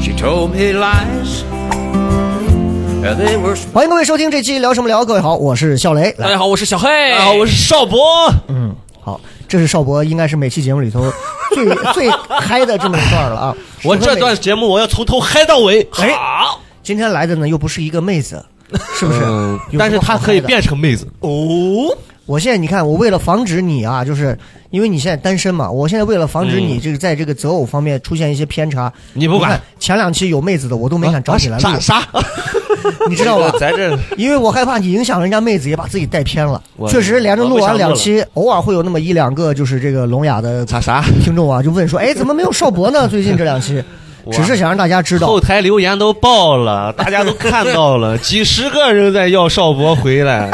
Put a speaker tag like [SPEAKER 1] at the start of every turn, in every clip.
[SPEAKER 1] She told me lies. and They were.
[SPEAKER 2] 欢迎各位收听这期聊什么聊。各位好，我是笑雷。
[SPEAKER 3] 大
[SPEAKER 1] 呃
[SPEAKER 2] 来，
[SPEAKER 3] 家好，我是小黑。大
[SPEAKER 1] 大家好，啊我是邵博。
[SPEAKER 2] 嗯，好，这是邵博，应该是每期节目里头 最最嗨的这么一段了啊。
[SPEAKER 1] 我
[SPEAKER 2] 十分
[SPEAKER 1] 这
[SPEAKER 2] 美
[SPEAKER 1] 段节目我要从头嗨到尾。
[SPEAKER 2] 哎
[SPEAKER 1] 好，
[SPEAKER 2] 今天来的呢，又不是一个妹子，是不是？有
[SPEAKER 1] 呃但
[SPEAKER 2] 什
[SPEAKER 1] 是
[SPEAKER 2] 么好
[SPEAKER 1] 她可以
[SPEAKER 2] 嗨的
[SPEAKER 1] 变成妹子哦。
[SPEAKER 2] 我现在你看，我为了防止你啊，就是因为你现在单身嘛，我现在为了防止你这个在这个择偶方面出现一些偏差，
[SPEAKER 1] 嗯你不管
[SPEAKER 2] 看前两期有妹子的，我都没敢找你来录
[SPEAKER 1] 啊啥，啥？
[SPEAKER 2] 你知 道吧？
[SPEAKER 1] 咱这
[SPEAKER 2] 因为我害怕你影响人家妹子，也把自己带偏了。
[SPEAKER 1] 我
[SPEAKER 2] 确实，连着录完两期，偶尔会有那么一两个就是这个聋哑的
[SPEAKER 1] 啥啥？
[SPEAKER 2] 听众啊，就问说：“哎，怎么没有邵博呢？最近这两 期，
[SPEAKER 1] 我
[SPEAKER 2] 只是想让大家知道
[SPEAKER 1] 后，台留言都爆了，大家都看 到了，几十个人在要邵博回来。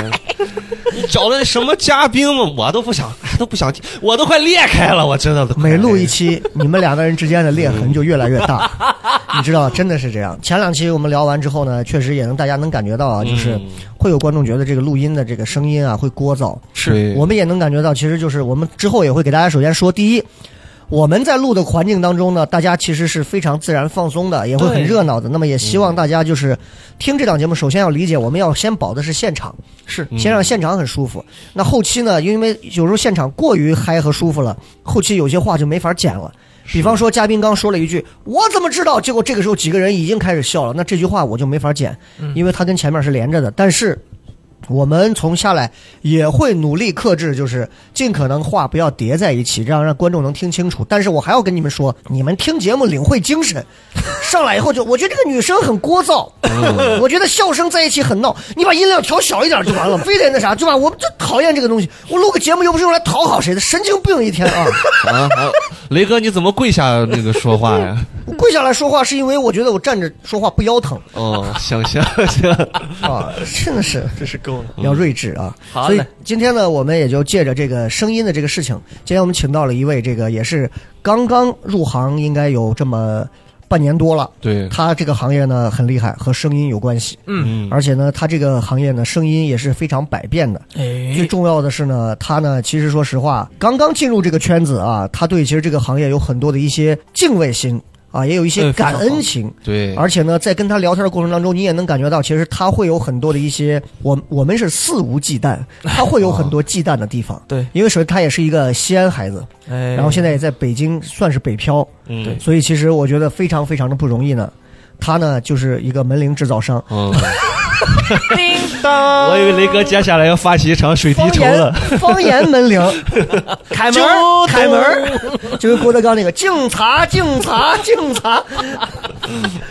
[SPEAKER 1] 你找的什么嘉宾吗？我都不想，都不想听，我都快裂开了， 我真的都快
[SPEAKER 2] 每录一期，你们两个人之间的裂痕就越来越 大。你知道，真的是这样。前两期我们聊完之后呢，确实也能大家能感觉到啊，就是
[SPEAKER 1] 嗯
[SPEAKER 2] 会有观众觉得这个录音的这个声音啊会聒噪，
[SPEAKER 1] 是
[SPEAKER 2] 我们也能感觉到，其实就是我们之后也会给大家首先说，第一，我们在录的环境当中呢，大家其实是非常自然放松的，也会很
[SPEAKER 1] 对
[SPEAKER 2] 热闹的。那么也希望大家就是听这档节目，首先要理解，我们要先保的是现场，是先让现场很舒服。那后期呢，因为有时候现场过于嗨和舒服了，后期有些话就没法剪了。比方说，嘉宾刚说了一句“我怎么知道”，结果这个时候几个人已经开始笑了，那这句话我就没法剪，因为它跟前面是连着的。但是我们从下来也会努力克制，就是尽可能话不要叠在一起，这样让观众能听清楚。但是我还要跟你们说，你们听节目领会精神，上来以后就我觉得这个女生很聒噪，我觉得笑声在一起很闹，你把音量调小一点就完了，非得那啥，对吧？我就讨厌这个东西，我录个节目又不是用来讨好谁的，神经病一天啊！
[SPEAKER 1] 啊，啊雷哥，你怎么跪下那个说 话呀？
[SPEAKER 2] 我跪下来说话是因为我觉得我站着说话不腰疼
[SPEAKER 1] 哦，行行行，
[SPEAKER 2] 啊，真的是。
[SPEAKER 3] 这是够了。
[SPEAKER 2] 要睿智啊！
[SPEAKER 3] 好
[SPEAKER 2] 所以
[SPEAKER 3] 嘞
[SPEAKER 2] 今天呢，我们也就借着这个声音的这个事情，今天我们请到了一位这个也是刚刚入行，应该有这么半年多了。
[SPEAKER 3] 嗯
[SPEAKER 1] 对，
[SPEAKER 2] 他这个行业呢很厉害，和声音有关系，
[SPEAKER 1] 嗯，
[SPEAKER 2] 而且呢，他这个行业呢声音也是非常百变的。最
[SPEAKER 3] 哎，
[SPEAKER 2] 重要的是呢，他呢其实说实话，刚刚进入这个圈子啊，他对其实这个行业有很多的一些敬畏心啊，也有一些
[SPEAKER 3] 嗯非
[SPEAKER 2] 感
[SPEAKER 3] 常好
[SPEAKER 2] 恩情。
[SPEAKER 1] 对，
[SPEAKER 2] 而且呢，在跟他聊天的过程当中，你也能感觉到，其实他会有很多的一些，我我们是肆无忌惮，他会有很多忌惮的地方。
[SPEAKER 3] 对
[SPEAKER 2] 因为首先他也是一个西安孩子，
[SPEAKER 3] 哎，
[SPEAKER 2] 然后现在也在北京算是北漂，
[SPEAKER 1] 嗯
[SPEAKER 3] 对，
[SPEAKER 2] 所以其实我觉得非常非常的不容易呢。他呢就是一个门铃制造商，
[SPEAKER 1] 嗯，
[SPEAKER 3] 叮当，
[SPEAKER 1] 我以为雷哥接下来要发起一场水滴筹了，
[SPEAKER 2] 方言门铃，
[SPEAKER 3] 开
[SPEAKER 2] 就
[SPEAKER 3] 门儿，
[SPEAKER 2] 开门儿，就是郭德纲那个敬茶敬茶敬茶。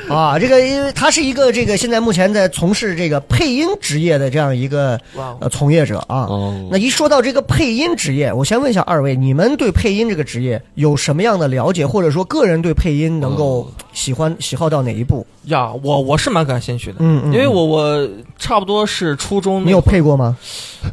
[SPEAKER 2] 啊，这个因为他是一个这个现在目前在从事这个配音职业的这样一个
[SPEAKER 3] 哇哦
[SPEAKER 2] 呃从业者啊
[SPEAKER 1] 哦。
[SPEAKER 2] 那一说到这个配音职业，我先问一下二位，你们对配音这个职业有什么样的了解，或者说个人对配音能够喜欢喜好到哪一步？
[SPEAKER 3] 呀，我我是蛮感兴趣的，
[SPEAKER 2] 嗯嗯
[SPEAKER 3] 因为我我差不多是初中，
[SPEAKER 2] 你有配过吗？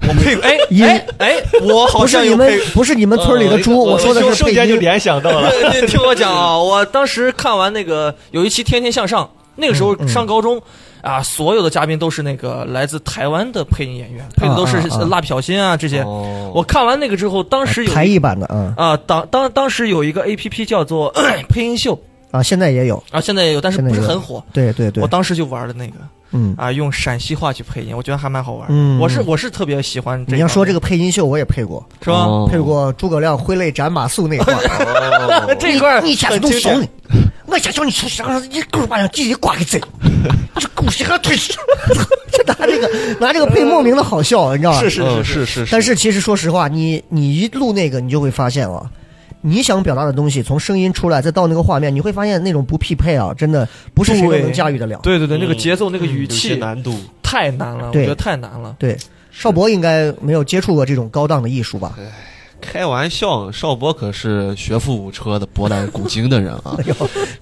[SPEAKER 3] 我配过，哎
[SPEAKER 2] 音
[SPEAKER 3] 哎哎，我好
[SPEAKER 2] 不是
[SPEAKER 3] 像
[SPEAKER 2] 你
[SPEAKER 3] 有
[SPEAKER 2] 们
[SPEAKER 3] 配。
[SPEAKER 2] 不是你们 村
[SPEAKER 1] 呃
[SPEAKER 2] 里的猪，我说的是配
[SPEAKER 1] 瞬间就
[SPEAKER 2] 音。
[SPEAKER 1] 联想到了。
[SPEAKER 3] 你听我讲啊，我当时看完那个有一期《天天向上》，那个时
[SPEAKER 2] 嗯
[SPEAKER 3] 候上高中。啊，所有的嘉宾都是那个来自台湾的配音演员，配的都是
[SPEAKER 2] 啊啊啊
[SPEAKER 3] 蜡笔小新啊这些。
[SPEAKER 1] 哦
[SPEAKER 3] 我看完那个之后，当时有
[SPEAKER 2] 台译版的啊
[SPEAKER 3] 啊，当当当时有一个 A P P 叫做 配音秀
[SPEAKER 2] 啊，现在也有，
[SPEAKER 3] 啊，现在也有，但是
[SPEAKER 2] 现在
[SPEAKER 3] 不是
[SPEAKER 2] 也有
[SPEAKER 3] 很火。
[SPEAKER 2] 对对对
[SPEAKER 3] 我，当时就玩的那个
[SPEAKER 2] 嗯。
[SPEAKER 3] 啊，用陕西话去配音，我觉得还蛮好玩。
[SPEAKER 2] 嗯
[SPEAKER 3] 我是我是特别喜欢这。
[SPEAKER 2] 你要说这个配音秀，我也配过，
[SPEAKER 3] 是吧？
[SPEAKER 1] 哦
[SPEAKER 2] 配过诸葛亮挥泪斩马谡那一块儿。
[SPEAKER 3] 这一块儿
[SPEAKER 2] 你下次弄怂你，我想叫你出声，你狗把自己挂个嘴，这狗谁还推屎？就拿 这个拿这个配莫名的好笑，啊你知道吧？
[SPEAKER 3] 是
[SPEAKER 1] 嗯
[SPEAKER 3] 是
[SPEAKER 1] 是是
[SPEAKER 2] 但是其实说实话，你你一录那个，你就会发现啊，你想表达的东西从声音出来，再到那个画面，你会发现那种不匹配啊，真的不是谁都
[SPEAKER 3] 对
[SPEAKER 2] 能驾驭得了。
[SPEAKER 3] 对对对，那个节奏、那个语
[SPEAKER 1] 嗯有些
[SPEAKER 3] 气
[SPEAKER 1] 难度，
[SPEAKER 3] 太难了，我
[SPEAKER 2] 对
[SPEAKER 3] 觉得太难了。
[SPEAKER 2] 对，邵博应该没有接触过这种高档的艺术吧？
[SPEAKER 1] 开玩笑，邵博可是学富五车的、博览古今的人 啊。
[SPEAKER 2] 哎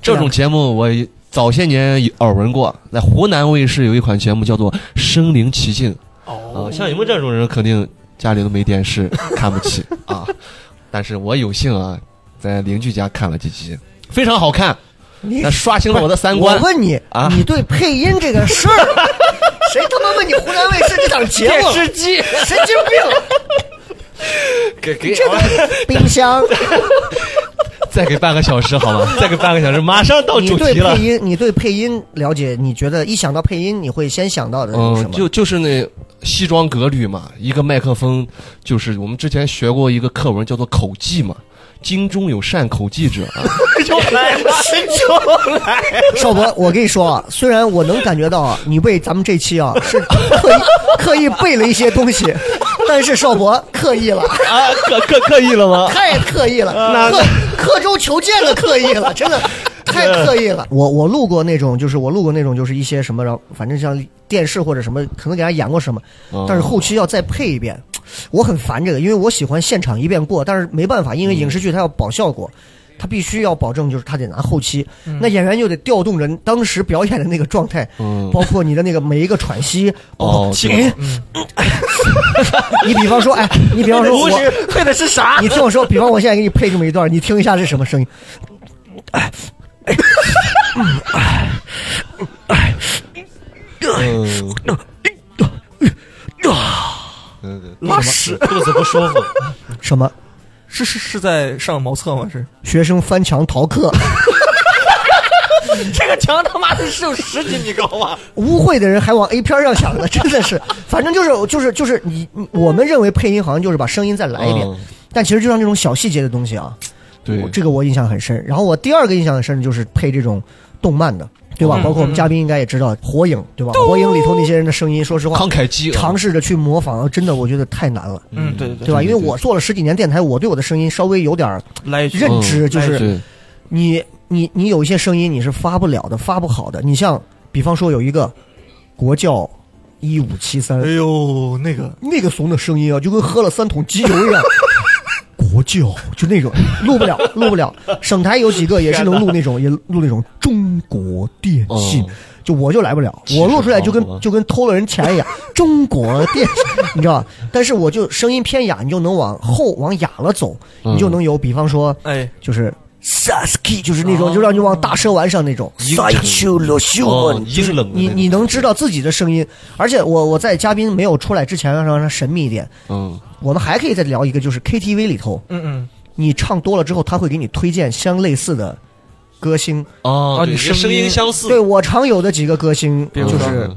[SPEAKER 1] 这种节目我早些年有耳闻过，在湖南卫视有一款节目叫做《身临其境》啊、
[SPEAKER 3] 哦
[SPEAKER 1] 像你们这种人，肯定家里都没电视，看不起啊。 但是我有幸啊，在邻居家看了几集，非常好看，
[SPEAKER 2] 你
[SPEAKER 1] 那刷新了我的三观
[SPEAKER 2] 哎我。问你
[SPEAKER 1] 啊，
[SPEAKER 2] 你对配音这个事儿，谁他妈问你湖南卫视这档节目？
[SPEAKER 3] 机，
[SPEAKER 2] 神经 病！
[SPEAKER 1] 给给啊
[SPEAKER 2] 这个冰箱，
[SPEAKER 1] 再给半个小时好吗？ 再给半个小时，马上到
[SPEAKER 2] 你
[SPEAKER 1] 主
[SPEAKER 2] 对
[SPEAKER 1] 题了
[SPEAKER 2] 配。音，你对配音了解？你觉得一想到配音，你会先想到的是什
[SPEAKER 1] 嗯，
[SPEAKER 2] 么？
[SPEAKER 1] 就就是那西装革履嘛，一个麦克风，就是我们之前学过一个课文叫做《口技》嘛，精中有善口 技者啊，
[SPEAKER 3] 又来了，又来了。
[SPEAKER 2] 邵博，我跟你说啊，虽然我能感觉到啊，你为咱们这期啊是刻意刻意背了一些东西，但是邵博刻意了，
[SPEAKER 1] 啊，刻刻刻意了吗？
[SPEAKER 2] 太刻意了，
[SPEAKER 1] 那
[SPEAKER 2] 刻刻舟求剑的刻意了， 真的太刻意了。我我录过那种，就是我录过那种，就是一些什么，然后反正像电视或者什么，可能给他演过什么，
[SPEAKER 1] 嗯
[SPEAKER 2] 但是后期要再配一遍，我很烦这个，因为我喜欢现场一遍过，但是没办法，因为影视剧它要保效果。它必须要保证，就是它得拿后期，那演员就得调动人当时表演的那个状态，
[SPEAKER 1] 嗯
[SPEAKER 2] 包括你的那个每一个喘息，包括
[SPEAKER 1] 哦
[SPEAKER 2] 紧
[SPEAKER 1] 对。
[SPEAKER 2] 你比方说，哎，你比方说我，
[SPEAKER 3] 配的是啥？
[SPEAKER 2] 你听我说，比方我现在给你配这么一段，你听一下是什么声音？
[SPEAKER 1] 嗯，对对
[SPEAKER 3] 拉屎，
[SPEAKER 1] 肚子不舒服，
[SPEAKER 2] 什么？
[SPEAKER 3] 是是是在上茅厕 吗？是
[SPEAKER 2] 学生翻墙逃课，
[SPEAKER 3] 这个墙他妈的是有十几米高吗？
[SPEAKER 2] 污秽的人还往 A 片上想呢，真的是。反正就是就是就是你，你我们认为配音好像就是把声音再 来一遍，
[SPEAKER 1] 嗯
[SPEAKER 2] 但其实就像这种小细节的东西啊，
[SPEAKER 1] 对
[SPEAKER 2] 我，这个我印象很深。然后我第二个印象很深的就是配这种动漫的，对吧？
[SPEAKER 3] 嗯
[SPEAKER 2] 包括我们嘉宾应该也知道《火影》，对吧？《火影》里头那些人的声音，说实话
[SPEAKER 1] 慷，慨激昂
[SPEAKER 2] 尝试着去模仿，真的我觉得太难了。
[SPEAKER 3] 嗯，对对
[SPEAKER 2] 对吧？因为我做了十几年电台，我对我的声音稍微有点儿
[SPEAKER 3] 对，来一句，
[SPEAKER 2] 认知，就是
[SPEAKER 1] 对
[SPEAKER 2] 你你你有一些声音你是发不了的，发不好的。你像比方说有一个国窖一五七三
[SPEAKER 3] 哎呦，那个
[SPEAKER 2] 那个怂的声音啊，就跟喝了三桶鸡油一样。 国窖就那种录不了，录不了。省台有几个也是能录那种，也录那种中国电信，
[SPEAKER 1] 哦
[SPEAKER 2] 就我就来不了，
[SPEAKER 1] 气势
[SPEAKER 2] 我录出来就
[SPEAKER 1] 磅
[SPEAKER 2] 跟
[SPEAKER 1] 礴
[SPEAKER 2] 就跟偷了人钱一样。中国电信，你知道吧？但是我就声音偏哑，你就能往后往哑了走，你就能有，比方说
[SPEAKER 3] 哎，
[SPEAKER 2] 就是 Sasuke，就是那种就让你往大蛇丸上那种。
[SPEAKER 1] 阴沉
[SPEAKER 2] Saichu Roshu
[SPEAKER 1] 哦
[SPEAKER 2] 就是
[SPEAKER 1] 阴冷的
[SPEAKER 2] 你
[SPEAKER 1] 那种
[SPEAKER 2] 你能知道自己的声音，而且我我在嘉宾没有出来之前，让他神秘一点。
[SPEAKER 1] 嗯，
[SPEAKER 2] 我们还可以再聊一个，就是 KTV 里头，
[SPEAKER 3] 嗯嗯，
[SPEAKER 2] 你唱多了之后，他会给你推荐相类似的歌星。
[SPEAKER 1] 哦，
[SPEAKER 3] 啊
[SPEAKER 1] 对
[SPEAKER 3] 你
[SPEAKER 1] 跟
[SPEAKER 3] 声
[SPEAKER 1] 声
[SPEAKER 3] 音
[SPEAKER 1] 音相似，
[SPEAKER 2] 对我常有的几个歌星
[SPEAKER 3] 比如
[SPEAKER 2] 就
[SPEAKER 3] 说
[SPEAKER 2] 是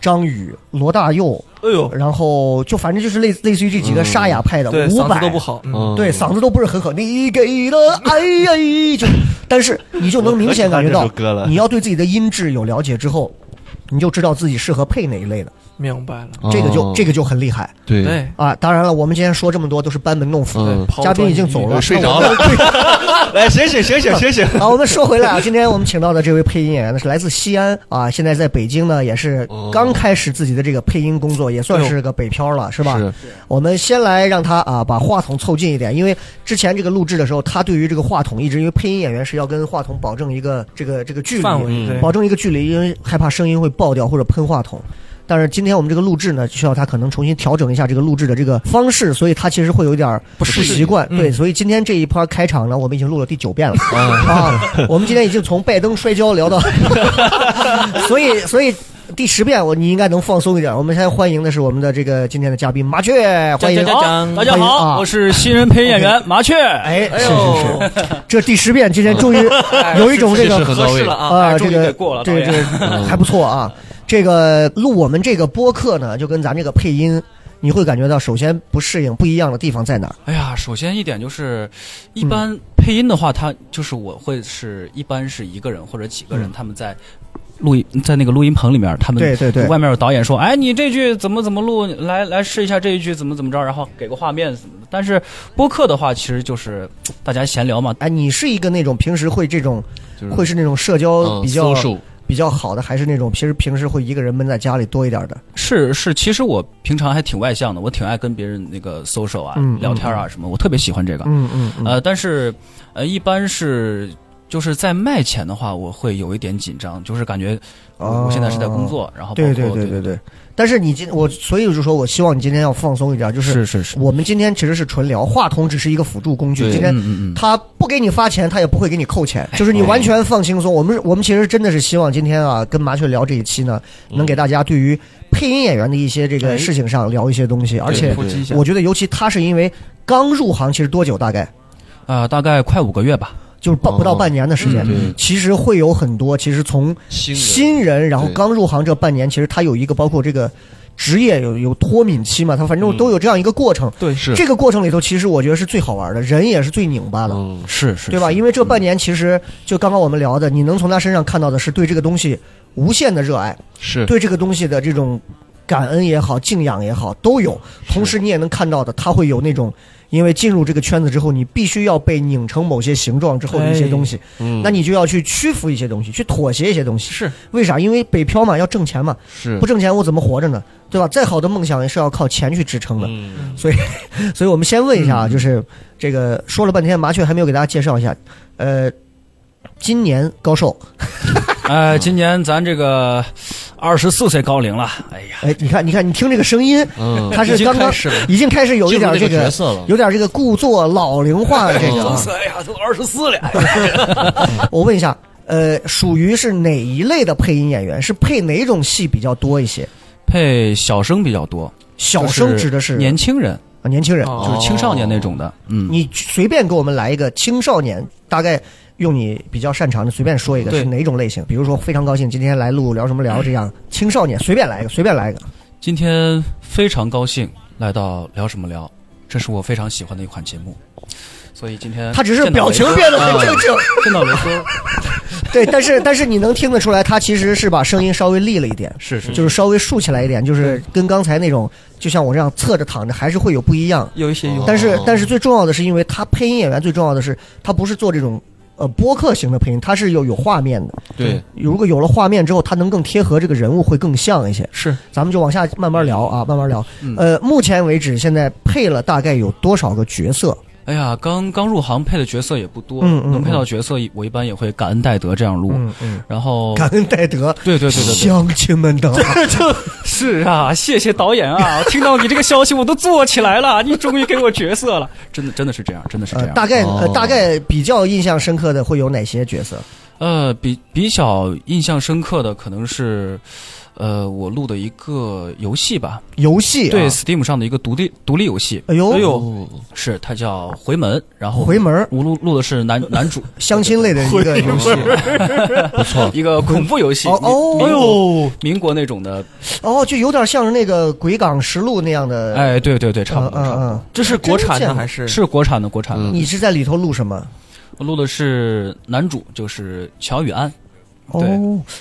[SPEAKER 2] 张宇、罗大佑，
[SPEAKER 3] 哎呦，
[SPEAKER 2] 然后就反正就是类类似于这几个沙哑派的
[SPEAKER 3] 嗯对，
[SPEAKER 2] 伍
[SPEAKER 3] 嗓
[SPEAKER 2] 佰
[SPEAKER 3] 子都不好，嗯，
[SPEAKER 1] 嗯，
[SPEAKER 2] 对，嗓子都不是很好。你给的爱呀，就，但是你就能明显感觉
[SPEAKER 1] 我
[SPEAKER 2] 到
[SPEAKER 1] 可喜欢这首歌，了
[SPEAKER 2] 你要对自己的音质有了解之后，你就知道自己适合配哪一类的，
[SPEAKER 3] 明白了，
[SPEAKER 1] 哦
[SPEAKER 2] 这个就这个就很厉害
[SPEAKER 1] 对
[SPEAKER 3] 对，
[SPEAKER 2] 啊！当然了，我们今天说这么多都是班门弄斧
[SPEAKER 1] 嗯，
[SPEAKER 2] 嘉宾已经走了，
[SPEAKER 1] 睡
[SPEAKER 2] 那
[SPEAKER 1] 着
[SPEAKER 2] 我
[SPEAKER 1] 了， 来醒醒醒醒醒醒，
[SPEAKER 2] 啊，我们说回来啊，今天我们请到的这位配音演员呢是来自西安啊，现在在北京呢也是
[SPEAKER 1] 哦
[SPEAKER 2] 刚开始自己的这个配音工作，也算是个北漂了，是吧？
[SPEAKER 1] 哎是
[SPEAKER 2] 我们先来让他啊把话筒凑近一点，因为之前这个录制的时候，他对于这个话筒一直因为配音演员是要跟话筒保证一个这个这个距离，嗯
[SPEAKER 3] 范围对
[SPEAKER 2] 保证一个距离，因为害怕声音会爆掉或者喷话筒。但是今天我们这个录制呢，需要他可能重新调整一下这个录制的这个方式，所以他其实会有一点儿不
[SPEAKER 1] 适应
[SPEAKER 2] 习惯。
[SPEAKER 3] 嗯
[SPEAKER 2] 对，所以今天这一趴开场呢，我们已经录了第九遍了。
[SPEAKER 1] 啊，
[SPEAKER 2] 啊，我们今天已经从拜登摔跤聊到， 所以所以第十遍我你应该能放松一点。我们现在欢迎的是我们的这个今天的嘉宾麻雀，欢迎。
[SPEAKER 3] 好讲
[SPEAKER 4] 大家
[SPEAKER 2] 欢迎啊
[SPEAKER 4] 哎好，我是新人配音演 员麻雀。
[SPEAKER 2] 哎，是
[SPEAKER 3] 呦
[SPEAKER 2] 是是，这第十遍今天终于有一种这
[SPEAKER 1] 哎是
[SPEAKER 2] 个
[SPEAKER 1] 是是很到位
[SPEAKER 3] 哎合适了啊，
[SPEAKER 2] 啊，
[SPEAKER 4] 哎
[SPEAKER 2] 这
[SPEAKER 4] 终于
[SPEAKER 2] 个
[SPEAKER 4] 给过了
[SPEAKER 2] 这个这
[SPEAKER 4] 导
[SPEAKER 2] 个
[SPEAKER 4] 演
[SPEAKER 2] 还不错啊。这个录我们这个播客呢，就跟咱这个配音，你会感觉到首先不适应不一样的地方在哪儿？
[SPEAKER 4] 哎呀，首先一点就是，一般配音的话，他就是我会是一般是一个人或者几个人，他们在录音在那个录音棚里面，他们
[SPEAKER 2] 对对对
[SPEAKER 4] 外面有导演说，哎，你这句怎么怎么录，来来试一下这一句怎么怎么着，然后给个画面什么的。但是播客的话，其实就是大家闲聊嘛，
[SPEAKER 2] 哎，你是一个那种平时会这种
[SPEAKER 1] 就是
[SPEAKER 2] 会是那种社交
[SPEAKER 1] 嗯
[SPEAKER 2] 比较
[SPEAKER 1] social，
[SPEAKER 2] 比较好的还是那种平时平时会一个人闷在家里多一点的。
[SPEAKER 4] 是是，其实我平常还挺外向的，我挺爱跟别人那个 social 啊、
[SPEAKER 2] 嗯
[SPEAKER 4] 聊天啊什么，我特别喜欢这个。
[SPEAKER 2] 嗯嗯嗯
[SPEAKER 4] 呃，但是呃，一般是就是在卖前的话，我会有一点紧张，就是感觉
[SPEAKER 2] 哦
[SPEAKER 4] 我我现在是在工作，然后包
[SPEAKER 2] 对
[SPEAKER 4] 括
[SPEAKER 2] 对对
[SPEAKER 4] 对
[SPEAKER 2] 对对。但是你今我所以我就说我希望你今天要放松一点，就是
[SPEAKER 4] 是是，
[SPEAKER 2] 我们今天其实是纯聊，话筒只是一个辅助工具。
[SPEAKER 1] 对
[SPEAKER 2] 今
[SPEAKER 4] 嗯
[SPEAKER 2] 天
[SPEAKER 4] 嗯嗯，
[SPEAKER 2] 他不给你发钱，他也不会给你扣钱，就是你完
[SPEAKER 1] 哎
[SPEAKER 2] 全放轻松。我们我们其实真的是希望今天啊，跟麻雀聊这一期呢，
[SPEAKER 1] 嗯
[SPEAKER 2] 能给大家对于配音演员的一些这个
[SPEAKER 4] 哎
[SPEAKER 2] 事情上聊一些东西，而
[SPEAKER 1] 对
[SPEAKER 2] 且
[SPEAKER 1] 对
[SPEAKER 4] 击一下
[SPEAKER 2] 我觉得尤其他是因为刚入行，其实多久大概
[SPEAKER 4] 啊、大概快五个月吧。
[SPEAKER 2] 就是半
[SPEAKER 1] 哦
[SPEAKER 2] 不到半年的时间
[SPEAKER 4] 嗯。
[SPEAKER 1] 对
[SPEAKER 2] 其实会有很多，其实从
[SPEAKER 1] 新人
[SPEAKER 2] 新人，然后
[SPEAKER 1] 对
[SPEAKER 2] 刚入行这半年，其实他有一个包括这个职业有有脱敏期嘛，他反正
[SPEAKER 1] 嗯
[SPEAKER 2] 都有这样一个过程。
[SPEAKER 1] 对是
[SPEAKER 2] 这个过程里头，其实我觉得是最好玩的，人也是最拧巴的，
[SPEAKER 1] 嗯
[SPEAKER 4] 是是，
[SPEAKER 2] 对吧？因为这半年其实就刚刚我们聊的，你能从他身上看到的是对这个东西无限的热爱，
[SPEAKER 1] 是
[SPEAKER 2] 对这个东西的这种感恩也好、敬仰也好都有。同时，你也能看到的，他会有那种。因为进入这个圈子之后，你必须要被拧成某些形状之后的一些
[SPEAKER 3] 哎
[SPEAKER 2] 东西，
[SPEAKER 1] 嗯
[SPEAKER 2] 那你就要去屈服一些东西，去妥协一些东西。
[SPEAKER 3] 是
[SPEAKER 2] 为啥？因为北漂嘛，要挣钱嘛，
[SPEAKER 1] 是
[SPEAKER 2] 不挣钱我怎么活着呢？对吧？再好的梦想也是要靠钱去支撑的。
[SPEAKER 1] 嗯
[SPEAKER 2] 所以我们先问一下啊，就是这个说了半天，麻雀还没有给大家介绍一下，呃。今年高寿？
[SPEAKER 4] 呃，今年咱这个二十四岁高龄了，哎呀，
[SPEAKER 2] 哎，你看，你看，你听这个声音，
[SPEAKER 1] 嗯
[SPEAKER 2] 他是
[SPEAKER 3] 已经
[SPEAKER 2] 刚刚
[SPEAKER 3] 开始了
[SPEAKER 2] 已经开始有一
[SPEAKER 1] 进入
[SPEAKER 2] 点这
[SPEAKER 1] 角
[SPEAKER 2] 个，
[SPEAKER 1] 色了，
[SPEAKER 2] 有点这个故作老龄化的这个啊。
[SPEAKER 4] 哎呀，都二十四了，
[SPEAKER 2] 我问一下，呃，属于是哪一类的配音演员？是配哪种戏比较多一些？
[SPEAKER 4] 配小生比较多，
[SPEAKER 2] 小生
[SPEAKER 4] 就是
[SPEAKER 2] 指的是
[SPEAKER 4] 年轻人，
[SPEAKER 2] 啊年轻人，
[SPEAKER 3] 哦
[SPEAKER 4] 就是青少年那种的，嗯，
[SPEAKER 2] 你随便给我们来一个青少年，大概用你比较擅长的随便说一个
[SPEAKER 4] 对嗯
[SPEAKER 2] 是哪种类型？比如说非常高兴今天来录聊什么聊这样，青少年随便来一个，随便来一个。
[SPEAKER 4] 今天非常高兴来到聊什么聊，这是我非常喜欢的一款节目，所以今天
[SPEAKER 2] 他只是
[SPEAKER 4] 见到
[SPEAKER 2] 表
[SPEAKER 4] 雷
[SPEAKER 2] 情
[SPEAKER 4] 哥
[SPEAKER 2] 变得很
[SPEAKER 4] 啊
[SPEAKER 2] 正经，
[SPEAKER 4] 见到雷哥，
[SPEAKER 2] 对，但是但是你能听得出来，他其实是把声音稍微立了一点，
[SPEAKER 4] 是是，
[SPEAKER 2] 就是稍微竖起来一点，就是跟刚才那种就像我这样侧着躺着还是会有不一样。
[SPEAKER 3] 有一些有
[SPEAKER 1] 哦
[SPEAKER 2] 但是但是最重要的是，因为他配音演员最重要的是他不是做这种呃播客型的配音，他是有有画面的。
[SPEAKER 1] 对
[SPEAKER 2] 如果有了画面之后，它能更贴合这个人物，会更像一些。
[SPEAKER 3] 是
[SPEAKER 2] 咱们就往下慢慢聊啊，慢慢聊。
[SPEAKER 4] 嗯
[SPEAKER 2] 呃，目前为止，现在配了大概有多少个角色？
[SPEAKER 4] 哎呀，刚刚入行配的角色也不多，
[SPEAKER 2] 嗯嗯
[SPEAKER 4] 能配到角色，我一般也会感恩戴德这样录，
[SPEAKER 2] 嗯，
[SPEAKER 4] 然后
[SPEAKER 2] 感恩戴德，
[SPEAKER 4] 对对对对对。
[SPEAKER 2] 乡亲们 的
[SPEAKER 4] 是啊，谢谢导演 啊！听到你这个消息，我都坐起来了。你终于给我角色了，真的，真的是这样，真的是这
[SPEAKER 2] 呃，
[SPEAKER 4] 样。
[SPEAKER 2] 大概呃
[SPEAKER 1] 哦
[SPEAKER 2] 大概比较印象深刻的会有哪些角色？
[SPEAKER 4] 呃，比比较印象深刻的可能是，呃，我录的一个游戏吧，
[SPEAKER 2] 游戏啊
[SPEAKER 4] 对，，Steam 上的一个独立独立游戏，
[SPEAKER 2] 哎呦
[SPEAKER 3] 哎呦
[SPEAKER 1] 哦
[SPEAKER 4] 是它叫《回门》，然后
[SPEAKER 2] 回门儿
[SPEAKER 4] 我录录的是男 男主
[SPEAKER 2] 相亲类的一个游戏。
[SPEAKER 1] 不错
[SPEAKER 4] 一个恐怖游戏，
[SPEAKER 2] 哦哦
[SPEAKER 4] 民
[SPEAKER 2] 哎
[SPEAKER 4] 国民国那种的，
[SPEAKER 2] 哦，就有点像是那个《鬼港实录》那样的。
[SPEAKER 4] 哎，对对对，差
[SPEAKER 2] 呃
[SPEAKER 4] 不
[SPEAKER 2] 嗯，
[SPEAKER 4] 多，差不多
[SPEAKER 2] 嗯
[SPEAKER 3] 这是国产
[SPEAKER 2] 真
[SPEAKER 3] 的
[SPEAKER 2] 见
[SPEAKER 3] 还是
[SPEAKER 4] 是国产的，国产的
[SPEAKER 2] 嗯，。你是在里头录什么？
[SPEAKER 4] 我录的是男主，就是乔宇安，
[SPEAKER 2] 哦
[SPEAKER 4] 对，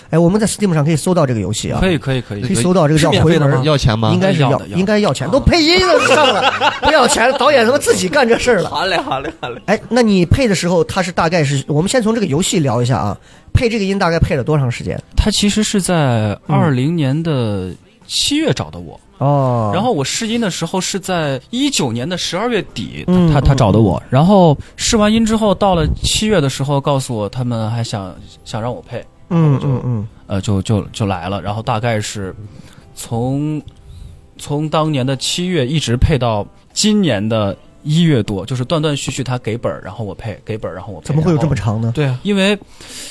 [SPEAKER 2] 哎，我们在 Steam 上可以搜到这个游戏啊，
[SPEAKER 4] 可以可以可
[SPEAKER 2] 可以
[SPEAKER 4] 以，
[SPEAKER 2] 搜到这个叫
[SPEAKER 3] 是
[SPEAKER 2] 《
[SPEAKER 3] 免
[SPEAKER 2] 回
[SPEAKER 3] 费的
[SPEAKER 2] 门
[SPEAKER 3] 吗》。
[SPEAKER 1] 要钱吗
[SPEAKER 2] 应？该是
[SPEAKER 4] 要
[SPEAKER 2] 要
[SPEAKER 4] 的要的
[SPEAKER 2] 应该要钱，都配音了上了，不要钱，导演他妈自己干这事儿了。
[SPEAKER 3] 好嘞好嘞好嘞，
[SPEAKER 2] 哎，那你配的时候，他是大概是我们先从这个游戏聊一下啊，配这个音大概配了多长时间？
[SPEAKER 4] 他其实是在
[SPEAKER 2] 嗯
[SPEAKER 4] 二零年的七月找的我，
[SPEAKER 2] 哦
[SPEAKER 4] 然后我试音的时候是在一九年的十二月底，
[SPEAKER 2] 嗯
[SPEAKER 4] 他他
[SPEAKER 2] 嗯
[SPEAKER 4] 找的我。然后试完音之后，到了七月的时候，告诉我他们还想想让我配，
[SPEAKER 2] 嗯嗯嗯，
[SPEAKER 4] 呃，就就就来了。然后大概是从从当年的七月一直配到今年的一月多，就是断断续续他给本儿，然后我配，给本儿，然后我配。
[SPEAKER 2] 怎么会有这么
[SPEAKER 4] 然后？
[SPEAKER 2] 长呢？
[SPEAKER 3] 对啊，
[SPEAKER 4] 因为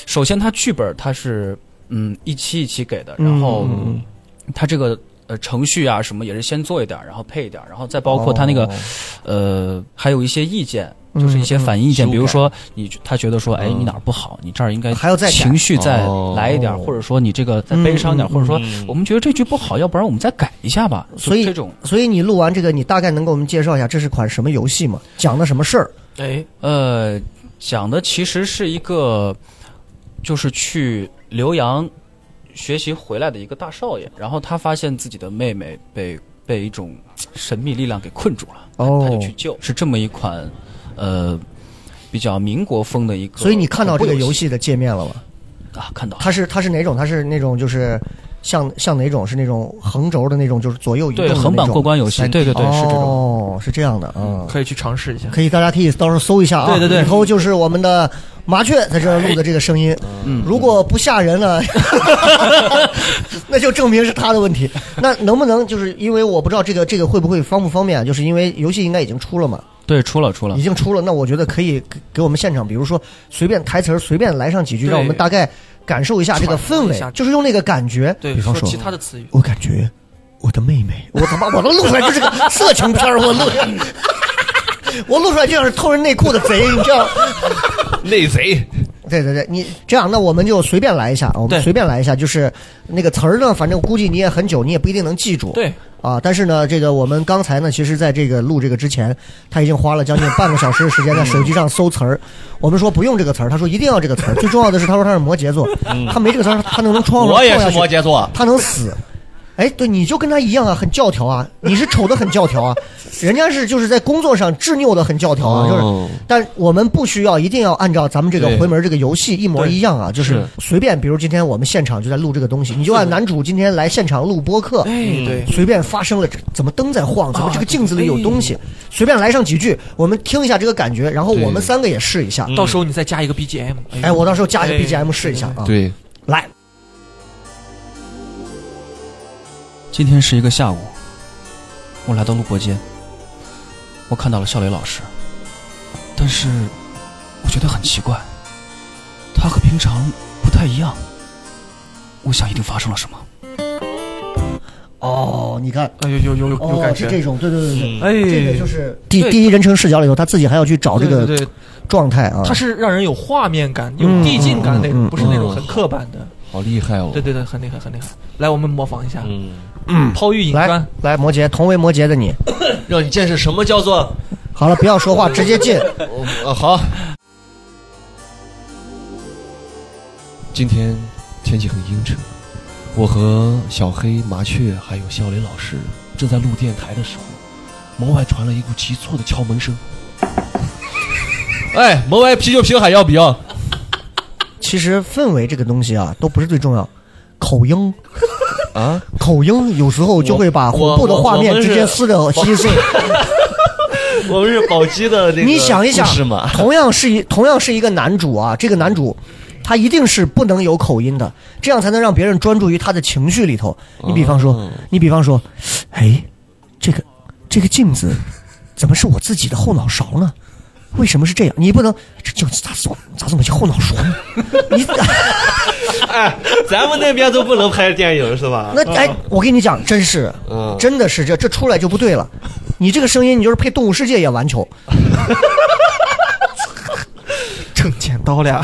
[SPEAKER 4] 首先他剧本他是嗯一期一期给的，然后
[SPEAKER 2] 嗯嗯嗯
[SPEAKER 4] 他这个。呃，程序啊什么也是先做一点儿，然后配一点儿，然后再包括他那个、
[SPEAKER 2] 哦
[SPEAKER 4] 呃，还有一些意见，就是一些反应意见，
[SPEAKER 1] 嗯嗯
[SPEAKER 4] 比如
[SPEAKER 1] 修改
[SPEAKER 4] 说你他觉得说，哎，
[SPEAKER 1] 嗯
[SPEAKER 4] 你哪儿不好，你这儿应该
[SPEAKER 2] 嗯还要再改
[SPEAKER 4] 情绪再
[SPEAKER 1] 哦
[SPEAKER 4] 来一点儿，或者说你这个再悲伤一点儿，
[SPEAKER 2] 嗯嗯
[SPEAKER 4] 或者说
[SPEAKER 1] 嗯
[SPEAKER 4] 我们觉得这句不好，要不然我们再改一下吧。就
[SPEAKER 2] 所以
[SPEAKER 4] 这种
[SPEAKER 2] 所以你录完这个，你大概能给我们介绍一下这是款什么游戏吗？讲的什么事儿？
[SPEAKER 3] 哎
[SPEAKER 4] 呃，讲的其实是一个就是去留洋学习回来的一个大少爷，然后他发现自己的妹妹被被一种神秘力量给困住了，他
[SPEAKER 2] 哦
[SPEAKER 4] 就去救，是这么一款呃比较民国风的一个恐怖游戏。
[SPEAKER 2] 所以你看到这个游戏的界面了吗？
[SPEAKER 4] 啊，看到了
[SPEAKER 2] 它是它是哪种？它是那种就是像像哪种？是那种横轴的那种，就是左右移动
[SPEAKER 4] 对
[SPEAKER 2] 的那种
[SPEAKER 4] 横版过关游戏，
[SPEAKER 1] 三
[SPEAKER 4] 对对对，是这种。
[SPEAKER 2] 哦，是这样的，嗯，
[SPEAKER 3] 可以去尝试一下。
[SPEAKER 2] 可以大家可以到时候搜一下啊。
[SPEAKER 3] 对对对
[SPEAKER 2] 以后就是我们的麻雀在这儿录的这个声音，
[SPEAKER 4] 嗯
[SPEAKER 2] 如果不吓人了， 那就证明是他的问题。那能不能就是因为我不知道这个这个会不会方不方便啊？就是因为游戏应该已经出了嘛，
[SPEAKER 4] 对，出了出了
[SPEAKER 2] 已，经出了，那我觉得可以给给我们现场，比如说随便台词儿随便来上几句，
[SPEAKER 3] 对
[SPEAKER 2] 让我们大概感受一下这个氛
[SPEAKER 3] 传达一
[SPEAKER 2] 围
[SPEAKER 3] 下，
[SPEAKER 2] 就是用那个感觉。
[SPEAKER 3] 对，
[SPEAKER 2] 比
[SPEAKER 3] 说
[SPEAKER 2] 方说嗯
[SPEAKER 3] 其，他的词语，
[SPEAKER 2] 我感觉我的妹妹， 我他妈我能录出来就是个色情片儿，我录 出来。我录出来就像是偷人内裤的贼，你知 道？
[SPEAKER 1] 内贼，
[SPEAKER 2] 对对对，你这样，那我们就随便来一下，我们
[SPEAKER 3] 对
[SPEAKER 2] 随便来一下，就是那个词儿呢，反正估计你也很久，你也不一定能记住。
[SPEAKER 3] 对，
[SPEAKER 2] 啊，但是呢，这个我们刚才呢，其实在这个录这个之前，他已经花了将近半个小时的时间在手机上搜词儿。我们说不用这个词儿，他说一定要这个词儿。最重要的是，他说他是摩羯座，他没这个词儿，他能从窗户上
[SPEAKER 1] 嗯我也
[SPEAKER 2] 跳
[SPEAKER 1] 是
[SPEAKER 2] 下去
[SPEAKER 1] 摩羯座，
[SPEAKER 2] 他能死。哎，对，你就跟他一样啊，很教条啊，你是丑的很教条啊，人家是就是在工作上执拗的很教条啊，
[SPEAKER 1] 哦
[SPEAKER 2] 就是，但我们不需要一定要按照咱们这个
[SPEAKER 1] 对
[SPEAKER 2] 回门这个游戏一模一样啊，就是
[SPEAKER 1] 是
[SPEAKER 2] 随便，比如今天我们现场就在录这个东西，你就按男主今天来现场录播客，
[SPEAKER 3] 哎，对，
[SPEAKER 2] 随便发生了，这怎么灯在晃？怎么
[SPEAKER 3] 啊
[SPEAKER 2] 这个镜子里有东西？随便来上几句，我们听一下这个感觉，然后我们三个也试一下。
[SPEAKER 3] 到时候你再加一个 BGM。
[SPEAKER 2] 哎，我到时候加一个
[SPEAKER 3] 哎
[SPEAKER 2] BGM 试一下啊。
[SPEAKER 1] 对，
[SPEAKER 2] 来，
[SPEAKER 4] 今天是一个下午，我来到录播间，我看到了笑雷老师，但是我觉得很奇怪，他和平常不太一样。我想一定发生了什么。
[SPEAKER 2] 嗯哦，你看，
[SPEAKER 3] 哎呦呦呦有有
[SPEAKER 2] 哦
[SPEAKER 3] 感，
[SPEAKER 2] 是
[SPEAKER 3] 觉，
[SPEAKER 2] 这种，对对对对，
[SPEAKER 1] 嗯
[SPEAKER 3] 哎，
[SPEAKER 2] 这个就是第
[SPEAKER 3] 对
[SPEAKER 2] 第一人称视角里头，他自己还要去找这
[SPEAKER 3] 对
[SPEAKER 2] 个
[SPEAKER 3] 对对，
[SPEAKER 2] 状态啊。
[SPEAKER 3] 它是让人有画面感、有
[SPEAKER 2] 嗯
[SPEAKER 3] 递进感那
[SPEAKER 2] 嗯嗯
[SPEAKER 3] 种，不是那
[SPEAKER 1] 嗯
[SPEAKER 3] 种很刻板的。
[SPEAKER 1] 好厉害哦
[SPEAKER 3] 对，对对，很厉害，很厉害。来，我们模仿一下，
[SPEAKER 1] 嗯，
[SPEAKER 3] 抛玉引
[SPEAKER 2] 来
[SPEAKER 3] 砖。
[SPEAKER 2] 来，摩羯，同为摩羯的你，
[SPEAKER 1] 让你见识什么叫做，
[SPEAKER 2] 好了，不要说话，直接进。
[SPEAKER 1] 呃，好，今天天气很阴沉，我和小黑、麻雀还有笑雷老师正在录电台的时候，门外传来一股急促的敲门声。哎，门外啤酒瓶还要不要？
[SPEAKER 2] 其实氛围这个东西啊，都不是最重要，口音。
[SPEAKER 1] 啊，
[SPEAKER 2] 口音有时候就会把恐
[SPEAKER 1] 我
[SPEAKER 2] 怖的
[SPEAKER 1] 我
[SPEAKER 2] 画面
[SPEAKER 1] 我们是
[SPEAKER 2] 直接撕掉稀碎。
[SPEAKER 1] 我们是宝鸡的那
[SPEAKER 2] 你想一想
[SPEAKER 1] 是 吗？，
[SPEAKER 2] 同样是一同样是一个男主啊，这个男主他一定是不能有口音的，这样才能让别人专注于他的情绪里头。你比方说，
[SPEAKER 1] 哦
[SPEAKER 2] 你比方说，哎，这个这个镜子怎么是我自己的后脑勺呢？为什么是这样？你不能这镜子咋总咋这么像后脑勺呢？你
[SPEAKER 1] 哎，咱们那边都不能拍电影是吧
[SPEAKER 2] 那哎，我跟你讲，真是，
[SPEAKER 1] 嗯
[SPEAKER 2] 真的是这这出来就不对了。你这个声音，你就是配《动物世界》演完球。
[SPEAKER 3] 挣剪刀了呀！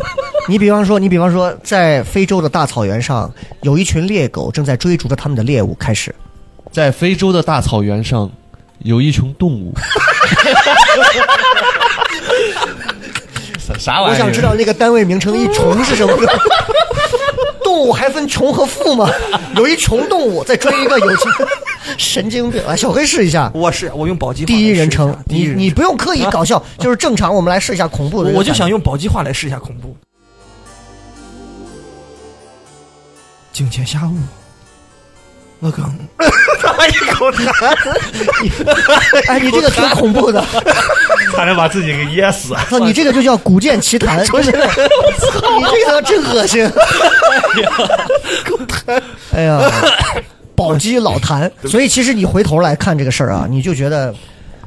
[SPEAKER 2] 你比方说，你比方说，在非洲的大草原上，有一群猎狗正在追逐着他们的猎物，开始。
[SPEAKER 1] 在非洲的大草原上，有一群动物。啥
[SPEAKER 3] 哎
[SPEAKER 2] 我想知道那个单位名称一虫是 什么？动物还分穷和富吗？有一穷动物在追一个有钱， 神经病！来，小黑试一下，
[SPEAKER 3] 我是我用宝鸡话来
[SPEAKER 2] 第一
[SPEAKER 3] 试
[SPEAKER 2] 人
[SPEAKER 3] 一下
[SPEAKER 2] 称，
[SPEAKER 3] 第一
[SPEAKER 2] 你
[SPEAKER 3] 人
[SPEAKER 2] 你
[SPEAKER 3] 称
[SPEAKER 2] 不用刻意搞 笑，就是正常。我们来试一下恐怖的。
[SPEAKER 3] 我就想，用宝鸡话来试一下恐怖。镜前瞎雾，我刚他一口
[SPEAKER 2] 哎，你这个挺恐怖 的。
[SPEAKER 5] 差点把自己给噎死。
[SPEAKER 2] 操，你这个就叫古剑奇谭， 真的，你这个真恶心。哎呀，宝鸡老谭，所以其实你回头来看这个事儿啊，你就觉得。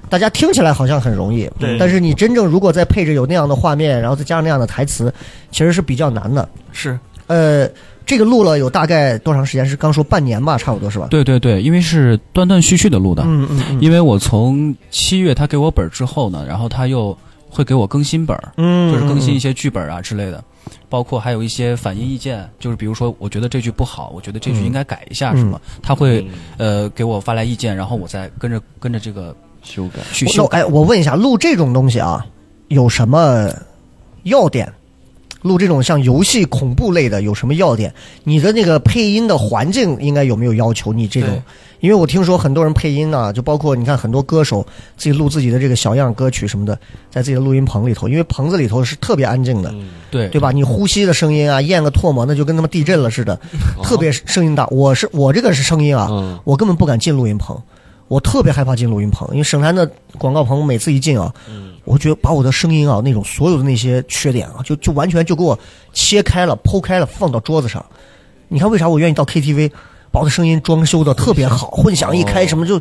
[SPEAKER 2] 大家听起来好像很容易，
[SPEAKER 5] 对
[SPEAKER 2] 但是你真正如果再配着有那样的画面，然后再加上那样的台词，其实是比较难的。
[SPEAKER 3] 是
[SPEAKER 2] 呃，这个录了有大概多长时间？是刚说半年吧，差不多是吧？
[SPEAKER 4] 对对对，因为是断断续续的录的，
[SPEAKER 2] 嗯嗯嗯
[SPEAKER 4] 因为我从七月他给我本儿之后呢，然后他又会给我更新本儿，
[SPEAKER 2] 嗯，
[SPEAKER 4] 就是更新一
[SPEAKER 2] 下。
[SPEAKER 4] 些剧本啊之类的，包括还有一些反映意见，就是比如说我觉得这句不好，我觉得这句应该改一下什么，
[SPEAKER 2] 嗯
[SPEAKER 4] 他会呃给我发来意见，然后我再跟着跟着这个
[SPEAKER 1] 修改。
[SPEAKER 4] 去
[SPEAKER 2] 那
[SPEAKER 4] 修
[SPEAKER 2] 我
[SPEAKER 4] 改。
[SPEAKER 2] 哎，我问一下，录这种东西啊，有什么要点？录这种像游戏恐怖类的有什么要点？你的那个配音的环境应该有没有要求？你这种
[SPEAKER 3] 对，
[SPEAKER 2] 因为我听说很多人配音啊，就包括你看很多歌手自己录自己的这个小样歌曲什么的，在自己的录音棚里头，因为棚子里头是特别安静的，
[SPEAKER 1] 嗯
[SPEAKER 4] 对
[SPEAKER 2] 对吧？你呼吸的声音啊，咽个唾沫，那就跟他们地震了似的，
[SPEAKER 1] 哦
[SPEAKER 2] 特别声音大。我是我这个是声音啊，
[SPEAKER 1] 嗯
[SPEAKER 2] 我根本不敢进录音棚，我特别害怕进录音棚，因为省坛的广告棚每次一进啊，我觉得把我的声音啊那种所有的那些缺点啊，就就完全就给我切开了、剖开了，放到桌子上。你看为啥我愿意到 KTV，把我的声音装修的特别好，混响一开什么就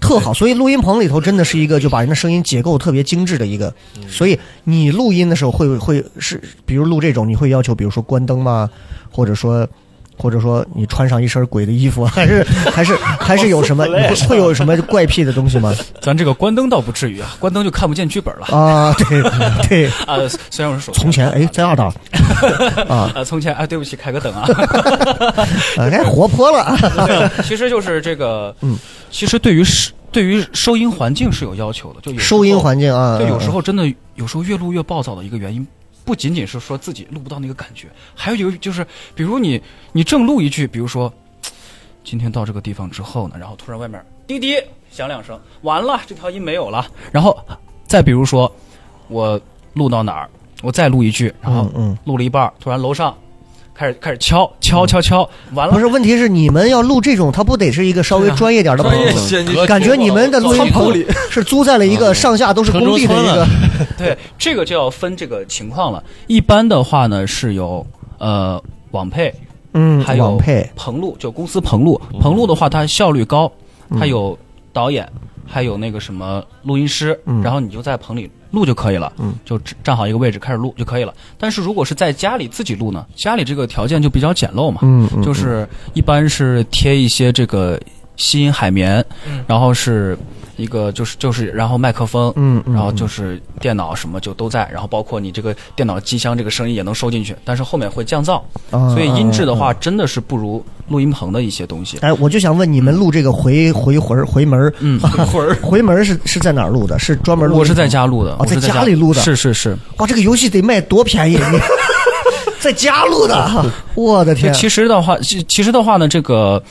[SPEAKER 2] 特好，所以录音棚里头真的是一个就把人的声音结构特别精致的一个。所以你录音的时候会会是，比如录这种，你会要求比如说关灯吗？或者说。或者说你穿上一身鬼的衣服， 还是还是还是有什么？你会会有什么怪癖的东西 吗？
[SPEAKER 4] 咱这个关灯倒不至于啊，关灯就看不见剧 本了
[SPEAKER 2] 啊，对对，
[SPEAKER 4] 啊。虽然我是手
[SPEAKER 2] 从前哎，在二道，啊，
[SPEAKER 4] 啊，从前啊，对不起，开个 灯啊。
[SPEAKER 2] 呃哎，活泼了啊，
[SPEAKER 4] 对，其实就是这个，
[SPEAKER 2] 嗯，
[SPEAKER 4] 其实对于收对于收音环境是有要求的，就有时候
[SPEAKER 2] 收音环境啊，
[SPEAKER 4] 就哦有时
[SPEAKER 2] 候
[SPEAKER 4] 候真的有时候越录越暴躁的一个原因，不仅仅是说自己录不到那个感觉，还有一个就是，比如你你正录一句，比如说今天到这个地方之后呢，然后突然外面滴滴响两声，完了这条音没有了，然后再比如说我录到哪儿，我再录一句，然后
[SPEAKER 2] 嗯嗯，
[SPEAKER 4] 录了一半儿，突然楼上。开始开始敲敲敲敲，完了
[SPEAKER 2] 不是，问题是你们要录这种，它不得是一个稍微
[SPEAKER 4] 对啊
[SPEAKER 2] 专业点的棚
[SPEAKER 3] 专业
[SPEAKER 2] 子吗？
[SPEAKER 3] 些你
[SPEAKER 1] 隔
[SPEAKER 2] 感觉你们的录音
[SPEAKER 1] 仓库
[SPEAKER 2] 棚
[SPEAKER 1] 里
[SPEAKER 2] 是租在了一个上下都是工地的一个，
[SPEAKER 4] 对，这个就要分这个情况了。一般的话呢，是有呃网配，
[SPEAKER 2] 嗯，
[SPEAKER 4] 还
[SPEAKER 2] 网
[SPEAKER 4] 有
[SPEAKER 2] 配，
[SPEAKER 4] 棚录，就公司棚录。
[SPEAKER 2] 嗯
[SPEAKER 4] 棚录的话，它效率高，它有导演，还有那个什么录音师，
[SPEAKER 2] 嗯
[SPEAKER 4] 然后你就在棚里录就可以了，
[SPEAKER 2] 嗯
[SPEAKER 4] 就只站好一个位置开始录就可以了。但是如果是在家里自己录呢，家里这个条件就比较简陋嘛，
[SPEAKER 2] 嗯，嗯
[SPEAKER 4] 就是一般是贴一些这个吸音海绵，
[SPEAKER 3] 嗯
[SPEAKER 4] 然后是一个就是就是然后麦克风，
[SPEAKER 2] 嗯，嗯
[SPEAKER 4] 然后就是电脑什么就都在，然后包括你这个电脑机箱这个声音也能收进去，但是后面会降噪，
[SPEAKER 2] 啊
[SPEAKER 4] 所以音质的
[SPEAKER 2] 啊啊
[SPEAKER 4] 话真的是不如录音棚的一些东西。
[SPEAKER 2] 哎，我就想问你们录这个回回魂儿回门儿
[SPEAKER 4] 嗯，
[SPEAKER 3] 会儿
[SPEAKER 2] 回门儿是是在哪儿录的？啊是专门录？
[SPEAKER 4] 我是在。家录的，
[SPEAKER 2] 哦
[SPEAKER 4] 我是
[SPEAKER 2] 在
[SPEAKER 4] 在
[SPEAKER 2] 家里录的
[SPEAKER 4] 是是是。
[SPEAKER 2] 哇，这个游戏得卖多便宜！你 在家录 的，我的
[SPEAKER 4] 就
[SPEAKER 2] 天！啊
[SPEAKER 4] 其实的话，其其实的话呢，这个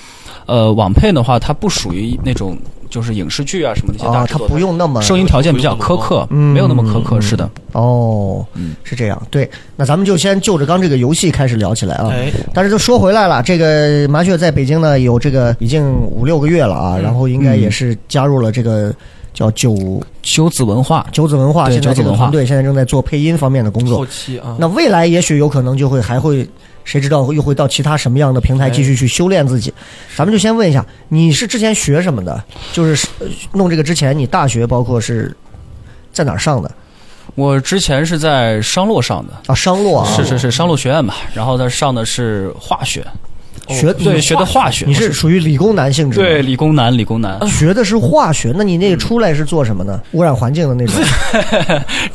[SPEAKER 4] 呃网配的话，它不属于那种就是影视剧啊什么那些
[SPEAKER 2] 啊，
[SPEAKER 4] 大制
[SPEAKER 2] 它
[SPEAKER 4] 作，
[SPEAKER 2] 不用那么
[SPEAKER 4] 它声音条件比较苛刻，
[SPEAKER 2] 嗯
[SPEAKER 4] 没有那么苛刻，
[SPEAKER 2] 嗯
[SPEAKER 4] 是的。
[SPEAKER 2] 哦，
[SPEAKER 4] 嗯
[SPEAKER 2] 是这样。对，那咱们就先就着刚这个游戏开始聊起来啊。
[SPEAKER 3] 哎，
[SPEAKER 2] 但是就说回来了，这个麻雀在北京呢有这个已经五六个月了
[SPEAKER 4] 嗯
[SPEAKER 2] 啊，然后应该也是加入了这个叫九
[SPEAKER 4] 修子文化，
[SPEAKER 2] 九子文化，
[SPEAKER 4] 对
[SPEAKER 2] 现在这
[SPEAKER 4] 九子
[SPEAKER 2] 个
[SPEAKER 4] 文化
[SPEAKER 2] 团队现在正在做配音方面的工作
[SPEAKER 3] 后。期啊，
[SPEAKER 2] 那未来也许有可能就会还会，谁知道又会到其他什么样的平台
[SPEAKER 4] 哎
[SPEAKER 2] 继续去修炼自己？咱们就先问一下，你是之前学什么的？就是呃弄这个之前，你大学包括是在哪儿上的
[SPEAKER 4] 我之前是在商洛上的，
[SPEAKER 2] 啊？商洛啊，
[SPEAKER 4] 是是是商洛学院吧，然后呢上的是化学，
[SPEAKER 2] 学
[SPEAKER 4] 哦对，学的化学，
[SPEAKER 2] 你
[SPEAKER 4] 我
[SPEAKER 2] 是属于理工男性质，
[SPEAKER 4] 嗯对，理嗯工男，理工男，
[SPEAKER 2] 学的是化学，那你那个出来是做什么呢？污染环境的 那种，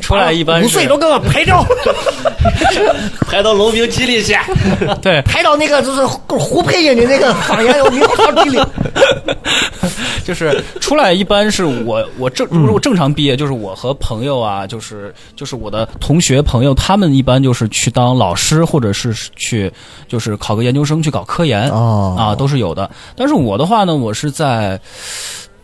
[SPEAKER 4] 出来一般是
[SPEAKER 2] 五岁都给我拍照，
[SPEAKER 5] 排到农民基里去。
[SPEAKER 3] 啊
[SPEAKER 4] 对，
[SPEAKER 2] 拍到那个就是胡配音的那个方言，我明朝地理。
[SPEAKER 4] 就是出来一般是我我正
[SPEAKER 2] 嗯
[SPEAKER 4] 如果正常毕业，就是我和朋友啊，就是就是我的同学朋友，他们一般就是去当老师，或者是去就是考个研究生，去搞科研
[SPEAKER 2] 哦
[SPEAKER 4] 啊，都是有的。但是我的话呢，我是在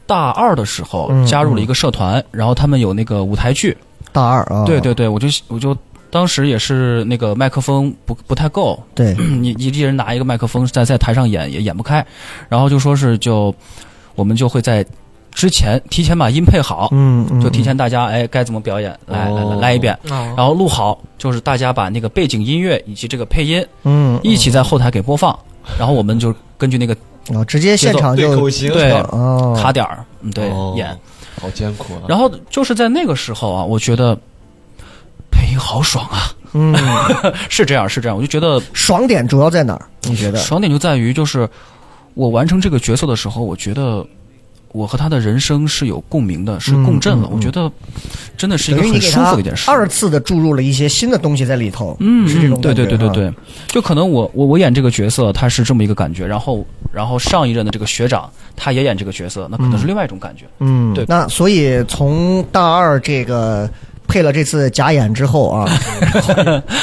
[SPEAKER 4] 大二的时候
[SPEAKER 2] 嗯
[SPEAKER 4] 加入了一个社团，然后他们有那个舞台剧，
[SPEAKER 2] 大二啊，
[SPEAKER 4] 对对对，我就我就当时也是那个麦克风不不太够，
[SPEAKER 2] 对，
[SPEAKER 4] 你你一人拿一个麦克风在在台上演也演不开，然后就说是就我们就会在之前提前把音配好，
[SPEAKER 2] 嗯，嗯哦
[SPEAKER 4] 就提前大家哎该怎么表演来来来来一遍，
[SPEAKER 3] 啊
[SPEAKER 4] 然后录好，就是大家把那个背景音乐以及这个配音
[SPEAKER 2] 嗯
[SPEAKER 4] 一起在后台给播放，然后我们就根据那个
[SPEAKER 2] 啊，直接现场
[SPEAKER 1] 对
[SPEAKER 2] 就
[SPEAKER 1] 口型
[SPEAKER 4] 对
[SPEAKER 2] 哦，
[SPEAKER 4] 卡点儿，嗯对
[SPEAKER 1] 哦
[SPEAKER 4] 演，
[SPEAKER 1] 好艰苦啊！
[SPEAKER 4] 然后就是在那个时候啊，我觉得配音好爽啊，
[SPEAKER 2] 嗯，
[SPEAKER 4] 是这样是这样，我就觉得
[SPEAKER 2] 爽点主要在哪儿？你觉得？
[SPEAKER 4] 爽点就在于，就是我完成这个角色的时候，我觉得我和他的人生是有共鸣的，是共振了。
[SPEAKER 2] 嗯嗯嗯
[SPEAKER 4] 我觉得真的是一
[SPEAKER 2] 等
[SPEAKER 4] 个
[SPEAKER 2] 于你
[SPEAKER 4] 很
[SPEAKER 2] 给
[SPEAKER 4] 舒
[SPEAKER 2] 他
[SPEAKER 4] 服的一件事。
[SPEAKER 2] 二次的注入了一些新的东西在里头，
[SPEAKER 4] 嗯，
[SPEAKER 2] 是这种
[SPEAKER 4] 嗯对
[SPEAKER 2] 感觉
[SPEAKER 4] 对对对
[SPEAKER 2] 啊
[SPEAKER 4] 对，就可能我我我演这个角色，他是这么一个感觉，然后然后上一任的这个学长他也演这个角色，那可能是另外一种感觉。
[SPEAKER 2] 嗯，
[SPEAKER 4] 对
[SPEAKER 2] 那所以从大二这个配了这次假眼之后 啊，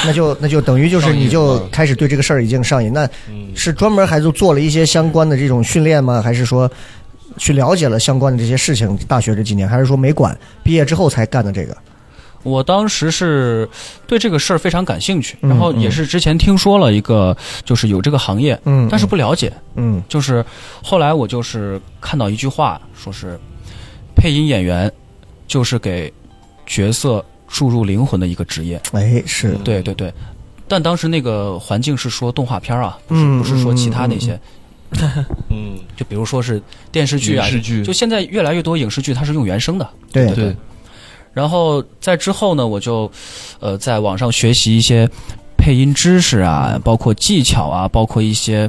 [SPEAKER 2] 那就那就等于就是
[SPEAKER 1] 上瘾
[SPEAKER 2] 你就
[SPEAKER 1] 了
[SPEAKER 2] 开始对这个事儿已经上瘾。那
[SPEAKER 1] 嗯
[SPEAKER 2] 是专门还就做了一些相关的这种训练吗？还是说去了解了相关的这些事情？大学这几年，还是说没管毕业之后才干的这个？
[SPEAKER 4] 我当时是对这个事儿非常感兴趣，
[SPEAKER 2] 嗯
[SPEAKER 4] 然后也是之前听说了一个，就是有这个行业，
[SPEAKER 2] 嗯，
[SPEAKER 4] 但是不了解。
[SPEAKER 2] 嗯
[SPEAKER 4] 就是后来我就是看到一句话，说是配音演员就是给角色注入灵魂的一个职业。
[SPEAKER 2] 嗯，哎是，
[SPEAKER 4] 对对对，但当时那个环境是说动画片儿啊，不是、
[SPEAKER 2] 嗯
[SPEAKER 4] 不是说其他那些，
[SPEAKER 1] 嗯，
[SPEAKER 4] 就比如说是电视剧啊
[SPEAKER 1] 影，视剧
[SPEAKER 4] 就现在越来越多影视剧它是用原声的。
[SPEAKER 2] 对
[SPEAKER 1] 对，
[SPEAKER 4] 然后在之后呢，我就呃在网上学习一些配音知识啊，包括技巧啊，包括一些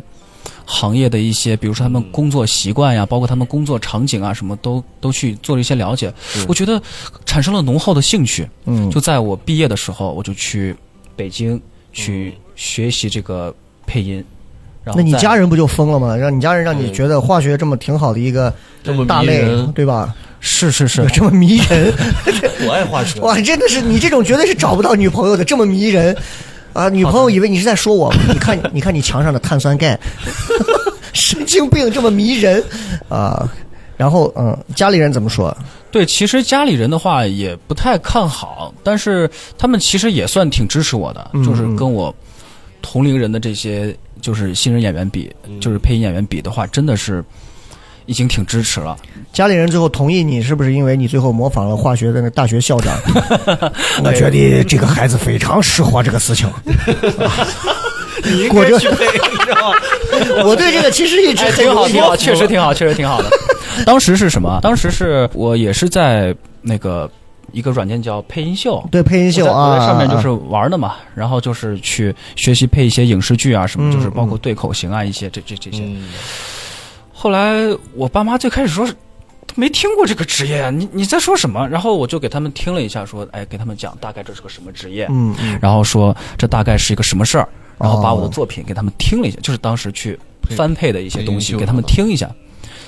[SPEAKER 4] 行业的一些，比如说他们
[SPEAKER 1] 嗯
[SPEAKER 4] 工作习惯呀、包括他们工作场景啊，什么都都去做了一些了解。我觉得产生了浓厚的兴趣。
[SPEAKER 2] 嗯
[SPEAKER 4] 就在我毕业的时候，我就去北京去学习这个配音。然后
[SPEAKER 2] 那你
[SPEAKER 4] 在哎
[SPEAKER 2] 家人不就疯了吗？让你家人让你觉得化学这么挺好的一个
[SPEAKER 1] 这么
[SPEAKER 2] 大
[SPEAKER 1] 迷
[SPEAKER 2] 类，
[SPEAKER 1] 人，
[SPEAKER 2] 对吧？
[SPEAKER 4] 是是是，
[SPEAKER 2] 这么迷人，
[SPEAKER 5] 我爱化学，
[SPEAKER 2] 哇，真的是你这种绝对是找不到女朋友的，这么迷人啊！女朋友以为你是在说我， 你看，你看你墙上的碳酸钙， 神经病，这么迷人啊！然后，嗯，家里人怎么说？
[SPEAKER 4] 对，其实家里人的话也不太看好，但是他们其实也算挺支持我的，
[SPEAKER 2] 嗯
[SPEAKER 4] 就是跟我同龄人的这些就是新人演员比，就是配音演员比的话，真的是已经挺支持了。
[SPEAKER 2] 家里人最后同意你，是不是因为你最后模仿了化学的那大学校长？我觉得这个孩子非常适合这个事情。
[SPEAKER 3] 你应
[SPEAKER 2] 我
[SPEAKER 3] 该
[SPEAKER 2] 就
[SPEAKER 3] 去配，你知道吗？
[SPEAKER 2] 我对这个其实一直很
[SPEAKER 4] 哎挺好，
[SPEAKER 2] 有
[SPEAKER 4] 挺好，
[SPEAKER 2] 说服
[SPEAKER 4] 确实挺好，确实挺 好的。当时是什么？当时是我也是在那个一个软件叫配音秀，
[SPEAKER 2] 对配音秀
[SPEAKER 4] 我在我
[SPEAKER 2] 啊，
[SPEAKER 4] 在上面就是玩的嘛，然后就是去学习配一些影视剧啊什么，
[SPEAKER 2] 嗯
[SPEAKER 4] 就是包括对口型啊一些这这这些。
[SPEAKER 1] 嗯，
[SPEAKER 4] 后来我爸妈最开始说没听过这个职业啊，你你在说什么？然后我就给他们听了一下，说哎，给他们讲大概这是个什么职业，
[SPEAKER 2] 嗯嗯
[SPEAKER 4] 然后说这大概是一个什么事儿，然后把我的
[SPEAKER 2] 哦
[SPEAKER 4] 作品给他们听
[SPEAKER 2] 嗯
[SPEAKER 4] 了一下，就是当时去翻配的一些东
[SPEAKER 1] 配
[SPEAKER 4] 西
[SPEAKER 1] 音秀
[SPEAKER 4] 给他们听一下，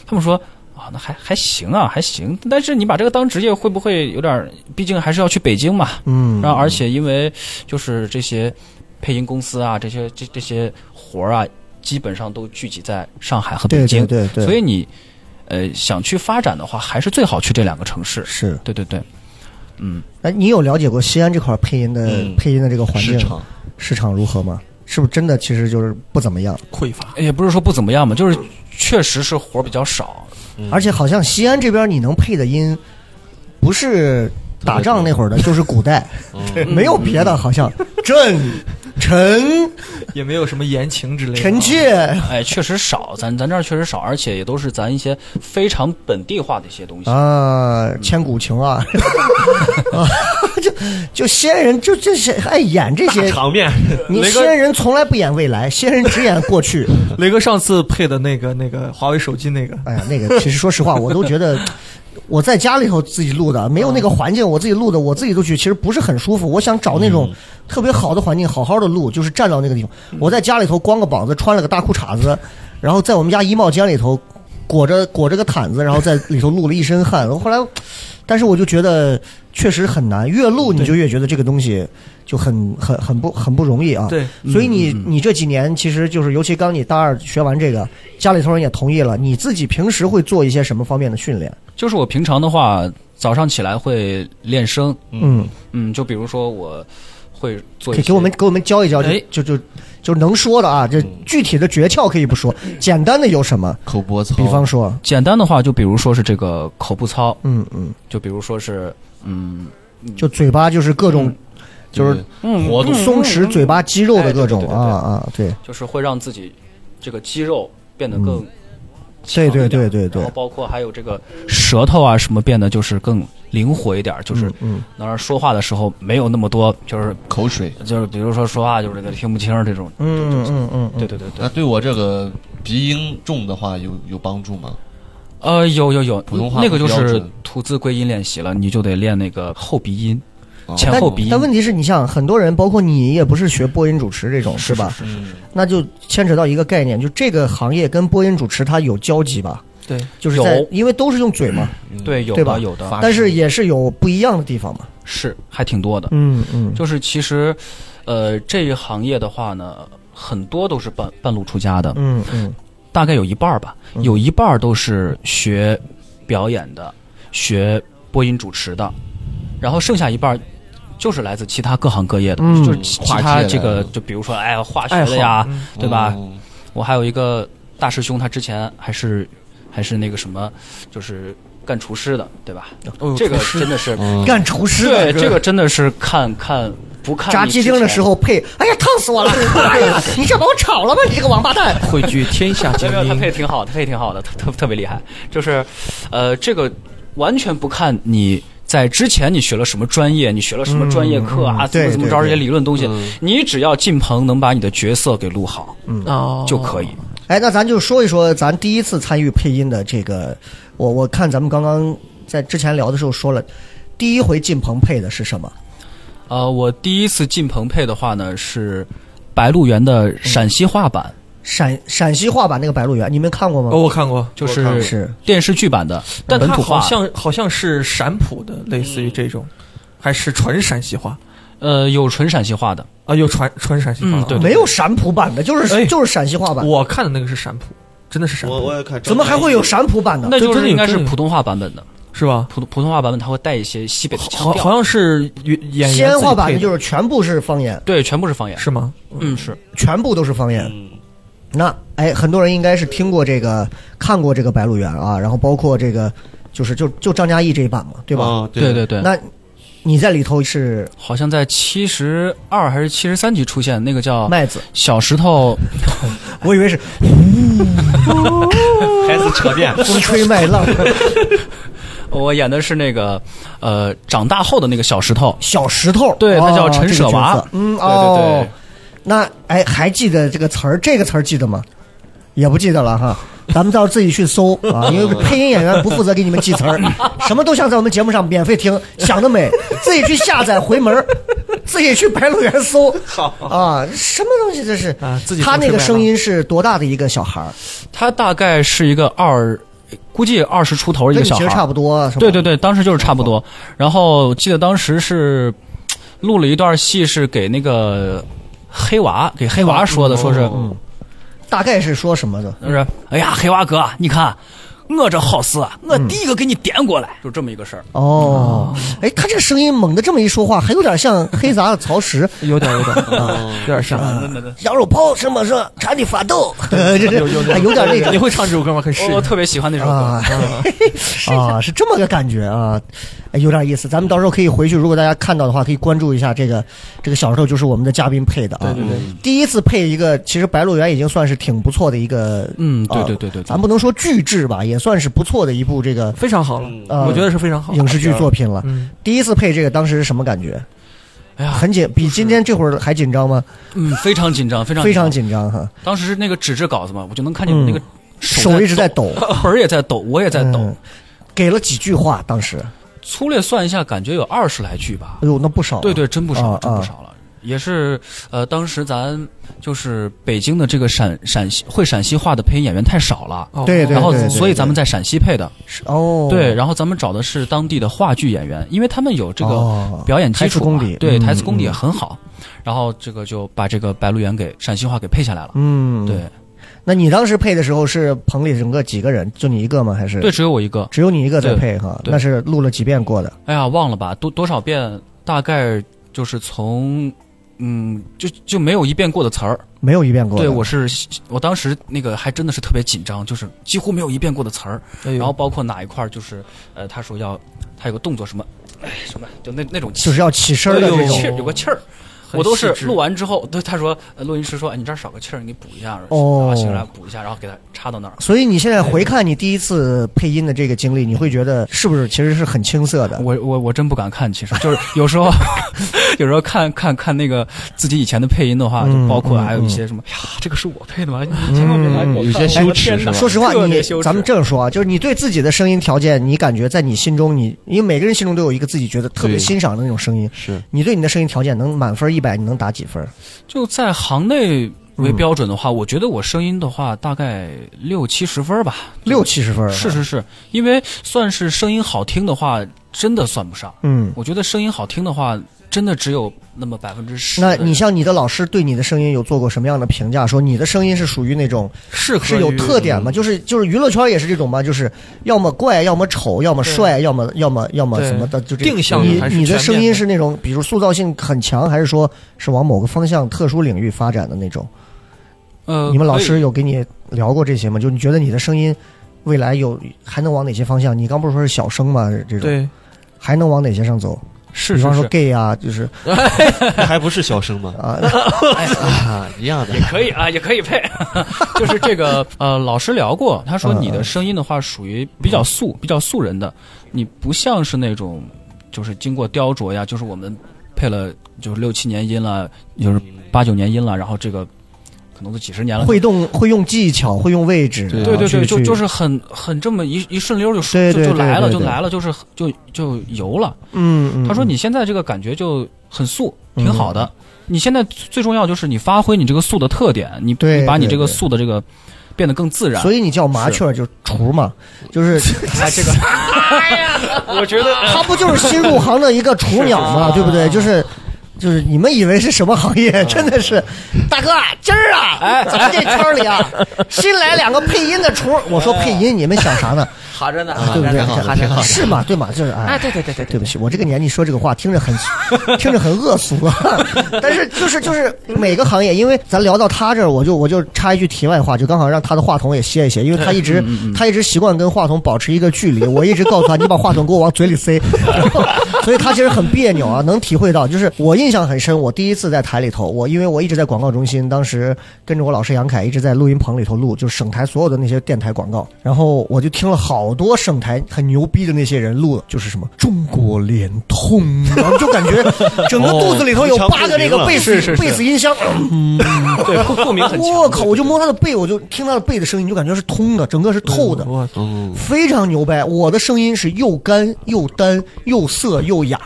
[SPEAKER 4] 他们说。啊，那还还行啊，还行。但是你把这个当职业会不会有点儿？毕竟还是要去北京嘛，
[SPEAKER 2] 嗯，
[SPEAKER 4] 然后而且因为就是这些配音公司啊，这些这这些活儿啊，基本上都聚集在上海和
[SPEAKER 2] 对
[SPEAKER 4] 北
[SPEAKER 2] 对
[SPEAKER 4] 京，
[SPEAKER 2] 对对，
[SPEAKER 4] 所以你呃想去发展的话，还是最好去这两个城市。
[SPEAKER 2] 是
[SPEAKER 4] 对对对，嗯，
[SPEAKER 2] 哎，你有了解过西安这块配音的、
[SPEAKER 1] 嗯
[SPEAKER 2] 配音的这个环境
[SPEAKER 1] 市场
[SPEAKER 2] 市场如何吗？是不是真的其实就是不怎么样？
[SPEAKER 3] 匮乏，
[SPEAKER 4] 也不是说不怎么样嘛，就是确实是活儿比 较少。
[SPEAKER 2] 而且好像西安这边你能配的音，不是打仗那会儿的，就是古代，没有别的，好像朕、臣、
[SPEAKER 3] 也没有什么言情之类的。啊
[SPEAKER 2] 臣妾
[SPEAKER 4] 哎，确实少，咱咱这儿确实少，而且也都是咱一些非常本地化的一些东西。
[SPEAKER 2] 啊，千古情啊， 啊，就就西安人就这些爱演这些。
[SPEAKER 5] 场面
[SPEAKER 2] 你西安人从来不演未来，西安人只演过去。
[SPEAKER 3] 雷哥上次配的那个那个华为手机那个，
[SPEAKER 2] 哎呀，那个其实说实话，我都觉得我在家里头自己录的，没有那个环境，我自己录的，我自己都去，其实不是很舒服。我想找那种特别好的环境，好好的录，就是站到那个地方。我在家里头光个膀子，穿了个大裤衩子，然后在我们家衣帽间里头裹着裹着个毯子，然后在里头录了一身汗。后来，但是我就觉得确实很难，越录你就越觉得这个东西就很很很不很不容易啊。
[SPEAKER 3] 对，
[SPEAKER 4] 嗯
[SPEAKER 2] 所以你你这几年其实就是，尤其刚你大二学完这个，家里头人也同意了。你自己平时会做一些什么方面的训练？
[SPEAKER 4] 就是我平常的话，早上起来会练声，
[SPEAKER 2] 嗯，
[SPEAKER 4] 嗯，就比如说我会做
[SPEAKER 2] 可
[SPEAKER 4] 一
[SPEAKER 2] 以
[SPEAKER 4] 些
[SPEAKER 2] 给我们给我们教一教，就
[SPEAKER 4] 哎
[SPEAKER 2] 就就就能说的啊，这具体的诀窍可以不说，简单的有什么？
[SPEAKER 1] 口播操，
[SPEAKER 2] 比方说，
[SPEAKER 4] 简单的话，就比如说是这个口部操，
[SPEAKER 2] 嗯嗯，
[SPEAKER 4] 就比如说是嗯
[SPEAKER 2] 就嘴巴就是各种就是
[SPEAKER 4] 嗯
[SPEAKER 1] 活动
[SPEAKER 2] 松弛嘴巴肌肉的各
[SPEAKER 4] 哎对对对
[SPEAKER 2] 种
[SPEAKER 4] 对
[SPEAKER 2] 啊啊，对
[SPEAKER 4] 就是会让自己这个肌肉变得更强
[SPEAKER 2] 对
[SPEAKER 4] 一点、
[SPEAKER 2] 对对对对
[SPEAKER 4] 然后，包括还有这个舌头啊什么变得就是更灵活一点儿，就是
[SPEAKER 2] 嗯
[SPEAKER 4] 能让说话的时候没有那么多，就是
[SPEAKER 1] 口水。
[SPEAKER 4] 就是比如说说话就是这个听不清儿这种，
[SPEAKER 2] 嗯嗯嗯嗯，
[SPEAKER 4] 对对对对，
[SPEAKER 1] 那对我这个鼻音重的话有有帮助吗？
[SPEAKER 4] 呃有有有，
[SPEAKER 1] 普通话
[SPEAKER 4] 那个就
[SPEAKER 1] 不标
[SPEAKER 4] 是
[SPEAKER 1] 准
[SPEAKER 4] 吐字归音练习了，你就得练那个后鼻音、
[SPEAKER 1] 哦
[SPEAKER 4] 前
[SPEAKER 2] 但
[SPEAKER 4] 后鼻音，
[SPEAKER 2] 但问题是你像很多人，包括你也不是学播音主持这种
[SPEAKER 4] 是
[SPEAKER 2] 吧？
[SPEAKER 4] 是是是是
[SPEAKER 1] 嗯
[SPEAKER 2] 那就牵扯到一个概念，就这个行业跟播音主持它有交集吧？
[SPEAKER 3] 对，
[SPEAKER 2] 就是在
[SPEAKER 4] 有嗯
[SPEAKER 2] 因为都是用嘴嘛，
[SPEAKER 4] 对有
[SPEAKER 2] 对吧
[SPEAKER 4] 的有的，
[SPEAKER 1] 嗯发
[SPEAKER 2] 但是也是有不一样的地方嘛。
[SPEAKER 4] 是还挺多的。
[SPEAKER 2] 嗯嗯，
[SPEAKER 4] 就是其实，呃，这一行业的话呢，很多都是半半路出家的，
[SPEAKER 2] 嗯嗯
[SPEAKER 4] 大概有一半儿吧，有一半儿都是学表演的，学播音主持的，然后剩下一半儿就是来自其他各行各业的，
[SPEAKER 2] 嗯
[SPEAKER 4] 就是其其
[SPEAKER 1] 跨界
[SPEAKER 4] 他
[SPEAKER 1] 来
[SPEAKER 4] 这个
[SPEAKER 1] 的
[SPEAKER 4] 就比如说哎化学的呀，对吧？
[SPEAKER 1] 嗯
[SPEAKER 4] 我还有一个大师兄，他之前还是还是那个什么，就是干厨师的，对吧？
[SPEAKER 3] 哦
[SPEAKER 4] 这个真的是，
[SPEAKER 1] 嗯
[SPEAKER 2] 干厨师
[SPEAKER 4] 对
[SPEAKER 2] 的
[SPEAKER 4] 这个真的是看看不看
[SPEAKER 2] 炸
[SPEAKER 4] 你
[SPEAKER 2] 鸡
[SPEAKER 4] 之
[SPEAKER 2] 丁的
[SPEAKER 4] 前
[SPEAKER 2] 时候配，哎呀，烫死 我了！哎呀，你这把我炒了吧，你这个王八蛋！
[SPEAKER 6] 汇聚天下
[SPEAKER 4] 没
[SPEAKER 6] 精
[SPEAKER 4] 有没有，他配
[SPEAKER 6] 英，
[SPEAKER 4] 的挺好，他配的挺好的，特特特别厉害。就是，呃，这个完全不看你在之前你学了什么专业，你学了什么专业课啊，
[SPEAKER 2] 嗯嗯
[SPEAKER 4] 怎么
[SPEAKER 2] 对
[SPEAKER 4] 怎么
[SPEAKER 2] 对
[SPEAKER 4] 着这些
[SPEAKER 2] 对
[SPEAKER 4] 理论东西，你只要进棚能把你的角色给录好
[SPEAKER 3] 哦
[SPEAKER 4] 就可以。
[SPEAKER 2] 哎，那咱就说一说咱第一次参与配音的这个，我我看咱们刚刚在之前聊的时候说了，第一回进棚配的是什么？
[SPEAKER 4] 呃，我第一次进棚配的话呢是白鹿原的陕西话版，
[SPEAKER 2] 陕陕西话版那个《白鹿原》，你们看过吗？
[SPEAKER 3] 哦，我看过，
[SPEAKER 4] 就
[SPEAKER 3] 我看过
[SPEAKER 4] 是
[SPEAKER 2] 是
[SPEAKER 4] 电视剧版的
[SPEAKER 3] 但
[SPEAKER 4] 本
[SPEAKER 3] 它
[SPEAKER 4] 土
[SPEAKER 3] 好
[SPEAKER 4] 化。
[SPEAKER 3] 像好像是陕普的，类似于这种，还是纯陕西话
[SPEAKER 4] 呃，有纯陕西话的，
[SPEAKER 3] 啊？有纯纯陕西话
[SPEAKER 4] 嗯
[SPEAKER 3] 啊，
[SPEAKER 4] 对
[SPEAKER 2] 没有陕普版的，就是、
[SPEAKER 3] 哎
[SPEAKER 2] 就是陕西话版，
[SPEAKER 3] 我看的那个是陕普，真的是陕
[SPEAKER 5] 我
[SPEAKER 3] 普，
[SPEAKER 5] 我也看，
[SPEAKER 2] 怎么还会有陕普版的？
[SPEAKER 4] 那就
[SPEAKER 3] 真的
[SPEAKER 4] 是
[SPEAKER 3] 有
[SPEAKER 4] 应该是
[SPEAKER 3] 这个
[SPEAKER 4] 普通话版本的。
[SPEAKER 3] 是吧？
[SPEAKER 4] 普普通话版本它会带一些西北的
[SPEAKER 3] 好，
[SPEAKER 4] 腔
[SPEAKER 3] 好
[SPEAKER 4] 调，
[SPEAKER 3] 像是演演员
[SPEAKER 2] 西安话版
[SPEAKER 3] 自
[SPEAKER 2] 的
[SPEAKER 3] 己
[SPEAKER 2] 就是全部是方言，
[SPEAKER 4] 对，全部是方言
[SPEAKER 3] 配的。是吗？
[SPEAKER 4] 嗯，是。
[SPEAKER 2] 全部都是方言。
[SPEAKER 5] 嗯
[SPEAKER 2] 那哎，很多人应该是听过这个、看过这个《白鹿原》啊，然后包括这个，就是就就张嘉译这一版嘛，对吧？
[SPEAKER 3] 哦
[SPEAKER 5] 啊
[SPEAKER 4] 对对对，
[SPEAKER 2] 那你在里头是
[SPEAKER 4] 好像在七十二还是七十三集出现那个叫
[SPEAKER 2] 麦子，
[SPEAKER 4] 小石头，
[SPEAKER 2] 我以为 是
[SPEAKER 5] 台词扯变，
[SPEAKER 2] 风吹麦浪，
[SPEAKER 4] 我演的是那个呃长大后的那个小石头，
[SPEAKER 2] 小石头，
[SPEAKER 4] 对
[SPEAKER 2] 哦
[SPEAKER 4] 他叫陈舍娃
[SPEAKER 2] 这个角色嗯
[SPEAKER 4] 对对
[SPEAKER 2] 哦，那哎还记得这个词儿，这个词儿记得吗？也不记得了哈。咱们到时候自己去搜啊， 因为配音演员不负责给你们记词儿，什么都想在我们节目上免费听，想得美，自己去下载回门儿，自己去白鹿原搜
[SPEAKER 5] 好
[SPEAKER 2] 啊，什么东西这是？
[SPEAKER 3] 啊自己
[SPEAKER 2] 他那
[SPEAKER 3] 胡吃
[SPEAKER 2] 个
[SPEAKER 3] 麦
[SPEAKER 2] 声
[SPEAKER 3] 浪
[SPEAKER 2] 音是多大的一个小孩儿？
[SPEAKER 4] 他大概是一个二，估计二十出头一
[SPEAKER 2] 跟
[SPEAKER 4] 个
[SPEAKER 2] 你
[SPEAKER 4] 小
[SPEAKER 2] 其
[SPEAKER 4] 孩
[SPEAKER 2] 实
[SPEAKER 4] 儿，
[SPEAKER 2] 差不多，是吧？
[SPEAKER 4] 对对对，当时就是差不多。然后记得当时是录了一段戏，是给那个黑娃给黑娃说的，说
[SPEAKER 2] 嗯
[SPEAKER 4] 是
[SPEAKER 3] 嗯
[SPEAKER 2] 大概是说什么的？
[SPEAKER 4] 就是哎呀，黑娃哥，你看。我这好啊事，我
[SPEAKER 2] 嗯
[SPEAKER 4] 第一个给你点过来，就这么一个事儿。
[SPEAKER 2] 哦，哎，他这个声音猛的这么一说话，还有点像黑杂的曹石，
[SPEAKER 3] 有点有点嗯有点像。
[SPEAKER 2] 羊肉泡什么说馋的发抖， 这是哎有点那
[SPEAKER 3] 你
[SPEAKER 2] 个
[SPEAKER 3] 会唱这首歌吗？很适
[SPEAKER 4] 我
[SPEAKER 3] 应
[SPEAKER 4] 我。特别喜欢那首歌。
[SPEAKER 2] 啊啊，是这么个感觉啊，哎有点意思。咱们到时候可以回去，如果大家看到的话，可以关注一下这个这个小时候就是我们的嘉宾配的啊。
[SPEAKER 3] 对对对，
[SPEAKER 2] 第一次配一个，其实《白鹿原》已经算是挺不错的一个，
[SPEAKER 4] 嗯，对
[SPEAKER 2] 啊
[SPEAKER 4] 对对对，
[SPEAKER 2] 咱不能说巨制吧，也算是不错的一部这个
[SPEAKER 3] 非常好了，
[SPEAKER 5] 嗯
[SPEAKER 2] 呃
[SPEAKER 3] 我觉得是非常好。
[SPEAKER 2] 影视剧作品了。
[SPEAKER 3] 嗯，
[SPEAKER 2] 第一次配这个，当时是什么感觉？
[SPEAKER 4] 哎呀，
[SPEAKER 2] 很紧，比今天这会儿还紧张吗？
[SPEAKER 4] 嗯，非常紧张，非常
[SPEAKER 2] 非常
[SPEAKER 4] 紧
[SPEAKER 2] 紧张哈，
[SPEAKER 4] 张。当时是那个纸质稿子嘛，我就能看见我那个
[SPEAKER 2] 手一直在
[SPEAKER 4] 抖，
[SPEAKER 2] 抖，
[SPEAKER 4] 本儿也在抖，我也在抖
[SPEAKER 2] 嗯。给了几句话，当时，
[SPEAKER 4] 粗略算一下，感觉有二十来句吧
[SPEAKER 2] 哎。呦，那不少啊。
[SPEAKER 4] 对对，真不
[SPEAKER 2] 啊
[SPEAKER 4] 少，
[SPEAKER 2] 啊
[SPEAKER 4] 真不少了。也是，呃，当时咱就是北京的这个陕陕西会陕西话的配音演员太少了，
[SPEAKER 3] 哦
[SPEAKER 2] 对对
[SPEAKER 4] 然后
[SPEAKER 2] 对
[SPEAKER 4] 所以咱们在陕西配的，
[SPEAKER 2] 是哦，
[SPEAKER 4] 对，然后咱们找的是当地的话剧演员，因为他们有这个
[SPEAKER 2] 哦
[SPEAKER 4] 表演基
[SPEAKER 2] 台词
[SPEAKER 4] 础嘛，啊
[SPEAKER 2] 功底
[SPEAKER 4] 对，
[SPEAKER 2] 嗯
[SPEAKER 4] 台词功底
[SPEAKER 2] 嗯
[SPEAKER 4] 也很好。然后这个就把这个《白鹿原》给陕西话给配下来了，
[SPEAKER 2] 嗯，
[SPEAKER 4] 对。
[SPEAKER 2] 那你当时配的时候是棚里整个几个人？就你一个吗？还是
[SPEAKER 4] 对，只有我一个。
[SPEAKER 2] 只有你一个在配哈？
[SPEAKER 4] 对
[SPEAKER 2] 那是录了几遍过的？
[SPEAKER 4] 哎呀，忘了吧，多多少遍，大概就是从，嗯，就就没有一遍过的词儿。
[SPEAKER 2] 没有一遍过的。
[SPEAKER 4] 对，我是我当时那个还真的是特别紧张，就是几乎没有一遍过的词儿。
[SPEAKER 3] 哎呦
[SPEAKER 4] 然后包括哪一块儿，就是呃，他说要他有个动作什么，哎什么，就那那种气
[SPEAKER 2] 就
[SPEAKER 4] 儿
[SPEAKER 2] 是要起身儿的
[SPEAKER 4] 有
[SPEAKER 2] 这
[SPEAKER 4] 个
[SPEAKER 2] 种
[SPEAKER 4] 气儿，有个气儿。
[SPEAKER 3] 很
[SPEAKER 4] 我都是
[SPEAKER 3] 细致
[SPEAKER 4] 录完之后，对他说，呃录音师说，哎，你这儿少个气儿，你补一下。
[SPEAKER 2] 哦
[SPEAKER 4] 然后行，然后补一下，然后给他插到那儿。
[SPEAKER 2] 所以你现在回看你第一次配音的这个经历，你会觉得是不是其实是很青涩的？
[SPEAKER 4] 我我我真不敢看，其实就是有时候，有时候看看看那个自己以前的配音的话，
[SPEAKER 2] 嗯
[SPEAKER 4] 就包括
[SPEAKER 2] 嗯
[SPEAKER 4] 还有一些什么、哎呀，这个是我配的吗？你
[SPEAKER 3] 嗯
[SPEAKER 4] 千万别来给我看
[SPEAKER 1] 有些
[SPEAKER 3] 哎
[SPEAKER 1] 羞耻是吧
[SPEAKER 2] 说实话，
[SPEAKER 4] 特
[SPEAKER 2] 你
[SPEAKER 4] 别羞耻
[SPEAKER 2] 咱们这样说啊，就是你对自己的声音条件，你感觉在你心中你，因为每个人心中都有一个自己觉得特别
[SPEAKER 1] 对
[SPEAKER 2] 欣赏的那种声音，
[SPEAKER 1] 是
[SPEAKER 2] 你对你的声音条件能满分一百，你能打几分？
[SPEAKER 4] 就在行内
[SPEAKER 2] 嗯
[SPEAKER 4] 为标准的话，我觉得我声音的话大概六七十分吧，
[SPEAKER 2] 六七十分儿，
[SPEAKER 4] 是是是，因为算是声音好听的话，真的算不上。
[SPEAKER 2] 嗯，
[SPEAKER 4] 我觉得声音好听的话，真的只有那么百分之十。
[SPEAKER 2] 那你像你的老师对你的声音有做过什么样的评价？说你的声音是属于那种
[SPEAKER 3] 适合
[SPEAKER 2] 是有
[SPEAKER 3] 于
[SPEAKER 2] 特点吗？就是就是娱乐圈也是这种吗？就是要么怪，要么丑，要么帅，要么要么要么
[SPEAKER 3] 对
[SPEAKER 2] 什么的，就这
[SPEAKER 3] 定向
[SPEAKER 2] 你
[SPEAKER 3] 还是
[SPEAKER 2] 你的
[SPEAKER 3] 全
[SPEAKER 2] 声
[SPEAKER 3] 面
[SPEAKER 2] 音
[SPEAKER 3] 的
[SPEAKER 2] 是那种，比如塑造性很强，还是说是往某个方向特殊领域发展的那种？
[SPEAKER 4] 呃，
[SPEAKER 3] 嗯
[SPEAKER 2] 你们老
[SPEAKER 4] 可
[SPEAKER 2] 师
[SPEAKER 4] 以
[SPEAKER 2] 有给你聊过这些吗？就你觉得你的声音未来有还能往哪些方向？你刚不是说是小生吗？这种
[SPEAKER 3] 对，
[SPEAKER 2] 还能往哪些上走？
[SPEAKER 4] 是
[SPEAKER 2] 比方
[SPEAKER 4] 是
[SPEAKER 2] 说
[SPEAKER 4] 是
[SPEAKER 2] gay 啊，就是
[SPEAKER 1] 还不是小生吗？
[SPEAKER 2] 啊，
[SPEAKER 1] 啊，一样的
[SPEAKER 4] 也可以啊，也可以配， 就是这个呃，老师聊过，他说你的声音的话属于比较素、比较素人的，你不像是那种就是经过雕琢呀，就是我们配了就是六七年音了，就是八九年音了，然后这个可能都几十年了，
[SPEAKER 2] 会动会用技巧，会用位置，
[SPEAKER 1] 对
[SPEAKER 4] 对对对，
[SPEAKER 2] 去
[SPEAKER 4] 就
[SPEAKER 2] 去
[SPEAKER 4] 就是很很这么一一顺溜就说
[SPEAKER 2] 对
[SPEAKER 4] 就
[SPEAKER 2] 对
[SPEAKER 4] 就
[SPEAKER 2] 对
[SPEAKER 4] 来了
[SPEAKER 2] 对
[SPEAKER 4] 就
[SPEAKER 2] 对
[SPEAKER 4] 来了，就是就就油了。
[SPEAKER 2] 嗯嗯，
[SPEAKER 4] 他说
[SPEAKER 2] 嗯
[SPEAKER 4] 你现在这个感觉就很素，
[SPEAKER 2] 嗯
[SPEAKER 4] 挺好的。你现在最重要就是你发挥你这个素的特点，你
[SPEAKER 2] 对
[SPEAKER 4] 你把你
[SPEAKER 2] 对
[SPEAKER 4] 这个
[SPEAKER 2] 对
[SPEAKER 4] 素的这个变得更自然。
[SPEAKER 2] 所以你叫麻雀儿就是雏嘛，就是
[SPEAKER 4] 啊 哎， 这个
[SPEAKER 3] 我觉得
[SPEAKER 4] 呃
[SPEAKER 2] 它不就是新入行的一个雏鸟嘛，对不对？就是。就是你们以为是什么行业？真的是，大哥，今儿啊，咱们这圈儿里啊，新来两个配音的雏儿。我说配音，你们想啥呢？啊
[SPEAKER 5] 好着呢，
[SPEAKER 2] 对不对？
[SPEAKER 1] 挺好的
[SPEAKER 2] 这
[SPEAKER 1] 挺好的
[SPEAKER 2] 是嘛？对嘛？就是哎，对对对对，对不起，我这个年纪说这个话听着很听着很恶俗啊。 但是就是就是每个行业，因为咱聊到他这儿，我就我就插一句题外话，就刚好让他的话筒也歇一歇，因为他一直他一直习惯跟话筒保持一个距离，我一直告诉他你把话筒给我往嘴里塞， 然后 所以他其实很别扭啊，能体会到。就是我印象很深，我第一次在台里头，我因为我一直在广告中心，当时跟着我老师杨凯一直在录音棚里头录，就是省台所有的那些电台广告，然后我就听了好多省台很牛逼的那些人录的，就是什么中国联通，然后就感觉整个肚子里头有八个那个贝斯、
[SPEAKER 4] 是是是
[SPEAKER 2] 贝斯音箱，
[SPEAKER 3] 嗯 对共共鸣很强。
[SPEAKER 2] 我靠！我就摸他的背，我就听他的背的声音，就感觉是通的，整个是透的，
[SPEAKER 3] 我
[SPEAKER 1] 嗯，
[SPEAKER 2] 非常牛掰。我的声音是又干又单又涩又哑。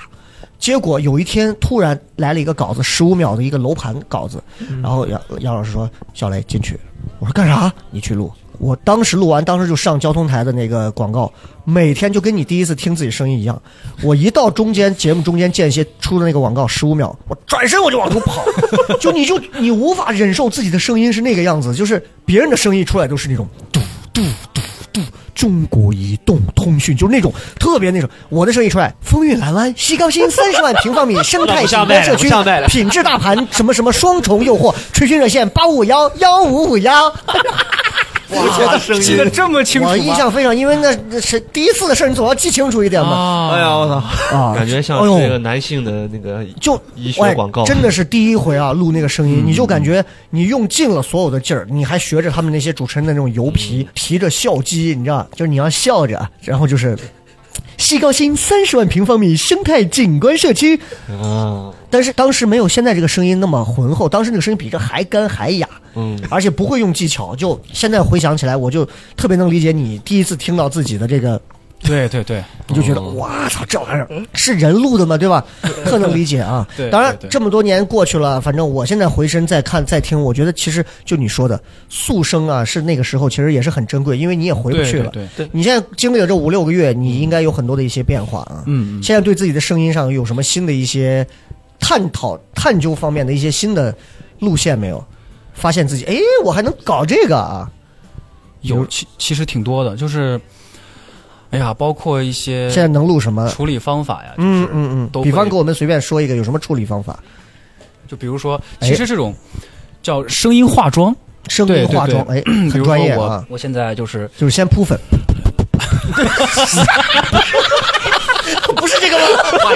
[SPEAKER 2] 结果有一天突然来了一个稿子，十五秒的一个楼盘稿子，然后杨杨老师说：“小雷进去。”我说：“干啥？你去录。”我当时录完，当时就上交通台的那个广告，每天就跟你第一次听自己声音一样。我一到中间节目中间间歇出的那个广告十五秒，我转身我就往出跑， 就你就你无法忍受自己的声音是那个样子，就是别人的声音出来都是那种嘟嘟嘟嘟，中国移动通讯就是那种特别那种，我的声音出来，风韵蓝湾西高新三十万平方米生态景观社区，品质大盘什么什么双重诱惑，垂询热线八五幺幺五五幺。
[SPEAKER 3] 记 得这么清
[SPEAKER 2] 我印象非常，因为那那是第一次的事儿，你总要记清楚一点嘛。
[SPEAKER 4] 啊，
[SPEAKER 3] 哎呀，我操！
[SPEAKER 2] 啊，
[SPEAKER 1] 感觉像
[SPEAKER 2] 哎
[SPEAKER 1] 是
[SPEAKER 2] 呦
[SPEAKER 1] 那个男性的那个
[SPEAKER 2] 就
[SPEAKER 1] 医学广告嗯
[SPEAKER 2] 哎真的是第一回啊，录那个声音，你就感觉你用尽了所有的劲儿，你还学着他们那些主持人的那种油
[SPEAKER 1] 嗯
[SPEAKER 2] 皮，提着笑肌，你知道，就是你要笑着，然后就是。西高新三十万平方米生态景观社区，
[SPEAKER 1] 啊，
[SPEAKER 2] 但是当时没有现在这个声音那么浑厚，当时那个声音比这还干还哑，
[SPEAKER 1] 嗯，
[SPEAKER 2] 而且不会用技巧。就现在回想起来，我就特别能理解你第一次听到自己的这个
[SPEAKER 4] 对对对，
[SPEAKER 2] 你就觉得
[SPEAKER 4] 哦
[SPEAKER 2] 哇操，这玩意儿是人录的吗？对吧？特能理解啊。
[SPEAKER 4] 对
[SPEAKER 2] 当然
[SPEAKER 4] 对对
[SPEAKER 2] 这么多年过去了，反正我现在回身再看再听，我觉得其实就你说的速声啊，是那个时候其实也是很珍贵，因为你也回不
[SPEAKER 4] 对
[SPEAKER 2] 去
[SPEAKER 4] 对
[SPEAKER 2] 了。
[SPEAKER 4] 对
[SPEAKER 2] 你现在经历了这五六个月，你应该有很多的一些变化啊。
[SPEAKER 4] 嗯，嗯
[SPEAKER 2] 现在对自己的声音上有什么新的一些探讨、探究方面的一些新的路线没有？发现自己，哎，我还能搞这个啊！
[SPEAKER 4] 有其其实挺多的，就是，哎呀，包括一些
[SPEAKER 2] 现在能录什么？
[SPEAKER 4] 处理方法呀，就是
[SPEAKER 2] 嗯嗯嗯，
[SPEAKER 4] 都
[SPEAKER 2] 比方
[SPEAKER 4] 会
[SPEAKER 2] 给我们随便说一个，有什么处理方法？
[SPEAKER 4] 就比如说，
[SPEAKER 2] 哎
[SPEAKER 4] 其实这种叫声音化妆，
[SPEAKER 2] 声
[SPEAKER 4] 对
[SPEAKER 2] 音
[SPEAKER 4] 对
[SPEAKER 2] 化妆， 哎，
[SPEAKER 4] 比
[SPEAKER 2] 很
[SPEAKER 4] 如
[SPEAKER 2] 专业
[SPEAKER 4] 说
[SPEAKER 2] 啊
[SPEAKER 4] 我，我现在就是
[SPEAKER 2] 就是先铺粉。 不是这个吗？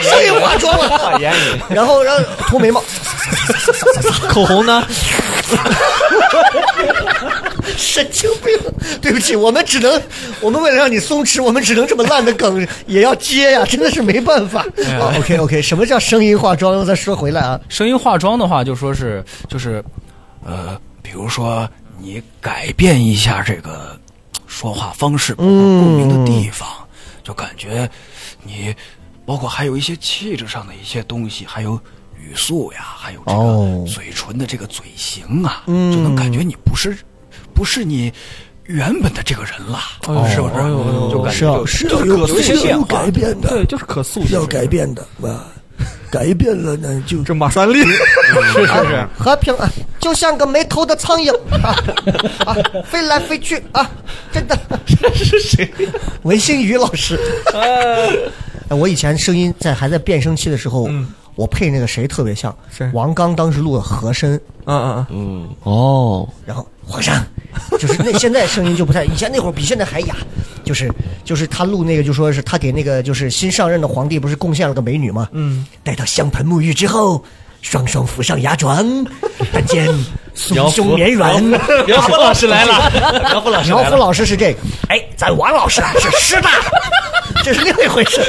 [SPEAKER 2] 声音化妆了，
[SPEAKER 5] 画眼影，
[SPEAKER 2] 然后让涂眉毛，
[SPEAKER 3] 口红呢？
[SPEAKER 2] 神经病！对不起，我们只能，我们为了让你松弛，我们只能这么烂的梗也要接呀，真的是没办法。啊 OK OK，什么叫声音化妆？再说回来啊，
[SPEAKER 4] 声音化妆的话，就说是就是，呃，比如说你改变一下这个说话方式，包括共鸣的地方，就感觉你包括还有一些气质上的一些东西，还有语速呀，还有这
[SPEAKER 2] 哦
[SPEAKER 4] 个嘴唇的这个嘴型啊，
[SPEAKER 2] 嗯
[SPEAKER 4] 就能感觉你不是不是你。原本的这个人了，
[SPEAKER 3] 哦
[SPEAKER 4] 是不是？
[SPEAKER 3] 哎呦哎呦
[SPEAKER 4] 就感
[SPEAKER 2] 是
[SPEAKER 4] 觉
[SPEAKER 2] 啊
[SPEAKER 4] 就，
[SPEAKER 6] 是
[SPEAKER 3] 就是
[SPEAKER 6] 有
[SPEAKER 3] 有一些
[SPEAKER 6] 是
[SPEAKER 3] 变
[SPEAKER 6] 有
[SPEAKER 3] 化
[SPEAKER 6] 改变的，
[SPEAKER 3] 对，就是可塑
[SPEAKER 6] 是
[SPEAKER 3] 性
[SPEAKER 6] 要改。变的啊，改变了呢就
[SPEAKER 3] 这 马三立，
[SPEAKER 1] 是是是，
[SPEAKER 2] 和平啊，就像个没头的苍蝇啊啊，飞来飞去啊，真的。这是谁？啊文心宇老师。哎，我以前声音在还在变声期的时候，
[SPEAKER 3] 嗯
[SPEAKER 2] 我配那个谁特别像
[SPEAKER 3] 谁
[SPEAKER 2] 王刚，当时录的和声，
[SPEAKER 3] 嗯嗯嗯，
[SPEAKER 1] 嗯，哦，
[SPEAKER 2] 然后皇上， 就是那现在声音就不太，以前那会儿比现在还哑，就是就是他录那个就说是他给那个就是新上任的皇帝不是贡献了个美女吗？
[SPEAKER 3] 嗯，
[SPEAKER 2] 待到香盆沐浴之后。双双扶上牙床，但见酥胸绵软。
[SPEAKER 5] 杨虎老师来了，杨虎老师
[SPEAKER 2] 苗
[SPEAKER 5] 来
[SPEAKER 2] 阜
[SPEAKER 5] 了，
[SPEAKER 2] 老师是这个，哎，咱王老师啊是师大， 这是另一回事。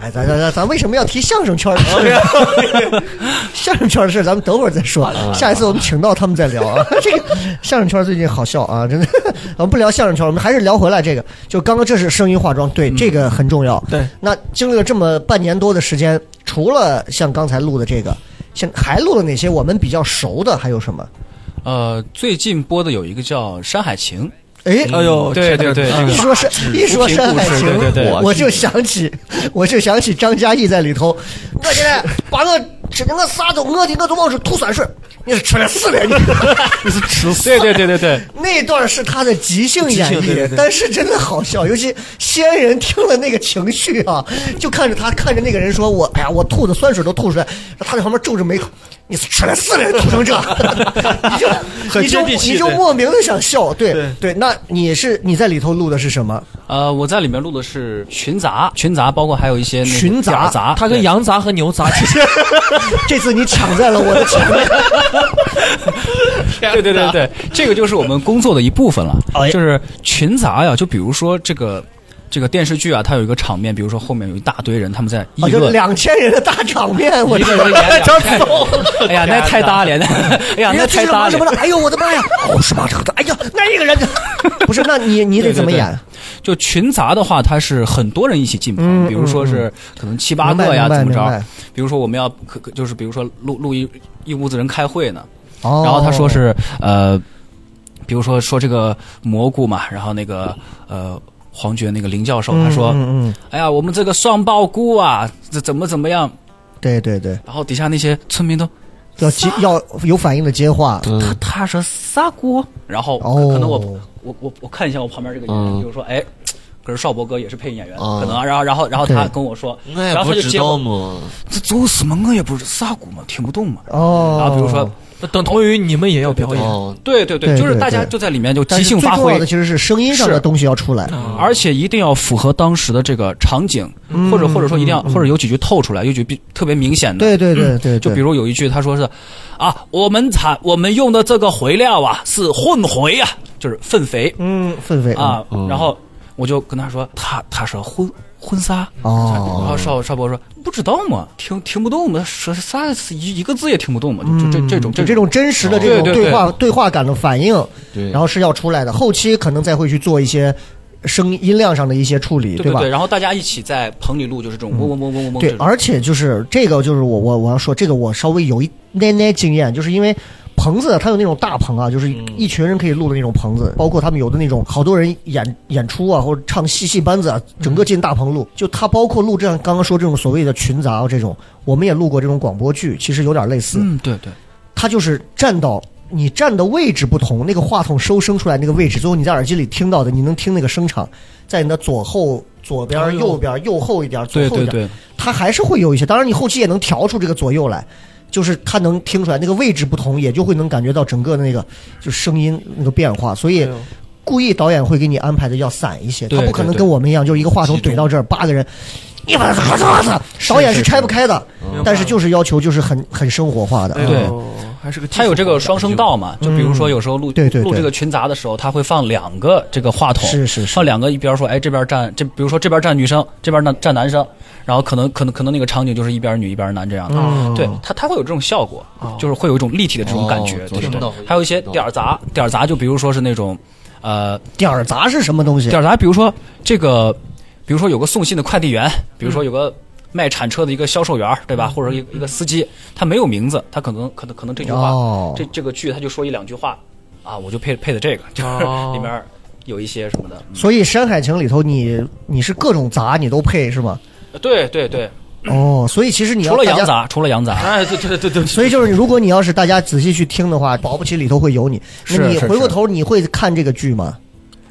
[SPEAKER 2] 哎，咱咱咱咱为什么要提相声圈的事？ 相声圈的事，咱们等会儿再说。啊 下一次我们请到他们再聊啊。 这个相声圈最近好笑啊，真的。 我们不聊相声圈，我们还是聊回来这个。就刚刚这是声音化妆，对，这个很重要。
[SPEAKER 3] 对，
[SPEAKER 2] 那经历了这么半年多的时间，除了像刚才录的这个，现还录了哪些我们比较熟的？还有什么？
[SPEAKER 4] 呃，最近播的有一个叫《山海情》，
[SPEAKER 2] 哎，
[SPEAKER 3] 哎呦，
[SPEAKER 4] 对 对对，这
[SPEAKER 2] 一
[SPEAKER 4] 个
[SPEAKER 2] 说
[SPEAKER 3] 啊
[SPEAKER 2] 山，一说山海情，
[SPEAKER 4] 对对对
[SPEAKER 2] 我就想起，我就想起张嘉译在里头，我现在把我只能我杀走，我的我都往出吐酸水，你是吃了屎了你， 你是吃屎。
[SPEAKER 4] 对对对对对，
[SPEAKER 2] 那段是他的即兴演
[SPEAKER 3] 即兴对对
[SPEAKER 2] 绎
[SPEAKER 3] 对，
[SPEAKER 2] 但是真的好笑，尤其西安人听了那个情绪啊，就看着他看着那个人说：“我哎呀，我吐的酸水都吐出来。”他在旁边皱着眉头：“你是吃了屎了，吐成这！”
[SPEAKER 3] 很
[SPEAKER 2] 你就
[SPEAKER 3] 接
[SPEAKER 2] 你
[SPEAKER 3] 地
[SPEAKER 2] 就
[SPEAKER 3] 气
[SPEAKER 2] 你就
[SPEAKER 3] 对
[SPEAKER 2] 莫名的想笑，对
[SPEAKER 3] 对
[SPEAKER 2] 对。那你是你在里头录的是什么？
[SPEAKER 4] 呃，我在里面录的是群杂，群杂包括还有一些那个
[SPEAKER 2] 群杂
[SPEAKER 4] 点儿杂，
[SPEAKER 3] 他跟
[SPEAKER 4] 对
[SPEAKER 3] 羊杂和牛杂其实
[SPEAKER 2] 这次你抢在了我的 前面。
[SPEAKER 4] 对对对对，这个就是我们工作的一部分了
[SPEAKER 2] 哎。
[SPEAKER 4] 就是群杂呀，就比如说这个这个电视剧啊，它有一个场面，比如说后面有一大堆人，他们在议
[SPEAKER 2] 啊，就
[SPEAKER 4] 论。
[SPEAKER 2] 两千人的大场面，我
[SPEAKER 4] 一
[SPEAKER 2] 这
[SPEAKER 4] 个人演 两开，哎呀，那太搭脸了！哎呀，那太搭
[SPEAKER 2] 什
[SPEAKER 4] 脸
[SPEAKER 2] 么。了？哎呦，我的妈呀！我是马车的，哎呀，那一个人 不是？那你你得
[SPEAKER 4] 对对
[SPEAKER 2] 怎么
[SPEAKER 4] 对
[SPEAKER 2] 演？
[SPEAKER 4] 就群杂的话，它是很多人一起进棚，
[SPEAKER 2] 嗯
[SPEAKER 4] 比如说是可能七八
[SPEAKER 2] 明白
[SPEAKER 4] 个呀，
[SPEAKER 2] 明白
[SPEAKER 4] 怎么
[SPEAKER 2] 明
[SPEAKER 4] 着
[SPEAKER 2] 白？
[SPEAKER 4] 比如说我们要可可就是比如说录录一一屋子人开会呢，
[SPEAKER 2] 哦
[SPEAKER 4] 然后他说是呃，比如说说这个蘑菇嘛，然后那个呃黄觉那个林教授他说，
[SPEAKER 2] 嗯嗯嗯
[SPEAKER 4] 哎呀，我们这个双爆菇啊，这怎么怎么样？
[SPEAKER 2] 对对对，
[SPEAKER 4] 然后底下那些村民都
[SPEAKER 2] 要接要有反应的接话。
[SPEAKER 1] 嗯
[SPEAKER 4] 他他说啥锅？然后可可能我、
[SPEAKER 2] 嗯哦
[SPEAKER 4] 我我我看一下我旁边这个演员，
[SPEAKER 1] 嗯
[SPEAKER 4] 比如说哎，可是邵博哥也是配音演员，
[SPEAKER 1] 嗯
[SPEAKER 4] 可能啊然后然后然后他
[SPEAKER 2] 哦对
[SPEAKER 4] 跟我说，
[SPEAKER 1] 我也
[SPEAKER 4] 然后
[SPEAKER 1] 不
[SPEAKER 4] 他就
[SPEAKER 1] 知
[SPEAKER 4] 接
[SPEAKER 1] 道
[SPEAKER 4] 我
[SPEAKER 1] 嘛，
[SPEAKER 4] 这走什么我也不知啥锅嘛，听不懂嘛。
[SPEAKER 2] 哦，
[SPEAKER 4] 然后比如说，
[SPEAKER 3] 等同于你们也要表演，
[SPEAKER 1] 哦，
[SPEAKER 4] 对对
[SPEAKER 2] 对
[SPEAKER 4] 对，就是
[SPEAKER 2] 对
[SPEAKER 4] 大家
[SPEAKER 2] 对
[SPEAKER 4] 就在里面就
[SPEAKER 2] 但
[SPEAKER 4] 即
[SPEAKER 2] 是
[SPEAKER 4] 兴发
[SPEAKER 2] 最重
[SPEAKER 4] 挥
[SPEAKER 2] 要的，其实是声音上的
[SPEAKER 4] 是嗯
[SPEAKER 2] 东西要出来。
[SPEAKER 4] 而且一定要符合当时的这个场景，或者或者说一定要，或者有几句透出来，有几句比特别明显
[SPEAKER 2] 嗯
[SPEAKER 4] 的。
[SPEAKER 2] 对对对对，
[SPEAKER 4] 就
[SPEAKER 2] 对
[SPEAKER 4] 比如有一句，他说是，啊，我们产我们用的这个肥料啊是混肥啊，就是粪肥
[SPEAKER 2] 嗯，狒狒
[SPEAKER 4] 啊。
[SPEAKER 1] 嗯
[SPEAKER 4] 然后我就跟他说，他他说婚婚纱。然
[SPEAKER 2] 哦，
[SPEAKER 4] 后邵邵博说不知道嘛，听听不懂嘛，说啥一一个字也听不懂嘛，就这这种
[SPEAKER 2] 嗯就这种真实的这种
[SPEAKER 4] 对对对
[SPEAKER 2] 对话对话感的反应，
[SPEAKER 1] 对，
[SPEAKER 2] 然后是要出来的。后期可能再会去做一些声音量上的一些处理，
[SPEAKER 4] 对对
[SPEAKER 2] 吧嗯
[SPEAKER 4] 对。？然后大家一起在棚里录，就是这种嗡嗡嗡嗡嗡嗡
[SPEAKER 2] 对
[SPEAKER 4] 这，种。
[SPEAKER 2] 而且就是这个，就是我我我要说，这个我稍微有一点点经验，就是因为棚子它有那种大棚啊，
[SPEAKER 4] 嗯
[SPEAKER 2] 就是一群人可以录的那种棚子，包括他们有的那种好多人演演出啊，或者唱戏戏班子啊，整个进大棚
[SPEAKER 4] 嗯
[SPEAKER 2] 录。就他包括录这样刚刚说这种所谓的群杂啊这种，我们也录过这种广播剧，其实有点类似，
[SPEAKER 4] 嗯，对对，
[SPEAKER 2] 他就是站到。你站的位置不同，那个话筒收声出来那个位置，最后你在耳机里听到的，你能听那个声场，在你的左后、左边、右边、右后一点、左
[SPEAKER 4] 对
[SPEAKER 2] 后一
[SPEAKER 4] 对
[SPEAKER 2] 点，
[SPEAKER 4] 对，
[SPEAKER 2] 它还是会有一些。当然，你后期也能调出这个左右来，就是它能听出来那个位置不同，也就会能感觉到整个的那个就声音那个变化。所以
[SPEAKER 3] 对哦
[SPEAKER 2] 故意导演会给你安排的要散一些，
[SPEAKER 4] 对
[SPEAKER 2] 他不可能
[SPEAKER 4] 对对
[SPEAKER 2] 跟我们一样，就是一个话筒怼到这儿，八个人。一把咔嚓嚓，导演是拆不开的，但是就是要求就是很很生活化的。
[SPEAKER 3] 嗯哎呦还是个技术
[SPEAKER 4] 它有这个双声道嘛，就比如说有时候录、
[SPEAKER 2] 嗯对对对
[SPEAKER 4] 录这个群杂的时候，它会放两个这个话筒，
[SPEAKER 2] 是是是
[SPEAKER 4] 放两个一边说，哎，这边站这，比如说这边站女生，这边站站男生，然后可能可能可能那个场景就是一边女一边男这样的，
[SPEAKER 2] 哦
[SPEAKER 4] 对，它它会有这种效果，就是会有一种立体的这种感觉，
[SPEAKER 1] 哦
[SPEAKER 4] 对
[SPEAKER 1] 左
[SPEAKER 4] 对
[SPEAKER 1] 声道
[SPEAKER 4] 对
[SPEAKER 1] 和右声道。
[SPEAKER 4] 还有一些点儿杂，点儿杂就比如说是那种，呃，
[SPEAKER 2] 点儿杂是什么东西
[SPEAKER 4] 点？儿杂，比如说这个，比如说有个送信的快递员，
[SPEAKER 2] 嗯
[SPEAKER 4] 比如说有个卖铲车的一个销售员儿，对吧？或者一个一个司机，他没有名字，他可能可能可能这句话，
[SPEAKER 2] 哦
[SPEAKER 4] 这这个剧他就说一两句话，啊，我就配配的这个，就是
[SPEAKER 3] 哦
[SPEAKER 4] 里面有一些什么的。嗯
[SPEAKER 2] 所以《山海情》里头你，你是各种杂你都配 是吗？
[SPEAKER 4] 对对对，
[SPEAKER 2] 哦，所以其实你要
[SPEAKER 4] 除了
[SPEAKER 2] 大家
[SPEAKER 4] 羊，杂，除了羊杂，
[SPEAKER 3] 哎，对对对对，
[SPEAKER 2] 所以就是如果你要是大家仔细去听的话，保不齐里头会有你。那
[SPEAKER 4] 是
[SPEAKER 2] 你
[SPEAKER 4] 是
[SPEAKER 2] 回过头你会看这个剧吗？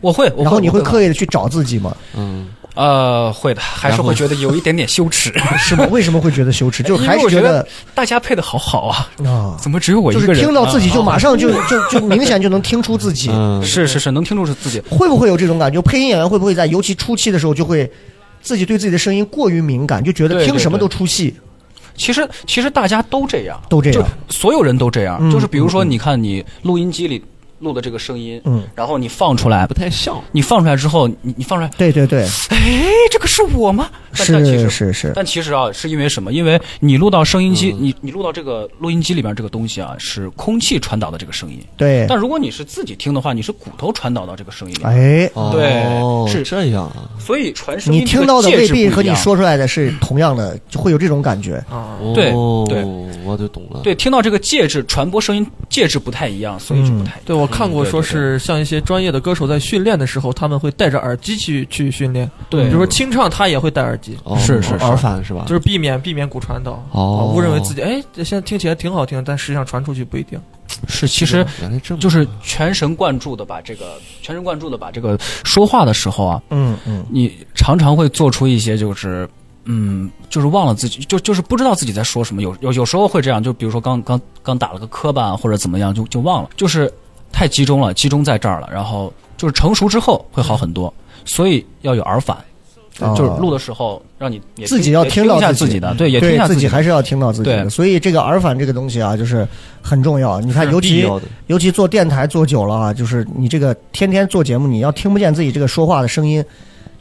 [SPEAKER 4] 我会，我
[SPEAKER 2] 然后你会
[SPEAKER 4] 会
[SPEAKER 2] 刻意的去找自己 吗？
[SPEAKER 1] 嗯，
[SPEAKER 4] 呃，会的，还是会觉得有一点点羞耻。
[SPEAKER 2] 是吗？为什么会觉得羞 耻？ 就是
[SPEAKER 4] 因
[SPEAKER 2] 还
[SPEAKER 4] 为
[SPEAKER 2] 是
[SPEAKER 4] 我觉
[SPEAKER 2] 得
[SPEAKER 4] 大家配的好好啊，
[SPEAKER 2] 啊，
[SPEAKER 4] 怎么只有我一
[SPEAKER 2] 就
[SPEAKER 4] 个
[SPEAKER 2] 是
[SPEAKER 4] 人？
[SPEAKER 2] 听到自己就
[SPEAKER 4] 啊
[SPEAKER 2] 马上 就就就明显就能听出自己。
[SPEAKER 1] 嗯
[SPEAKER 4] 是是是，能听出是自己。
[SPEAKER 2] 会不会有这种感觉？配音演员会不会在尤其初期的时候就会自己对自己的声音过于敏感，就觉得
[SPEAKER 4] 对
[SPEAKER 2] 听
[SPEAKER 4] 对
[SPEAKER 2] 什么
[SPEAKER 4] 对
[SPEAKER 2] 都出戏，
[SPEAKER 4] 其实其实大家都这样，
[SPEAKER 2] 都这样
[SPEAKER 4] 就所有人都这样。
[SPEAKER 2] 嗯
[SPEAKER 4] 就是比如说，你看你录音机里录的这个声音，
[SPEAKER 2] 嗯，
[SPEAKER 4] 然后你放出来
[SPEAKER 1] 不，太像，
[SPEAKER 4] 你放出来之后，你你放出来，
[SPEAKER 2] 对对对，
[SPEAKER 4] 哎，这个是我吗？但但其
[SPEAKER 2] 是
[SPEAKER 4] 实
[SPEAKER 2] 是是，
[SPEAKER 4] 但其实啊，是因为嗯什么？因为你录到声音机，你你录到这个录音机里边这个东西啊，是空气传导的这个声音。
[SPEAKER 2] 对。
[SPEAKER 4] 但如果你是自己听的话，你是骨头传导到这个声音里，
[SPEAKER 2] 哎，
[SPEAKER 4] 对
[SPEAKER 1] 哦
[SPEAKER 4] 是
[SPEAKER 1] 这样啊，
[SPEAKER 4] 所以传声音
[SPEAKER 2] 你听到的
[SPEAKER 4] 这个
[SPEAKER 2] 未
[SPEAKER 4] 介质
[SPEAKER 2] 必
[SPEAKER 4] 不
[SPEAKER 2] 和
[SPEAKER 4] 一
[SPEAKER 2] 你
[SPEAKER 4] 样。
[SPEAKER 2] 说出来的是同样的，就会有这种感觉。
[SPEAKER 4] 对
[SPEAKER 1] 哦
[SPEAKER 4] 对
[SPEAKER 1] 我就懂了，
[SPEAKER 4] 对，听到这个介质传播声音介质不太一样，所以就不太一样。
[SPEAKER 3] 对，我看
[SPEAKER 4] 嗯
[SPEAKER 3] 过，说是像一些专业的歌手在训练的时候，他们会戴着耳机去去训练。
[SPEAKER 4] 对
[SPEAKER 3] 比如说清唱，他也会戴耳机，
[SPEAKER 1] 哦，
[SPEAKER 4] 是是是
[SPEAKER 1] 耳返是吧？
[SPEAKER 3] 就是避免避免骨传导，啊
[SPEAKER 1] 哦，
[SPEAKER 3] 误认为自己哎，这现在听起来挺好听，但实际上传出去不一定。
[SPEAKER 4] 是其实
[SPEAKER 1] 原来这么
[SPEAKER 4] 就是全神贯注的把这个全神贯注的把这个说话的时候啊，
[SPEAKER 2] 嗯嗯，
[SPEAKER 4] 你常常会做出一些就是。嗯，就是忘了自己，就就是不知道自己在说什么。有有有时候会这样，就比如说刚刚刚打了个磕绊或者怎么样，就就忘了，就是太集中了，集中在这儿了。然后就是成熟之后会好很多，所以要有耳返，
[SPEAKER 2] 哦
[SPEAKER 4] 就是录的时候让你也
[SPEAKER 2] 自己要
[SPEAKER 4] 也
[SPEAKER 2] 听
[SPEAKER 4] 听
[SPEAKER 2] 到
[SPEAKER 4] 一下
[SPEAKER 2] 自己
[SPEAKER 4] 自己的，对，也听一
[SPEAKER 2] 对
[SPEAKER 4] 下
[SPEAKER 2] 自己
[SPEAKER 4] 的
[SPEAKER 2] 还是要听到自己的，
[SPEAKER 4] 对
[SPEAKER 2] 所以这个耳返这个东西啊，就是很重要。你看，尤
[SPEAKER 1] 必
[SPEAKER 2] 其
[SPEAKER 1] 要的
[SPEAKER 2] 尤其做电台做久了啊，就是你这个天天做节目，你要听不见自己这个说话的声音，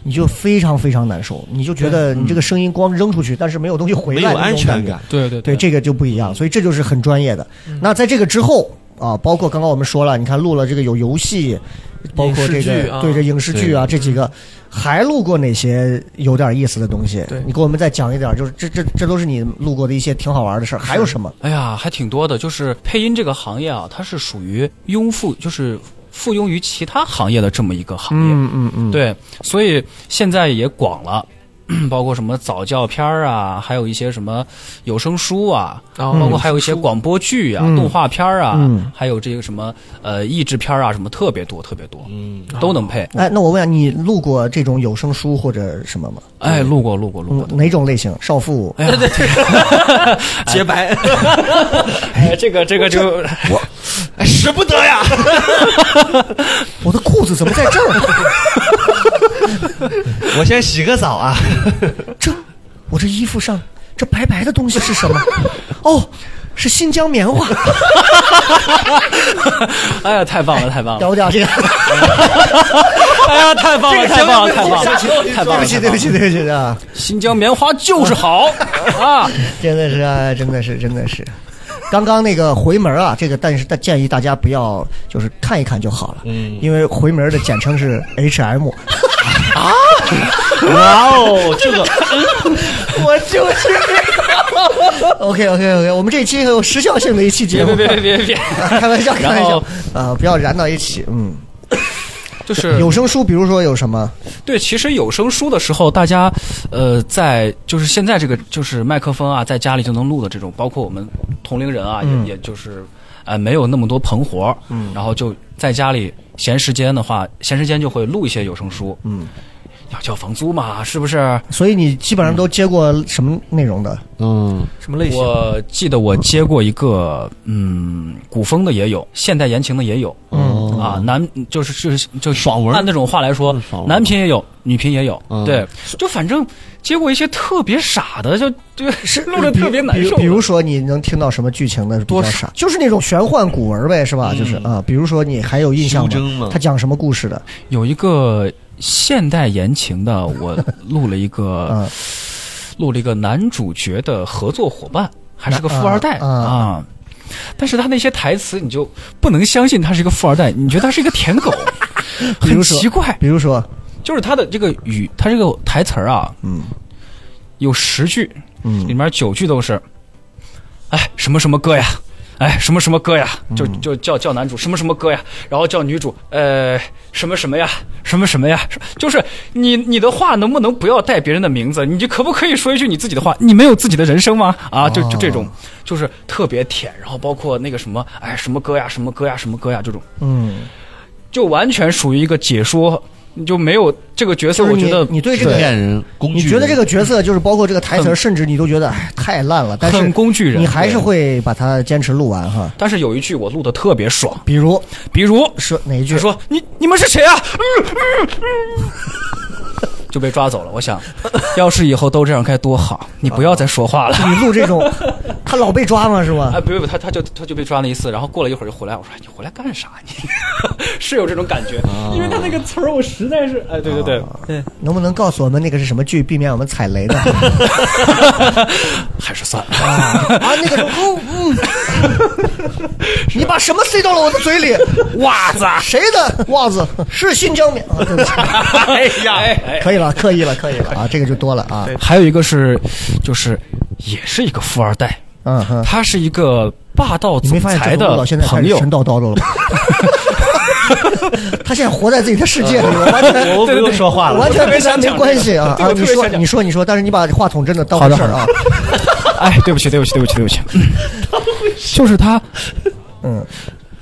[SPEAKER 2] 你就非常非常难受，你就觉得你
[SPEAKER 4] 嗯
[SPEAKER 2] 这个声音光扔出去，但是没有东西回
[SPEAKER 1] 没
[SPEAKER 2] 来，
[SPEAKER 1] 有安全。感，
[SPEAKER 4] 对对
[SPEAKER 2] 对，这个就不一样，所以这就是很专业的。那在这个之后啊，包括刚刚我们说了，你看录了这个有游戏，包括这
[SPEAKER 3] 影视剧
[SPEAKER 2] 个
[SPEAKER 3] 啊
[SPEAKER 2] 对这影视剧啊这几个，还录过哪些有点意思的东西
[SPEAKER 3] 对？
[SPEAKER 2] 你给我们再讲一点，就是这这这都是你录过的一些挺好玩的事儿，还有什么？
[SPEAKER 4] 哎呀，还挺多的。就是配音这个行业啊，它是属于庸附，就是附庸于其他行业的这么一个行业。
[SPEAKER 2] 嗯嗯嗯，
[SPEAKER 4] 对，所以现在也广了，包括什么早教片儿啊，还有一些什么有声书啊，
[SPEAKER 3] 然后
[SPEAKER 4] 包括还有一些广播剧啊、
[SPEAKER 2] 嗯
[SPEAKER 4] 动画片儿啊，
[SPEAKER 2] 嗯
[SPEAKER 4] 还有这个什么呃益智片儿啊，什么特别多，特别多，
[SPEAKER 1] 嗯，
[SPEAKER 4] 都能配。
[SPEAKER 2] 哎，那我问下，你录过这种有声书或者什么吗？
[SPEAKER 4] 哎，录过，录过，录过。
[SPEAKER 2] 嗯，哪种类型？少妇？
[SPEAKER 4] 哎呀，
[SPEAKER 3] 洁白，
[SPEAKER 2] 嗯
[SPEAKER 4] 哎，这个这个就
[SPEAKER 1] 哎，使不得 呀，
[SPEAKER 2] 我的裤子怎么在这儿？
[SPEAKER 1] 我先洗个澡啊，
[SPEAKER 2] 这，我这衣服上这白白的东西是什么？哦，是新疆棉花。
[SPEAKER 4] 哎呀，太棒了，太棒了！
[SPEAKER 2] 屌不屌？这个。
[SPEAKER 4] 哎呀，太棒了，太棒了，太棒了！太
[SPEAKER 2] 对不
[SPEAKER 4] 棒了
[SPEAKER 2] 起，对不起，对不起啊！
[SPEAKER 4] 新疆棉花就是好 啊！
[SPEAKER 2] 真的是，啊，真的是，真的是。刚刚那个回门啊，这个但是但建议大家不要，就是看一看就好了，
[SPEAKER 1] 嗯
[SPEAKER 2] 因为回门的简称是 H M。
[SPEAKER 4] 啊
[SPEAKER 1] 哇哦，这个
[SPEAKER 2] 我就是 OK OK OK，我们这一期很有时效性的一期节
[SPEAKER 4] 别
[SPEAKER 2] 目
[SPEAKER 4] 别，别别别别！
[SPEAKER 2] 开玩笑，开玩
[SPEAKER 4] 然
[SPEAKER 2] 笑
[SPEAKER 4] 后，
[SPEAKER 2] 啊，不要燃到一起。嗯，
[SPEAKER 4] 就是
[SPEAKER 2] 有声书，比如说有什么？
[SPEAKER 4] 对，其实有声书的时候，大家呃，在就是现在这个就是麦克风啊，在家里就能录的这种，包括我们同龄人啊，
[SPEAKER 2] 嗯
[SPEAKER 4] 也也就是呃没有那么多棚活，嗯，然后就在家里闲时间的话，闲时间就会录一些有声书，
[SPEAKER 2] 嗯，
[SPEAKER 4] 要交房租嘛，是不是？
[SPEAKER 2] 所以你基本上都接过什么内容的？
[SPEAKER 1] 嗯，
[SPEAKER 3] 什么类型？
[SPEAKER 4] 我记得我接过一个，嗯，古风的也有，现代言情的也有，
[SPEAKER 1] 哦
[SPEAKER 2] 嗯
[SPEAKER 4] 啊，男就是就是就
[SPEAKER 1] 爽文
[SPEAKER 4] 按那种话来说
[SPEAKER 1] 嗯
[SPEAKER 2] 哦
[SPEAKER 1] 爽，文
[SPEAKER 4] 男频也有，女频也有，
[SPEAKER 1] 嗯
[SPEAKER 4] 对，就反正接过一些特别傻的，就对， 是录的
[SPEAKER 2] 比
[SPEAKER 4] 特别难受
[SPEAKER 2] 比如
[SPEAKER 4] 的。
[SPEAKER 2] 比如说，你能听到什么剧情的比较
[SPEAKER 3] 多
[SPEAKER 2] 傻？就是那种玄幻古文呗，是吧？就是啊，比如说你还有印象
[SPEAKER 4] 嗯
[SPEAKER 1] 修真
[SPEAKER 2] 吗
[SPEAKER 1] 嘛？
[SPEAKER 2] 他讲什么故事的？
[SPEAKER 4] 有一个现代言情的，我录了一个
[SPEAKER 2] 嗯，
[SPEAKER 4] 录了一个男主角的合作伙伴，还是个富二代
[SPEAKER 2] 啊啊
[SPEAKER 4] 啊。但是他那些台词，你就不能相信他是一个富二代，你觉得他是一个舔狗，
[SPEAKER 2] 比如
[SPEAKER 4] 很
[SPEAKER 2] 说
[SPEAKER 4] 奇怪。
[SPEAKER 2] 比如说，
[SPEAKER 4] 就是他的这个语，他这个台词儿啊，
[SPEAKER 2] 嗯
[SPEAKER 4] 有十句，
[SPEAKER 2] 嗯
[SPEAKER 4] 里面九句都是，哎，什么什么哥呀，哎什么什么哥呀，
[SPEAKER 2] 嗯
[SPEAKER 4] 就就叫叫男主什么什么哥呀，然后叫女主呃什么什么呀，什么什么呀，就是你你的话能不能不要带别人的名字？你就可不可以说一句你自己的话？你没有自己的人生吗？啊，就就这
[SPEAKER 2] 哦
[SPEAKER 4] 种，就是特别舔，然后包括那个什么哎什么哥呀，什么哥呀，什么哥呀这种，
[SPEAKER 2] 嗯，
[SPEAKER 4] 就完全属于一个解说。你就没有这个角
[SPEAKER 2] 就
[SPEAKER 4] 色，
[SPEAKER 2] 是
[SPEAKER 4] 我
[SPEAKER 2] 你
[SPEAKER 4] 觉得
[SPEAKER 2] 你对这个
[SPEAKER 1] 骗人工具
[SPEAKER 2] 你
[SPEAKER 1] 人。
[SPEAKER 2] 觉得这个角色就是包括这个台词儿，
[SPEAKER 4] 很
[SPEAKER 2] 甚至你都觉得哎太烂了，但
[SPEAKER 4] 很
[SPEAKER 2] 是
[SPEAKER 4] 工具人，
[SPEAKER 2] 你还是
[SPEAKER 4] 对。
[SPEAKER 2] 会把它坚持录完哈。
[SPEAKER 4] 但是有一句我录的特别爽，
[SPEAKER 2] 比如
[SPEAKER 4] 比如
[SPEAKER 2] 说哪一句
[SPEAKER 4] 他？说：“你你们是谁啊？” 嗯嗯嗯就被抓走了。我想，要是以后都这样该多好！你不要再说话了。
[SPEAKER 2] 你录这种，他老被抓吗？是吧
[SPEAKER 4] 哎，？不不，他他就他就被抓了一次，然后过了一会儿就回来。我说：“你回来干啥？你 是有这种感觉，
[SPEAKER 2] 啊
[SPEAKER 4] 因为他那个词儿，我实在是……哎，对对对，
[SPEAKER 2] 能不能告诉我们那个是什么剧，避免我们踩雷的？
[SPEAKER 4] 还是算了。
[SPEAKER 2] 啊，那个时候， 哦嗯，你把什么塞到了我的嘴里？
[SPEAKER 4] 袜子，
[SPEAKER 2] 谁的袜子是新疆棉？啊，对不起，
[SPEAKER 4] 哎呀，哎
[SPEAKER 2] 可以了，刻意了，刻意 了啊，这个就多了啊。
[SPEAKER 4] 还有一个是，就是也是一个富二代，
[SPEAKER 2] 嗯哼，
[SPEAKER 4] 他是一个霸道
[SPEAKER 2] 你
[SPEAKER 4] 总
[SPEAKER 2] 没发现
[SPEAKER 4] 裁
[SPEAKER 2] 整个
[SPEAKER 4] 的
[SPEAKER 2] 舞蹈现在开
[SPEAKER 4] 朋
[SPEAKER 2] 始
[SPEAKER 4] 友
[SPEAKER 2] 神叨叨 的了吗？他现在活在自己的世界里，我完全
[SPEAKER 5] 我不用 说话了。
[SPEAKER 2] 完全跟咱没关系啊
[SPEAKER 4] 对
[SPEAKER 2] 啊！
[SPEAKER 4] 我
[SPEAKER 2] 你
[SPEAKER 4] 特别
[SPEAKER 2] 说
[SPEAKER 4] 想讲
[SPEAKER 2] 你说你说，但是你把话筒真的当回事儿啊。
[SPEAKER 4] 哎，对不起，对不起，对不起，对不起， 就是他，
[SPEAKER 2] 嗯，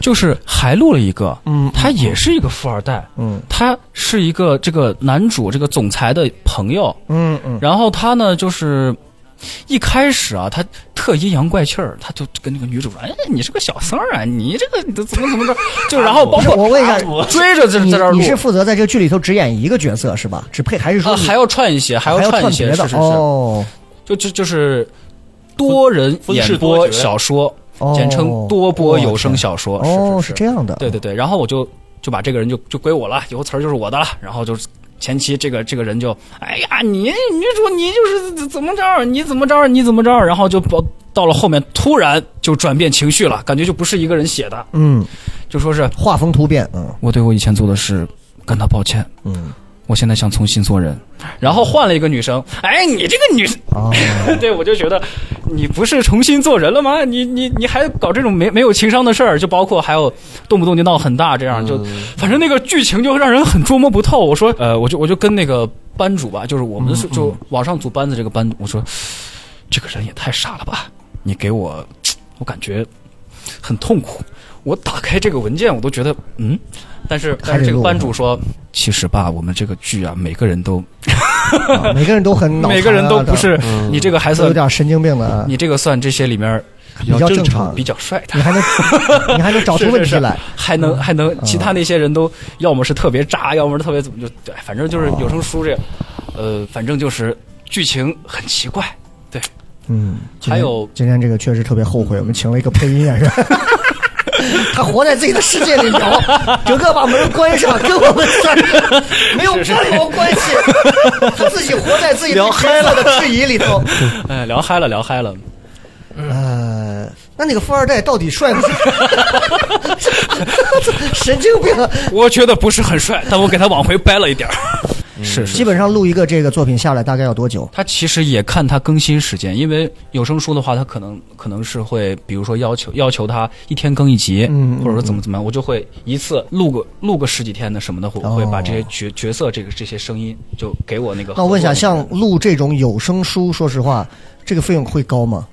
[SPEAKER 4] 就是还录了一个，
[SPEAKER 2] 嗯
[SPEAKER 4] 他也是一个富二代，
[SPEAKER 2] 嗯
[SPEAKER 4] 他是一个这个男主这个总裁的朋友，
[SPEAKER 2] 嗯嗯，
[SPEAKER 4] 然后他呢就是。一开始啊，他特阴阳怪气儿，他就跟那个女主说：“哎，你是个小三儿啊，你这个你怎么怎么着？”就然后包
[SPEAKER 2] 不是
[SPEAKER 4] 括
[SPEAKER 2] 啊我问一下，
[SPEAKER 4] 追着在
[SPEAKER 2] 你
[SPEAKER 4] 在这儿录
[SPEAKER 2] 你，是负责在这个剧里头只演一个角色是吧？只配还是说
[SPEAKER 4] 啊，
[SPEAKER 2] 你
[SPEAKER 4] 还要串一些，还
[SPEAKER 2] 还
[SPEAKER 4] 要
[SPEAKER 2] 要
[SPEAKER 4] 串一些，
[SPEAKER 2] 别
[SPEAKER 4] 是
[SPEAKER 2] 的
[SPEAKER 4] 是是，
[SPEAKER 2] 哦
[SPEAKER 4] 就就就是多人
[SPEAKER 5] 分
[SPEAKER 4] 演
[SPEAKER 5] 饰多
[SPEAKER 4] 播
[SPEAKER 5] 角
[SPEAKER 4] 小说，
[SPEAKER 2] 哦，
[SPEAKER 4] 简称多播有声小说。
[SPEAKER 2] 哦，
[SPEAKER 4] 是
[SPEAKER 2] 是这样的，
[SPEAKER 4] 对对对，然后我就就把这个人就就归我了，以后词儿就是我的了。然后就是前期这个这个人就，哎呀，你女主你就是怎么着，你怎么着，你怎么着，然后就到到了后面突然就转变情绪了，感觉就不是一个人写的，
[SPEAKER 2] 嗯，
[SPEAKER 4] 就说是
[SPEAKER 2] 画风突变，嗯
[SPEAKER 4] 我对我以前做的事感到抱歉，
[SPEAKER 2] 嗯，
[SPEAKER 4] 我现在想重新做人。然后换了一个女生，哎，你这个女生。
[SPEAKER 2] 啊，
[SPEAKER 4] 对，我就觉得你不是重新做人了吗？你你你还搞这种没没有情商的事儿，就包括还有动不动就闹很大，这样就、反正那个剧情就让人很捉摸不透。我说，嗯嗯呃，我就我就跟那个班主吧，就是我们是就网上组班子这个班，我说这个人也太傻了吧！你给我，我感觉很痛苦。我打开这个文件，我都觉得嗯，但是但
[SPEAKER 2] 还
[SPEAKER 4] 是
[SPEAKER 2] 得
[SPEAKER 4] 这个
[SPEAKER 2] 录
[SPEAKER 4] 班主说，其实吧，我们这个剧啊，每个人都
[SPEAKER 2] 啊每个人都很脑残啊，
[SPEAKER 4] 每个人都不是
[SPEAKER 1] 嗯
[SPEAKER 4] 你这个还
[SPEAKER 2] 都有
[SPEAKER 4] 算
[SPEAKER 2] 点神经病的啊，
[SPEAKER 4] 你这个算这些里面儿
[SPEAKER 1] 比较
[SPEAKER 2] 比较
[SPEAKER 1] 正
[SPEAKER 2] 正常
[SPEAKER 1] 常，
[SPEAKER 4] 比较帅的。
[SPEAKER 2] 你还能你还能找出问题来，
[SPEAKER 4] 还能还能，其他那些人都要么是特别渣，要么是特别怎么就对，反正就是有声书这，呃，反正就是剧情很奇怪。
[SPEAKER 2] 嗯，今天
[SPEAKER 4] 还有
[SPEAKER 2] 今天这个确实特别后悔，我们请了一个配音演员。 他活在自己的世界里聊，整个把门关上，跟我们仨没有半毛关系。他自己活在自己的角色的质疑里头。
[SPEAKER 4] 哎，聊嗨了，聊嗨了。
[SPEAKER 2] 呃，那那个富二代到底帅不 帅？神经病！啊
[SPEAKER 4] 我觉得不是很帅，但我给他往回掰了一点儿。是
[SPEAKER 2] 基
[SPEAKER 4] 是，
[SPEAKER 2] 本上录一个这个作品下来，大概要多久？
[SPEAKER 4] 他其实也看他更新时间，因为有声书的话，他可能可能是会，比如说要求要求他一天更一集，
[SPEAKER 2] 嗯嗯哦
[SPEAKER 4] 或者说怎么怎么样，我就会一次录个录个十几天的什么的，我我会把这些角角色这个这些声音就给我那个合作那个人。
[SPEAKER 2] 那我问一下，像录这种有声书，说实话，这个费用会高吗？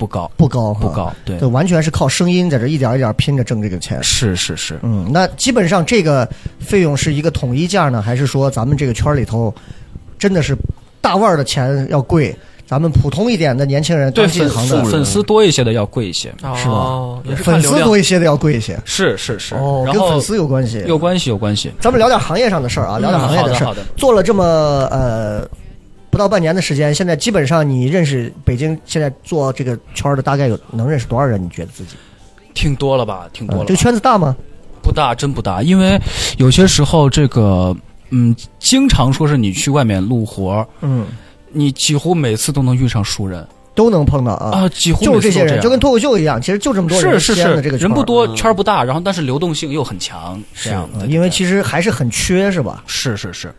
[SPEAKER 4] 不高
[SPEAKER 2] 不高哈，
[SPEAKER 4] 不高，对
[SPEAKER 2] 哦对，，完全是靠声音在这一点一点拼着挣这个钱。
[SPEAKER 4] 是是是，
[SPEAKER 2] 嗯，那基本上这个费用是一个统一价呢，还是说咱们这个圈儿里头真的是大腕儿的钱要贵，咱们普通一点的年轻人
[SPEAKER 4] 对
[SPEAKER 2] 刚进
[SPEAKER 4] 粉
[SPEAKER 2] 行
[SPEAKER 4] 粉
[SPEAKER 2] 的
[SPEAKER 4] 粉丝多一些的要贵一些，
[SPEAKER 2] 是吧
[SPEAKER 3] 哦，也是看
[SPEAKER 2] 粉
[SPEAKER 3] 流
[SPEAKER 2] 丝
[SPEAKER 3] 量
[SPEAKER 2] 多一些的要贵一些？
[SPEAKER 4] 是是是，
[SPEAKER 2] 哦，
[SPEAKER 4] 然
[SPEAKER 2] 跟
[SPEAKER 4] 后
[SPEAKER 2] 粉丝有关系。
[SPEAKER 4] 有关系有关系，
[SPEAKER 2] 咱们聊点行业上的事儿啊，聊点行业事
[SPEAKER 4] 嗯
[SPEAKER 2] 儿
[SPEAKER 4] 好的好的。
[SPEAKER 2] 做了这么呃不到半年的时间，现在基本上你认识北京现在做这个圈儿的大概有能认识多少人？你觉得自己、
[SPEAKER 4] 挺多了吧，挺
[SPEAKER 2] 嗯
[SPEAKER 4] 多了吧，
[SPEAKER 2] 这个圈子大吗？
[SPEAKER 4] 不大真不大，因为有些时候这个嗯，经常说是你去外面录活儿，
[SPEAKER 2] 嗯，
[SPEAKER 4] 你几乎每次都能遇上熟人
[SPEAKER 2] 都能碰到啊。
[SPEAKER 4] 啊，几乎
[SPEAKER 2] 就
[SPEAKER 4] 每
[SPEAKER 2] 是
[SPEAKER 4] 次
[SPEAKER 2] 这
[SPEAKER 4] 都
[SPEAKER 2] 些
[SPEAKER 4] 这
[SPEAKER 2] 人，
[SPEAKER 4] 样
[SPEAKER 2] 就跟脱口秀一样，其实就这么多人
[SPEAKER 4] 是是
[SPEAKER 2] 西安的这
[SPEAKER 4] 是
[SPEAKER 2] 个，圈
[SPEAKER 4] 人
[SPEAKER 2] 儿
[SPEAKER 4] 不多，圈儿不大，然后但是流动性又很强，这样
[SPEAKER 2] 嗯
[SPEAKER 4] 的，
[SPEAKER 2] 因为
[SPEAKER 4] 对
[SPEAKER 2] 其实还是很缺，是吧？
[SPEAKER 4] 是是是，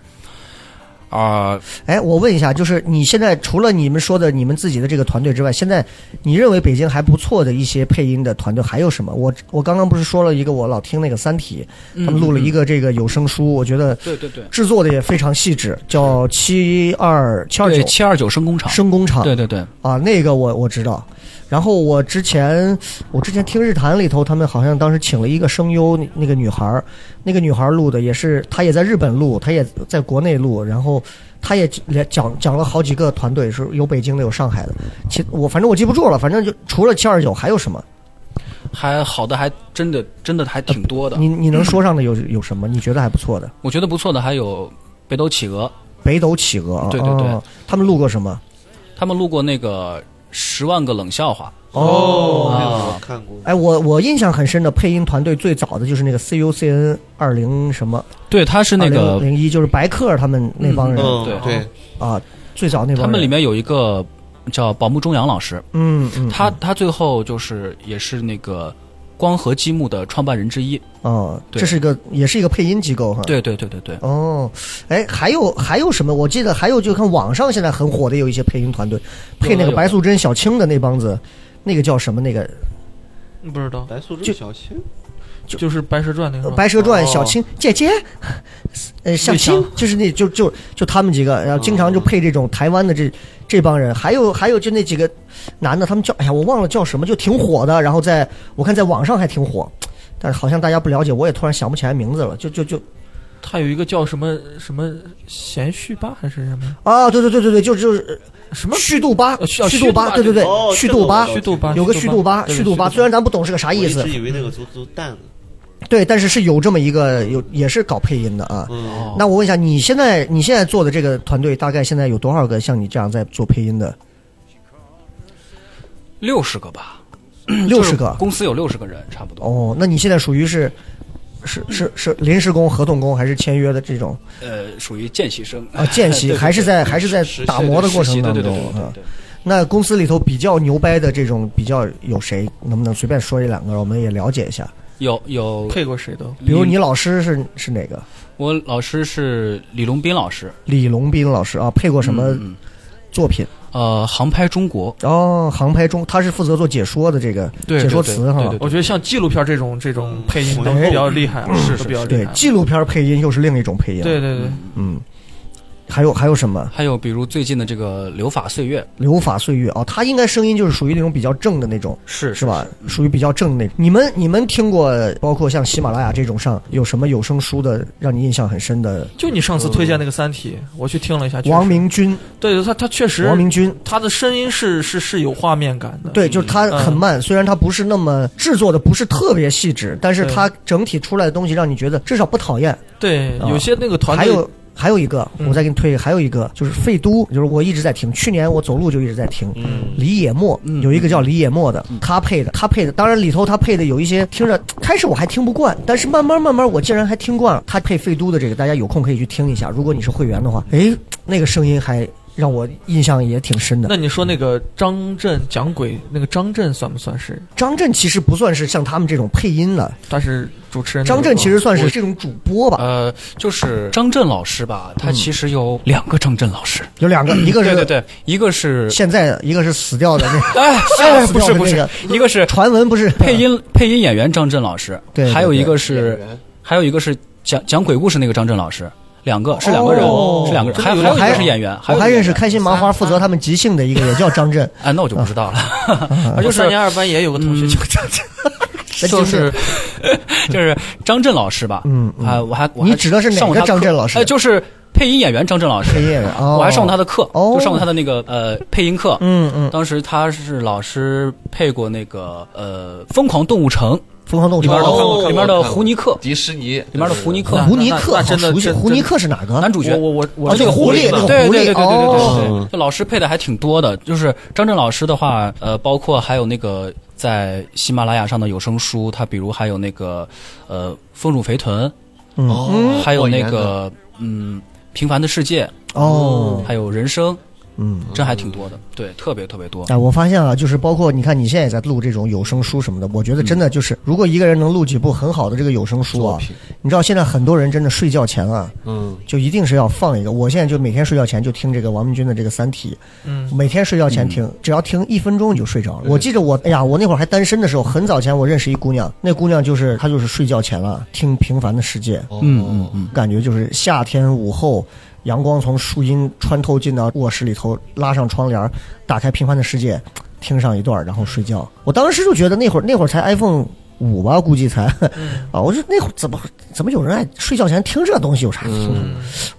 [SPEAKER 4] 啊、
[SPEAKER 2] 哎，我问一下，就是你现在除了你们说的你们自己的这个团队之外，现在你认为北京还不错的一些配音的团队还有什么？我我刚刚不是说了一个我老听那个《三体》，
[SPEAKER 4] 嗯
[SPEAKER 2] 他们录了一个这个有声书，我觉得
[SPEAKER 4] 对对对，
[SPEAKER 2] 制作的也非常细致，叫七二七二
[SPEAKER 4] 对
[SPEAKER 2] 九
[SPEAKER 4] 七二九声工厂，
[SPEAKER 2] 声工厂，
[SPEAKER 4] 对对对，
[SPEAKER 2] 啊，那个我我知道。然后我之前我之前听日坛里头，他们好像当时请了一个声优，那那个女孩儿，那个女孩儿录的也是，她也在日本录，她也在国内录，然后她也连讲讲了好几个团队，是有北京的，有上海的。其我反正我记不住了，反正就除了七二九还有什么？
[SPEAKER 4] 还好的还真的真的还挺多的。
[SPEAKER 2] 嗯你你能说上的有有什么？你觉得还不错的？
[SPEAKER 4] 我觉得不错的还有北斗企鹅，
[SPEAKER 2] 北斗企鹅啊，
[SPEAKER 4] 对对对
[SPEAKER 2] 哦他们录过什么？
[SPEAKER 4] 他们录过那个十万个冷笑话，
[SPEAKER 2] 哦
[SPEAKER 4] 啊
[SPEAKER 1] 我看过。
[SPEAKER 2] 哎，我我印象很深的配音团队最早的就是那个 CUCN 二零什么
[SPEAKER 4] 对，他啊是那个
[SPEAKER 2] 零一，就是白客他们那帮人、
[SPEAKER 1] 嗯
[SPEAKER 4] 对，
[SPEAKER 1] 对，
[SPEAKER 2] 啊，最早那帮人
[SPEAKER 4] 他们里面有一个叫宝木中阳老师，
[SPEAKER 2] 嗯嗯，
[SPEAKER 4] 他他最后就是也是那个光合积木的创办人之一。
[SPEAKER 2] 哦，
[SPEAKER 4] 对
[SPEAKER 2] 这是一个也是一个配音机构哈。。
[SPEAKER 4] 对对对对对，
[SPEAKER 2] 哦，哎，还有还有什么？我记得还有，就看网上现在很火的有一些配音团队，配那
[SPEAKER 4] 有啊
[SPEAKER 2] 个
[SPEAKER 4] 的
[SPEAKER 2] 白素贞、小青的那帮子，那个叫什么？那个
[SPEAKER 3] 不知道，
[SPEAKER 1] 白素贞
[SPEAKER 2] 就
[SPEAKER 1] 小青，
[SPEAKER 3] 就是《白蛇传》那
[SPEAKER 2] 《
[SPEAKER 3] 个吗
[SPEAKER 2] 呃白蛇传》
[SPEAKER 3] 哦
[SPEAKER 2] 小青姐姐，呃，小青
[SPEAKER 3] 想
[SPEAKER 2] 就是那就就就他们几个，然后经常就配这种台湾的这这帮人，还有还有就那几个男的，他们叫哎呀我忘了叫什么，就挺火的，然后在我看在网上还挺火，但是好像大家不了解，我也突然想不起来名字了，就就就
[SPEAKER 3] 啊他有一个叫什么什么贤续吧还是什么
[SPEAKER 2] 啊，对对对对对，就就是
[SPEAKER 3] 什么
[SPEAKER 2] 旭度八，
[SPEAKER 3] 呃旭啊
[SPEAKER 2] 旭度八，对对
[SPEAKER 3] 旭度
[SPEAKER 2] 对
[SPEAKER 5] 哦，
[SPEAKER 2] 旭
[SPEAKER 5] 这个
[SPEAKER 2] 度八
[SPEAKER 5] 我。
[SPEAKER 3] 虚度吧，
[SPEAKER 2] 啊有个虚度八，
[SPEAKER 3] 对
[SPEAKER 2] 虚度八，虽然咱不懂是个啥意思
[SPEAKER 5] 我一，直以为那个足足蛋呢。
[SPEAKER 2] 对，但是是有这么一个有也是搞配音的啊。
[SPEAKER 5] 嗯，
[SPEAKER 4] 哦
[SPEAKER 2] 那我问一下，你现在你现在做的这个团队，大概现在有多少个像你这样在做配音的？
[SPEAKER 4] 六十个吧，
[SPEAKER 2] 六十个
[SPEAKER 4] 公司有六十个人差不多。
[SPEAKER 2] 哦，那你现在属于是是是是临时工、合同工还是签约的这种
[SPEAKER 4] 呃，属于见习生
[SPEAKER 2] 啊？见习
[SPEAKER 4] 对对对
[SPEAKER 2] 还是在还是在
[SPEAKER 1] 实习
[SPEAKER 2] 打磨的过程当
[SPEAKER 4] 对对对
[SPEAKER 2] 中
[SPEAKER 4] 对对
[SPEAKER 2] 啊
[SPEAKER 4] 对？对
[SPEAKER 2] 那公司里头比较牛掰的这种比较有谁？能不能随便说一两个，让我们也了解一下？
[SPEAKER 4] 有有，
[SPEAKER 3] 配过谁都
[SPEAKER 2] 比如你老师是是哪个？
[SPEAKER 4] 我老师是李龙斌老师，
[SPEAKER 2] 李龙斌老师啊，配过什么
[SPEAKER 4] 嗯嗯
[SPEAKER 2] 作品？
[SPEAKER 4] 呃，航拍中国，
[SPEAKER 2] 哦，航拍中，他是负责做解说的这个
[SPEAKER 3] 对
[SPEAKER 2] 解
[SPEAKER 3] 对
[SPEAKER 2] 说
[SPEAKER 4] 对
[SPEAKER 2] 词哈。
[SPEAKER 4] 对对
[SPEAKER 3] 我觉得像纪录片这种这种配音都
[SPEAKER 2] 嗯
[SPEAKER 3] 比较厉害啊，
[SPEAKER 4] 是
[SPEAKER 3] 都
[SPEAKER 4] 是
[SPEAKER 3] 比较厉
[SPEAKER 2] 对
[SPEAKER 3] 害。
[SPEAKER 2] 纪录片配音又是另一种配音。
[SPEAKER 3] 对，对对，
[SPEAKER 2] 嗯，还有还有什么？
[SPEAKER 4] 还有比如最近的这个《留法岁月》，
[SPEAKER 2] 留法岁月啊，他应该声音就是属于那种比较正的那种，
[SPEAKER 4] 是
[SPEAKER 2] 是？吧？属于比较正的那种。你们你们听过，包括像喜马拉雅这种上有什么有声书的，让你印象很深的？
[SPEAKER 3] 就你上次推荐那个《三体》，我去听了一下。确
[SPEAKER 2] 嗯
[SPEAKER 3] 实
[SPEAKER 2] 王，明君，
[SPEAKER 3] 对他他确实，
[SPEAKER 2] 王明君，
[SPEAKER 3] 他的声音是是是有画面感的。
[SPEAKER 2] 对，就是他很慢，虽然他不是那么制作的不是特别细致，但是
[SPEAKER 3] 对
[SPEAKER 2] 他整体出来的东西让你觉得至少不讨厌。
[SPEAKER 3] 对，
[SPEAKER 2] 啊
[SPEAKER 3] 有些那个
[SPEAKER 4] 哦
[SPEAKER 3] 团
[SPEAKER 2] 还
[SPEAKER 3] 队
[SPEAKER 2] 有还有一个，
[SPEAKER 3] 嗯
[SPEAKER 2] 我再给你推，还有一个就是费都，就是我一直在听，去年我走路就一直在听。
[SPEAKER 1] 嗯，
[SPEAKER 2] 李野墨
[SPEAKER 4] 嗯
[SPEAKER 2] 有一个叫李野墨的，他配的，他配的，当然里头他配的有一些听着，开始我还听不惯，但是慢慢慢慢我竟然还听惯了。他配费都的这个，大家有空可以去听一下，如果你是会员的话，
[SPEAKER 4] 嗯
[SPEAKER 2] 诶，那个声音还让我印象也挺深的。
[SPEAKER 3] 那你说那个张震讲鬼，那个张震算不算是？
[SPEAKER 2] 张震其实不算是像他们这种配音了，
[SPEAKER 3] 他是主持人那个。
[SPEAKER 2] 张震其实算是这种主播吧，
[SPEAKER 4] 呃，就是张震老师吧，他其实有两个张震老师，
[SPEAKER 2] 有两个，嗯一个
[SPEAKER 4] 嗯对对
[SPEAKER 2] 是
[SPEAKER 4] 对，一个是
[SPEAKER 2] 现在的，一个是死掉的那 个。
[SPEAKER 4] 哎哎，不是不
[SPEAKER 2] 那
[SPEAKER 4] 是
[SPEAKER 2] 个，
[SPEAKER 4] 一个是
[SPEAKER 2] 传闻不是
[SPEAKER 4] 配音配音演员张震老师，
[SPEAKER 2] 对对
[SPEAKER 4] 还有一个
[SPEAKER 1] 演
[SPEAKER 4] 是
[SPEAKER 1] 员
[SPEAKER 4] 还有一个是讲讲鬼故事那个张震老师，两个是两个人
[SPEAKER 2] 哦，
[SPEAKER 4] 是两个人，
[SPEAKER 2] 这
[SPEAKER 4] 还
[SPEAKER 2] 个
[SPEAKER 4] 还
[SPEAKER 2] 我
[SPEAKER 4] 有一
[SPEAKER 2] 还
[SPEAKER 4] 个是演员，还
[SPEAKER 2] 我
[SPEAKER 4] 有一个
[SPEAKER 2] 还认
[SPEAKER 4] 演
[SPEAKER 2] 识
[SPEAKER 4] 员
[SPEAKER 2] 开心麻花负责他们即兴的一个，也叫张 震，
[SPEAKER 4] 啊，那我就不知道了，
[SPEAKER 2] 嗯
[SPEAKER 4] 啊
[SPEAKER 3] 我啊三年二班也有个同学叫张震，
[SPEAKER 4] 就是就是张震老师吧，
[SPEAKER 2] 嗯嗯
[SPEAKER 4] 啊，我还我还
[SPEAKER 2] 你指的是
[SPEAKER 4] 上
[SPEAKER 2] 哪
[SPEAKER 4] 过
[SPEAKER 2] 个
[SPEAKER 4] 他
[SPEAKER 2] 张
[SPEAKER 4] 课
[SPEAKER 2] 震老师
[SPEAKER 4] 哎，？就是配音演员张震老师，
[SPEAKER 2] 配音演员哦
[SPEAKER 4] 我还上过他的课，
[SPEAKER 2] 哦
[SPEAKER 4] 就上过他的那个呃配音课，
[SPEAKER 2] 嗯嗯，
[SPEAKER 4] 当时他是老师配过那个呃《疯狂动物城》
[SPEAKER 2] 疯狂动物
[SPEAKER 4] 里
[SPEAKER 2] 城
[SPEAKER 4] 面的、
[SPEAKER 1] 哦
[SPEAKER 4] 里面的胡尼克，
[SPEAKER 1] 迪士尼
[SPEAKER 4] 里面的胡尼克
[SPEAKER 3] 那
[SPEAKER 2] 胡尼克，
[SPEAKER 3] 那
[SPEAKER 2] 好
[SPEAKER 3] 真的
[SPEAKER 2] 熟悉。
[SPEAKER 3] 真
[SPEAKER 2] 胡尼克是哪个
[SPEAKER 4] 男？主角。
[SPEAKER 3] 我我我
[SPEAKER 2] 哦，这个狐狸，那个狐
[SPEAKER 4] 对
[SPEAKER 2] 狸，
[SPEAKER 4] 对对对对对
[SPEAKER 2] 哦
[SPEAKER 4] 对对，这老师配的还挺多的。就是张震老师的话，呃，包括还有那个在喜马拉雅上的有声书，他比如还有那个呃《丰乳肥臀
[SPEAKER 2] 嗯
[SPEAKER 1] 哦》，
[SPEAKER 4] 还有
[SPEAKER 1] 莫
[SPEAKER 4] 那
[SPEAKER 1] 言的
[SPEAKER 4] 个嗯《平凡的世界》，
[SPEAKER 2] 哦，
[SPEAKER 4] 还有《人生》，
[SPEAKER 2] 嗯，
[SPEAKER 4] 真还挺多的，对，特别特别多。
[SPEAKER 2] 哎，我发现啊，就是包括你看，你现在也在录这种有声书什么的，我觉得真的就是，如果一个人能录几部很好的这个有声书
[SPEAKER 1] 作
[SPEAKER 2] 啊，
[SPEAKER 1] 品，
[SPEAKER 2] 你知道现在很多人真的睡觉前啊，
[SPEAKER 1] 嗯，
[SPEAKER 2] 就一定是要放一个。我现在就每天睡觉前就听这个王明军的这个《三体》，
[SPEAKER 3] 嗯，
[SPEAKER 2] 每天睡觉前听，只要听一分钟你就睡着了。
[SPEAKER 1] 对
[SPEAKER 2] 我记着我，哎呀，我那会儿还单身的时候，很早前我认识一姑娘，那姑娘就是她就是睡觉前了听《平凡的世界》，
[SPEAKER 4] 嗯嗯
[SPEAKER 1] 哦
[SPEAKER 4] 嗯，
[SPEAKER 2] 感觉就是夏天午后，阳光从树荫穿透进到卧室里头，拉上窗帘儿，打开《平凡的世界》，听上一段儿，然后睡觉。我当时就觉得那会儿那会儿才 iPhone 五吧，估计才
[SPEAKER 4] 嗯
[SPEAKER 2] 啊，我说那会儿怎么怎么有人爱睡觉前听这东西有啥听？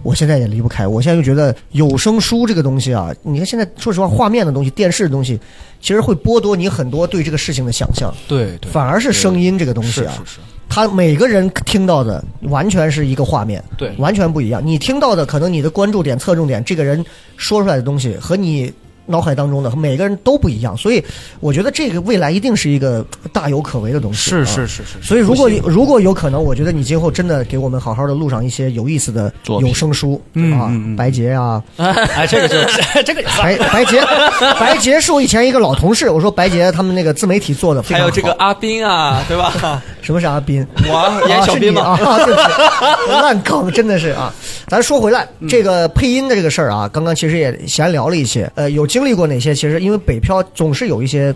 [SPEAKER 2] 我现在也离不开，我现在就觉得有声书这个东西啊，你看现在说实话，画面的东西、电视的东西，其实会剥夺你很多对这个事情的想象，
[SPEAKER 4] 对对，
[SPEAKER 2] 反而是声音这个东西
[SPEAKER 4] 是
[SPEAKER 2] 啊，
[SPEAKER 4] 是是，
[SPEAKER 2] 他每个人听到的完全是一个画面，
[SPEAKER 4] 对
[SPEAKER 2] 完全不一样。你听到的可能你的关注点、侧重点，这个人说出来的东西和你脑海当中的和每个人都不一样，所以我觉得这个未来一定是一个呃大有可为的东西。
[SPEAKER 4] 是
[SPEAKER 2] 啊
[SPEAKER 4] 是是是，
[SPEAKER 2] 所以，如果如果有可能，我觉得你今后真的给我们好好的录上一些有意思的
[SPEAKER 1] 作品
[SPEAKER 2] 有声书
[SPEAKER 4] 嗯
[SPEAKER 2] 啊
[SPEAKER 4] 嗯，嗯
[SPEAKER 2] 白洁啊，
[SPEAKER 4] 哎，这个就 这个也算
[SPEAKER 2] 白白洁，白洁是我以前一个老同事，我说白洁他们那个自媒体做的非
[SPEAKER 3] 还
[SPEAKER 2] 常好。
[SPEAKER 3] 有这个阿斌啊，对吧？
[SPEAKER 2] 什么是阿斌？
[SPEAKER 3] 我 演小斌嘛
[SPEAKER 2] 啊，是你 啊对不起，烂梗真的是啊。咱说回来，这个配音的这个事儿啊，刚刚其实也闲聊了一些，呃，有经历过哪些？其实因为北漂总是有一些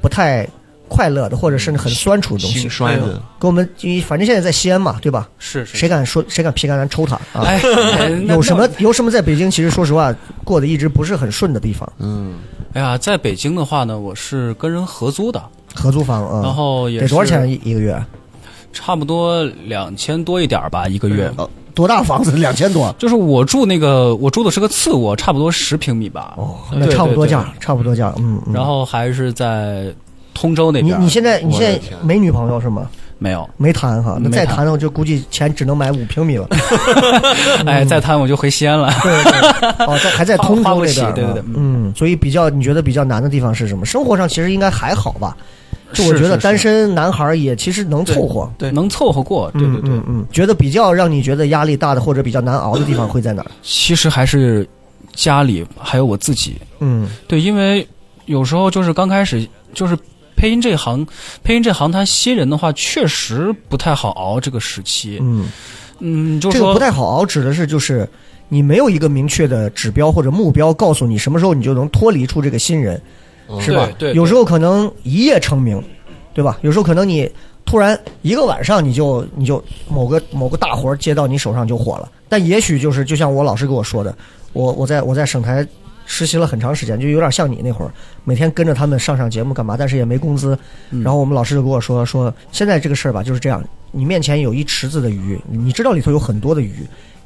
[SPEAKER 2] 不太快乐的，或者甚至很酸楚的
[SPEAKER 4] 嗯
[SPEAKER 2] 东西
[SPEAKER 1] 兴。衰的，
[SPEAKER 2] 给我们，因为反正现在在西安嘛，对吧？
[SPEAKER 4] 是是，
[SPEAKER 2] 谁敢说谁敢皮敢咱抽他啊？
[SPEAKER 4] 哎，那
[SPEAKER 2] 有什？么
[SPEAKER 4] 那
[SPEAKER 2] 有什么在北京，其实说实话过得一直不是很顺的地方，
[SPEAKER 1] 嗯，
[SPEAKER 4] 哎呀，在北京的话呢，我是跟人合租的，
[SPEAKER 2] 合租房啊，
[SPEAKER 4] 然后也
[SPEAKER 2] 给多少
[SPEAKER 4] 是
[SPEAKER 2] 钱一一个月？
[SPEAKER 4] 差不多两千多一点儿吧，一个月。
[SPEAKER 2] 呃，多大房子？两千多。
[SPEAKER 4] 就是我住那个，我住的是个次卧，差不多十平米吧。
[SPEAKER 2] 哦，
[SPEAKER 4] 对
[SPEAKER 2] 那差不多。
[SPEAKER 4] 对
[SPEAKER 2] 价，差不多价，嗯。嗯
[SPEAKER 4] 对然后还是在通州那
[SPEAKER 2] 你
[SPEAKER 4] 边儿。
[SPEAKER 2] 你现在你
[SPEAKER 1] 我的
[SPEAKER 2] 现在
[SPEAKER 1] 天
[SPEAKER 2] 没女朋友是吗？
[SPEAKER 4] 没有？
[SPEAKER 2] 没谈哈，那
[SPEAKER 4] 没
[SPEAKER 2] 再
[SPEAKER 4] 谈
[SPEAKER 2] 谈我就估计钱只能买五平米 了。
[SPEAKER 4] 哎，再谈我就回西安了。
[SPEAKER 2] 对对，哦，在还在通
[SPEAKER 4] 花
[SPEAKER 2] 州
[SPEAKER 4] 不
[SPEAKER 2] 那
[SPEAKER 4] 起
[SPEAKER 2] 边儿啊，
[SPEAKER 4] 对对对
[SPEAKER 2] 嗯，所以比较你觉得比较难的地方是什么？生活上其实应该还好吧， 就我觉
[SPEAKER 4] 是
[SPEAKER 2] 得
[SPEAKER 4] 是
[SPEAKER 2] 单身男孩儿也其实能凑合。
[SPEAKER 3] 对，
[SPEAKER 4] 能凑合过，对
[SPEAKER 2] 嗯嗯嗯，觉得比较让你觉得压力大的或者比较难熬的地方会在哪儿？
[SPEAKER 4] 其实还是家里还有我自己。
[SPEAKER 2] 嗯
[SPEAKER 4] 对，因为有时候就是刚开始就是配音这行，配音这行它新人的话确实不太好熬这个时期。
[SPEAKER 2] 嗯，
[SPEAKER 4] 嗯，就
[SPEAKER 2] 这
[SPEAKER 4] 是
[SPEAKER 2] 个
[SPEAKER 4] 说
[SPEAKER 2] 不太好熬，指的是就是你没有一个明确的指标或者目标，告诉你什么时候你就能脱离出这个新人。是吧？
[SPEAKER 4] 嗯对，对
[SPEAKER 2] 有时候可能一夜成名，对吧？有时候可能你突然一个晚上你就你就某个某个大活儿接到你手上就火了，但也许就是就像我老师跟我说的，我我在我在省台实习了很长时间，就有点像你那会儿，每天跟着他们上上节目干嘛，但是也没工资。
[SPEAKER 4] 嗯
[SPEAKER 2] 然后我们老师就跟我说说，现在这个事儿吧就是这样，你面前有一池子的鱼，你知道里头有很多的鱼，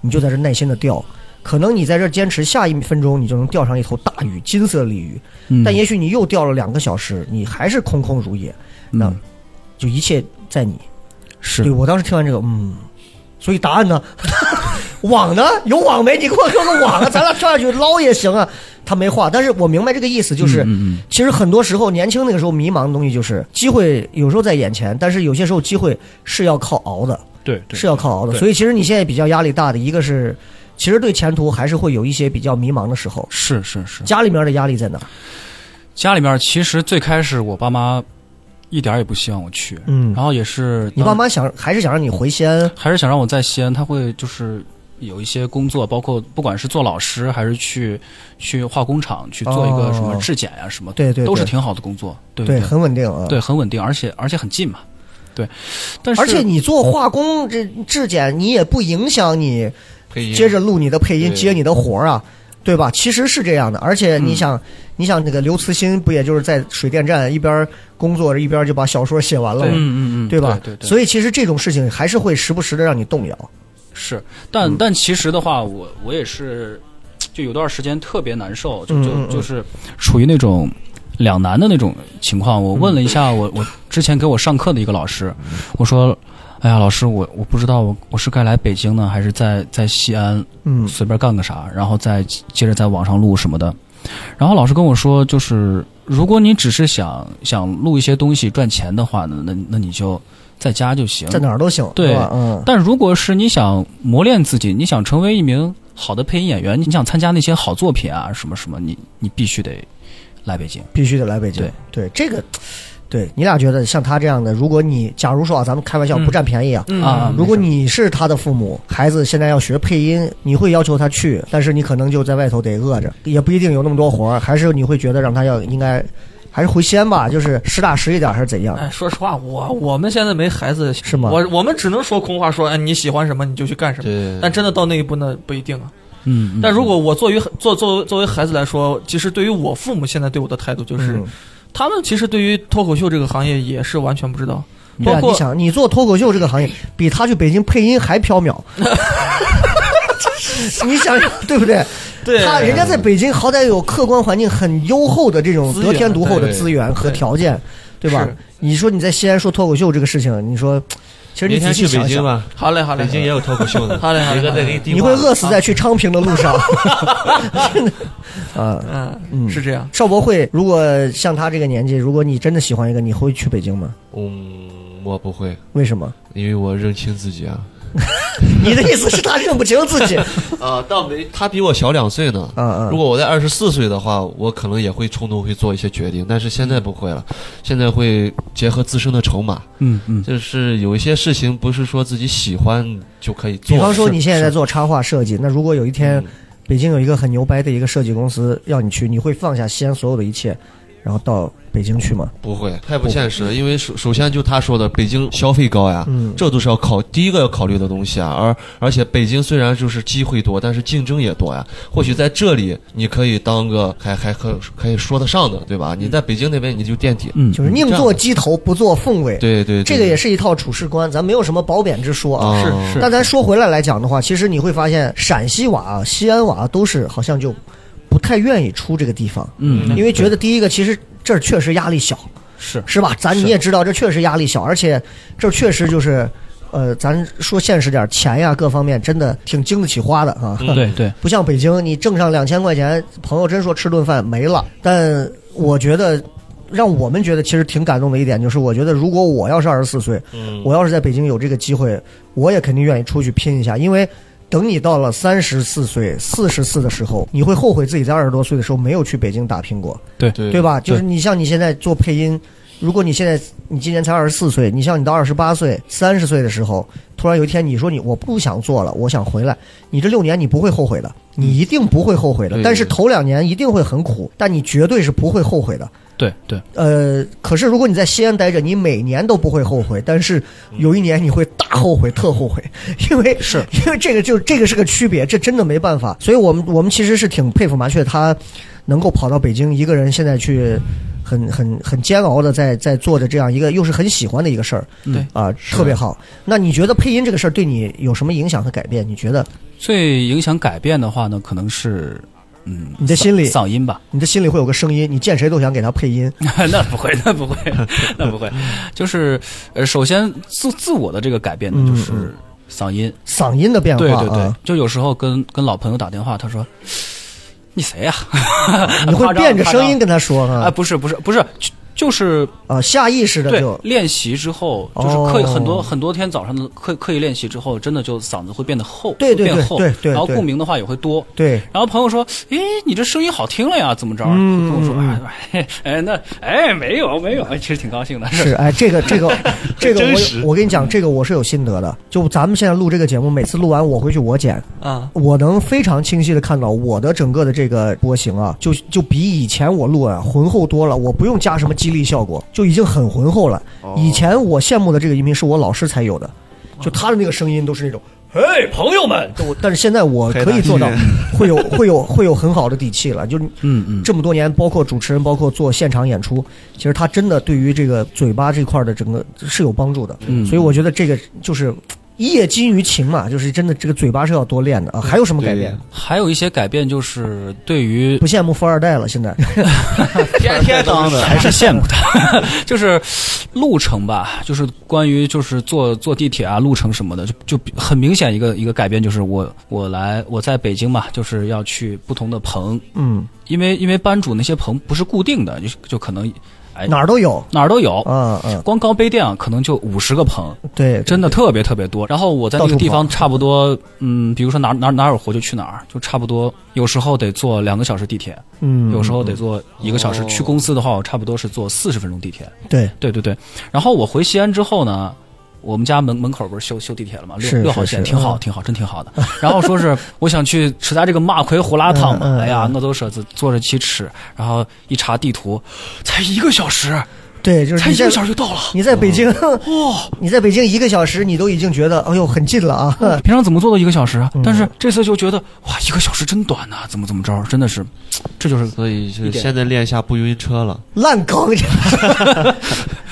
[SPEAKER 2] 你就在这耐心的钓。可能你在这儿坚持下一分钟，你就能钓上一头大鱼，金色的鲤鱼。
[SPEAKER 4] 嗯
[SPEAKER 2] 但也许你又钓了两个小时，你还是空空如也，那
[SPEAKER 4] 嗯
[SPEAKER 2] 就一切在你。
[SPEAKER 4] 是
[SPEAKER 2] 对我当时听完这个，嗯，所以答案呢？ 网呢？有网没？你给我给我个网啊！咱俩上去捞也行啊。他没话，但是我明白这个意思，就是、
[SPEAKER 4] 嗯嗯
[SPEAKER 2] 其实很多时候年轻那个时候迷茫的东西就是机会，有时候在眼前，但是有些时候机会是要靠熬的。
[SPEAKER 4] 对对
[SPEAKER 2] 是要靠熬的。
[SPEAKER 4] 对
[SPEAKER 2] 所以其实你现在比较压力大的一个是，其实对前途还是会有一些比较迷茫的时候。
[SPEAKER 4] 是是是，
[SPEAKER 2] 家里面的压力在哪儿？
[SPEAKER 4] 家里面其实最开始我爸妈一点儿也不希望我去，
[SPEAKER 2] 嗯
[SPEAKER 4] 然后也是
[SPEAKER 2] 你爸
[SPEAKER 4] 当
[SPEAKER 2] 妈想还是想让你回西安？
[SPEAKER 4] 还是想让我在西安，他会就是有一些工作，包括不管是做老师还是去去化工厂去做一个什么质检呀、什么，
[SPEAKER 2] 对哦对对
[SPEAKER 4] 都是挺好的工作，对
[SPEAKER 2] 对，
[SPEAKER 4] 对
[SPEAKER 2] 很稳定啊。
[SPEAKER 4] 对，很稳定，而且而且很近嘛，对，但是
[SPEAKER 2] 而且你做化工这质检，你也不影响你
[SPEAKER 1] 配音，
[SPEAKER 2] 接着录你的配音，
[SPEAKER 1] 对
[SPEAKER 2] 接你的活儿啊，对吧？其实是这样的。而且
[SPEAKER 4] 嗯
[SPEAKER 2] 你想，你想那个刘慈欣不也就是在水电站一边工作着，一边就把小说写完了
[SPEAKER 4] 嗯
[SPEAKER 2] 吗？
[SPEAKER 4] 嗯嗯，
[SPEAKER 2] 对吧？
[SPEAKER 4] 对对对
[SPEAKER 2] 所以其实这种事情还是会时不时的让你动摇。
[SPEAKER 4] 是，
[SPEAKER 2] 嗯
[SPEAKER 4] 但但其实的话，我我也是，就有段时间特别难受，就
[SPEAKER 2] 嗯
[SPEAKER 4] 就
[SPEAKER 2] 嗯嗯
[SPEAKER 4] 就是处于那种两难的那种情况。我问了一下
[SPEAKER 2] 嗯
[SPEAKER 4] 我我之前给我上课的一个老师，我说。哎呀，老师，我我不知道我我是该来北京呢，还是在在西安
[SPEAKER 2] 嗯
[SPEAKER 4] 随便干个啥，然后再接着在网上录什么的。然后老师跟我说，就是如果你只是想想录一些东西赚钱的话呢，那那你就在家就行，
[SPEAKER 2] 在哪儿都行，
[SPEAKER 4] 对
[SPEAKER 2] 是吧？嗯，
[SPEAKER 4] 但如果是你想磨练自己，你想成为一名好的配音演员，你想参加那些好作品啊，什么什么，你你必须得来北京。
[SPEAKER 2] 必须得来北京。对这个，对你俩觉得像他这样的，如果你假如说啊，咱们开玩笑
[SPEAKER 3] 嗯
[SPEAKER 2] 不占便宜啊，
[SPEAKER 3] 嗯
[SPEAKER 4] 啊
[SPEAKER 2] 如果你是他的父母，孩子现在要学配音，你会要求他去，但是你可能就在外头得饿着，也不一定有那么多活儿，还是你会觉得让他要应该，还是回西安吧，就是实打实一点，还是怎样？
[SPEAKER 3] 哎，说实话，我我们现在没孩子是
[SPEAKER 2] 吗
[SPEAKER 3] 我我们只能说空话，说哎你喜欢什么你就去干什么。
[SPEAKER 1] 对，
[SPEAKER 3] 但真的到那一步呢，不一定啊。
[SPEAKER 4] 嗯，嗯
[SPEAKER 3] 但如果我作为作作为作为孩子来说，其实对于我父母现在对我的态度就是，
[SPEAKER 2] 嗯
[SPEAKER 3] 他们其实对于脱口秀这个行业也是完全不知道。
[SPEAKER 2] 对啊，
[SPEAKER 3] 包括
[SPEAKER 2] 你想，你做脱口秀这个行业，比他去北京配音还 缥缈。 你想想，对不对？
[SPEAKER 3] 对
[SPEAKER 2] 他人家在北京好歹有客观环境很优厚的这种
[SPEAKER 3] 资源
[SPEAKER 2] 得天独厚的
[SPEAKER 1] 对
[SPEAKER 2] 资源和条件，对吧
[SPEAKER 3] 是？
[SPEAKER 2] 你说你在西安说脱口秀这个事情，你说，其实你
[SPEAKER 1] 明
[SPEAKER 2] 仔
[SPEAKER 1] 天
[SPEAKER 2] 细
[SPEAKER 1] 去北
[SPEAKER 2] 想
[SPEAKER 1] 京
[SPEAKER 2] 想，
[SPEAKER 1] 吧，
[SPEAKER 3] 好嘞，好嘞，
[SPEAKER 1] 北京也有脱口 秀的，
[SPEAKER 3] 好嘞好嘞
[SPEAKER 1] 一个在给你递
[SPEAKER 2] 你
[SPEAKER 1] 话
[SPEAKER 2] 会饿死在去昌平的路上。真的 啊，
[SPEAKER 3] 嗯，是这样。
[SPEAKER 2] 邵博会，如果像他这个年纪，如果你真的喜欢一个，你会去北京吗？
[SPEAKER 1] 嗯，我不会，
[SPEAKER 2] 为什么？
[SPEAKER 1] 因为我认清自己啊。
[SPEAKER 2] 你的意思是他认不清 自己？
[SPEAKER 1] 啊，倒没，他比我小两岁呢。
[SPEAKER 2] 嗯嗯
[SPEAKER 1] 如果我在二十四岁的话，我可能也会冲动，会做一些决定，但是现在不会了。现在会结合自身的筹码，
[SPEAKER 4] 嗯嗯，
[SPEAKER 1] 就是有一些事情不是说自己喜欢就可以做。
[SPEAKER 2] 比方说你现在在做插画设计，那如果有一
[SPEAKER 1] 嗯
[SPEAKER 2] 天北京有一个很牛掰的一个设计公司要你去，你会放下西安所有的一切，然后到北京去吗？
[SPEAKER 1] 不会，太不现实了。因为首首先就他说的，北京消费高呀，
[SPEAKER 2] 嗯
[SPEAKER 1] 这都是要考第一个要考虑的东西啊。而而且北京虽然就是机会多，但是竞争也多呀。或许在这里你可以当个还还可可以说得上的，对吧？你在北京那边你就垫底，
[SPEAKER 4] 嗯
[SPEAKER 2] 就是宁做鸡头不做凤尾。
[SPEAKER 1] 对对对，
[SPEAKER 2] 这个也是一套处事观，咱没有什么褒贬之说啊。
[SPEAKER 1] 啊，
[SPEAKER 3] 是是
[SPEAKER 2] 那咱说回来来讲的话，其实你会发现陕西娃啊、西安娃啊都是好像就不太愿意出这个地方，
[SPEAKER 4] 嗯
[SPEAKER 2] 因为觉得第一个其实这儿确实压力小，
[SPEAKER 4] 是
[SPEAKER 2] 是吧？咱你也知道，这确实压力小，而且这确实就是，呃，咱说现实点儿，钱呀各方面真的挺经得起花的啊。
[SPEAKER 1] 嗯
[SPEAKER 4] 对对，
[SPEAKER 2] 不像北京，你挣上两千块钱，朋友真说吃顿饭没了。但我觉得，让我们觉得其实挺感动的一点就是，我觉得如果我要是二十四岁，
[SPEAKER 1] 嗯
[SPEAKER 2] 我要是在北京有这个机会，我也肯定愿意出去拼一下，因为。等你到了三十四岁、四十四的时候，你会后悔自己在二十多岁的时候没有去北京打拼过。
[SPEAKER 1] 对
[SPEAKER 2] 对？吧？就是
[SPEAKER 4] 对
[SPEAKER 2] 你像你现在做配音，如果你现在你今年才二十四岁，你像你到二十八岁、三十岁的时候，突然有一天你说你我不想做了，我想回来，你这六年你不会后悔的，你一定不会后悔的。
[SPEAKER 1] 嗯对
[SPEAKER 2] 但是头两年一定会很苦，但你绝对是不会后悔的。
[SPEAKER 4] 对对，
[SPEAKER 2] 呃，可是如果你在西安待着，你每年都不会后悔，但是
[SPEAKER 4] 嗯
[SPEAKER 2] 有一年你会大后悔、特后悔， 因为是 因为这个就这个是个区别，这真的没办法。所以我们我们其实是挺佩服麻雀，他能够跑到北京一个人，现在去很很很煎熬的在在做着这样一个又是很喜欢的一个事儿，
[SPEAKER 3] 对
[SPEAKER 2] 啊、特别好。那你觉得配音这个事儿对你有什么影响和改变？你觉
[SPEAKER 4] 嗯
[SPEAKER 2] 得
[SPEAKER 4] 最影响改变的话呢，可能是嗯，
[SPEAKER 2] 你的心里
[SPEAKER 4] 嗓音吧？
[SPEAKER 2] 你的心里会有个声音，你见谁都想给他配音，
[SPEAKER 4] 那不会，那不会， 那不会，就是呃，首先自自我的这个改变呢，
[SPEAKER 2] 嗯
[SPEAKER 4] 就是嗓音，
[SPEAKER 2] 嗓音的变化、
[SPEAKER 4] 对
[SPEAKER 2] 啊，
[SPEAKER 4] 对对，就有时候跟跟老朋友打电话，他说你谁呀、
[SPEAKER 2] 你会
[SPEAKER 4] 夸张
[SPEAKER 2] 变着
[SPEAKER 4] 夸
[SPEAKER 2] 声
[SPEAKER 4] 张
[SPEAKER 2] 音跟他说
[SPEAKER 4] 啊，
[SPEAKER 2] 啊
[SPEAKER 4] 不是不是不是，就就是
[SPEAKER 2] 啊，下意识的
[SPEAKER 4] 对
[SPEAKER 2] 就
[SPEAKER 4] 练习之后，就是刻意
[SPEAKER 2] 哦
[SPEAKER 4] 很多、很多天早上的刻刻意练习之后，真的就嗓子会变得厚，
[SPEAKER 2] 对对
[SPEAKER 4] 会
[SPEAKER 2] 对
[SPEAKER 4] 变厚，
[SPEAKER 2] 对对
[SPEAKER 4] 然后
[SPEAKER 2] 对
[SPEAKER 4] 共鸣的话也会多。
[SPEAKER 2] 对，
[SPEAKER 4] 然后朋友说：“诶，你这声音好听了呀，怎么着？”
[SPEAKER 2] 嗯
[SPEAKER 4] 就跟我说：“哎， 哎，那哎，没有没有，哎其实挺高兴的。
[SPEAKER 2] 是哎，这个这个这个
[SPEAKER 1] 真
[SPEAKER 2] 我
[SPEAKER 1] 实
[SPEAKER 2] 有我跟你讲，这个我是有心得的。就咱们现在录这个节目，每次录完我回去我剪，
[SPEAKER 3] 啊，
[SPEAKER 2] 我能非常清晰的看到我的整个的这个波形啊，就就比以前我录啊浑厚多了，我不用加什么激励效果，就已经很浑厚了。以前我羡慕的这个音频是我老师才有的，就他的那个声音都是那种。
[SPEAKER 5] 嘿，朋友们，
[SPEAKER 2] 我但是现在我可以做到，会有会有会有很好的底气了。就
[SPEAKER 4] 嗯嗯，
[SPEAKER 2] 这么多年，包括主持人，包括做现场演出，其实他真的对于这个嘴巴这块儿的整个是有帮助的。
[SPEAKER 4] 嗯
[SPEAKER 2] 所以我觉得这个就是业精于勤嘛，就是真的这个嘴巴是要多练的啊。还有什么改变？
[SPEAKER 4] 还有一些改变就是对于
[SPEAKER 2] 不羡慕富二代了，现 在
[SPEAKER 3] 天天当的，
[SPEAKER 4] 还是羡慕他， 就是路程吧，就是关于就是坐坐地铁啊，路程什么的，就就很明显一个一个改变，就是我我来我在北京嘛，就是要去不同的棚，
[SPEAKER 2] 嗯，
[SPEAKER 4] 因为因为班主那些棚不是固定的，就就可能。哎
[SPEAKER 2] 哪儿都有。
[SPEAKER 4] 哪儿都有。
[SPEAKER 2] 嗯嗯，
[SPEAKER 4] 光高碑店啊，可能就五十个棚，
[SPEAKER 2] 对，
[SPEAKER 4] 真的特别特别多。然后我在那
[SPEAKER 2] 到
[SPEAKER 4] 个
[SPEAKER 2] 处
[SPEAKER 4] 地方
[SPEAKER 2] 跑
[SPEAKER 4] 差不多，嗯，比如说哪哪哪有活就去哪儿，就差不多。有时候得坐两个小时地铁，
[SPEAKER 2] 嗯，
[SPEAKER 4] 有时候得坐一个小时。
[SPEAKER 1] 哦
[SPEAKER 4] 去公司的话，我差不多是坐四十分钟地铁。
[SPEAKER 2] 嗯对，
[SPEAKER 4] 对对对。然后我回西安之后呢，我们家门门口不是修修地铁了吗？六
[SPEAKER 2] 是
[SPEAKER 4] 六号
[SPEAKER 2] 是
[SPEAKER 4] 线
[SPEAKER 2] 是
[SPEAKER 4] 挺好，
[SPEAKER 2] 嗯
[SPEAKER 4] 挺好，真挺好的。然后说是 我想去吃咱这个马奎胡辣汤嘛，
[SPEAKER 2] 嗯嗯嗯
[SPEAKER 4] 哎呀，那都是子坐着去吃。然后一查地图，才一个小时，
[SPEAKER 2] 对，就是
[SPEAKER 4] 才一
[SPEAKER 2] 你在
[SPEAKER 4] 个小时就到了。
[SPEAKER 2] 你在北京， 你在北京一个小时，你都已经觉得哎呦很近了啊。
[SPEAKER 4] 平常怎么做到一个小时
[SPEAKER 2] 嗯
[SPEAKER 4] 啊？但是这次就觉得哇，一个小时真短呐、怎么怎么着，真的是，这就是
[SPEAKER 1] 所以就是
[SPEAKER 4] 一点
[SPEAKER 1] 现在练一下不晕车了。
[SPEAKER 2] 烂梗，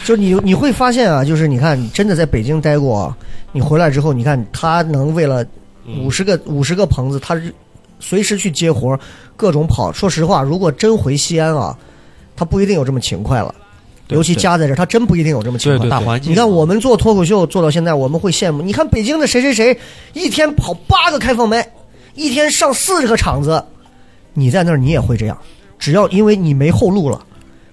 [SPEAKER 2] 就是你你会发现啊，就是你看，你真的在北京待过，啊，你回来之后，你看他能为了
[SPEAKER 4] 嗯
[SPEAKER 2] 五十个五十个棚子，他是随时去接活儿，各种跑。说实话，如果真回西安啊，他不一定有这么勤快了，
[SPEAKER 4] 对
[SPEAKER 2] 尤其家在这儿，他真不一定有这么勤快。
[SPEAKER 4] 对
[SPEAKER 1] 大环境，
[SPEAKER 2] 你看，我们做脱口秀做到现在，我们会羡慕。你看北京的谁谁谁，一天跑八个开放麦，一天上四十个场子，你在那儿你也会这样。只要因为你没后路了，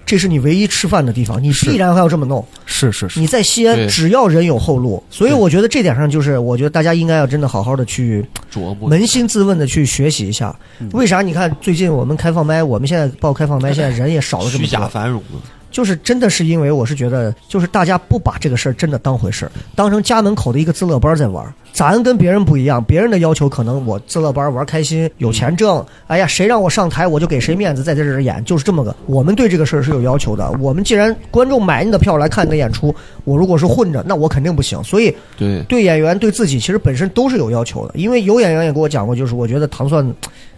[SPEAKER 2] 这是你唯一吃饭的地方，你必然还要这么弄。
[SPEAKER 4] 是是是，
[SPEAKER 2] 你在西安，
[SPEAKER 1] 对
[SPEAKER 2] 只要人有后路，所以我觉得这点上就是，我觉得大家应该要真的好好的去
[SPEAKER 1] 琢磨
[SPEAKER 2] 扪心自问的去学习一下，
[SPEAKER 1] 嗯
[SPEAKER 2] 为啥？你看最近我们开放麦，我们现在报开放 麦，现在人也少了这么
[SPEAKER 1] 虚
[SPEAKER 2] 多
[SPEAKER 1] 假。繁荣啊了。
[SPEAKER 2] 就是真的是因为我是觉得，就是大家不把这个事儿真的当回事儿，当成家门口的一个自乐班儿在玩儿。咱跟别人不一样，别人的要求可能我自乐班儿玩儿开心，有钱挣，哎呀，谁让我上台我就给谁面子，在这儿演，就是这么个。我们对这个事儿是有要求的。我们既然观众买你的票来看你的演出，我如果是混着，那我肯定不行。所以
[SPEAKER 1] 对，
[SPEAKER 2] 对演员对自己其实本身都是有要求的，因为有演员也跟我讲过，就是我觉得糖蒜嘖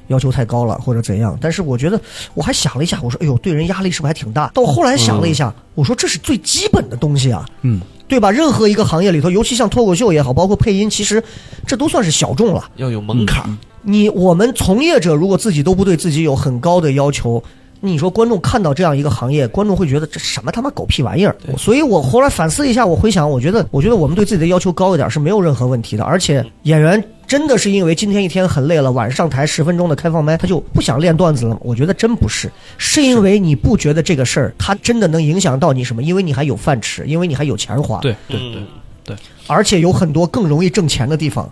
[SPEAKER 2] 要求太高了或者怎样，但是我觉得我还想了一下，我说哎呦，对人压力是不是还挺大？到后来想了一下，我说这是最基本的东西啊，
[SPEAKER 4] 嗯，
[SPEAKER 2] 对吧？任何一个行业里头，尤其像脱口秀也好，包括配音，其实这都算是小众了。
[SPEAKER 1] 要有门槛儿。
[SPEAKER 2] 你我们从业者如果自己都不对自己有很高的要求，你说观众看到这样一个行业，观众会觉得这什么他妈狗屁玩意儿？所以我后来反思一下，我回想，我觉得我觉得我们对自己的要求高一点是没有任何问题的，而且演员。真的是因为今天一天很累了，晚上台十分钟的开放麦，他就不想练段子了。我觉得真不是，是因为你不觉得这个事儿它真的能影响到你什么？因为你还有饭吃，因为你还有钱花。
[SPEAKER 4] 对对对
[SPEAKER 1] 嗯，
[SPEAKER 2] 而且有很多更容易挣钱的地方，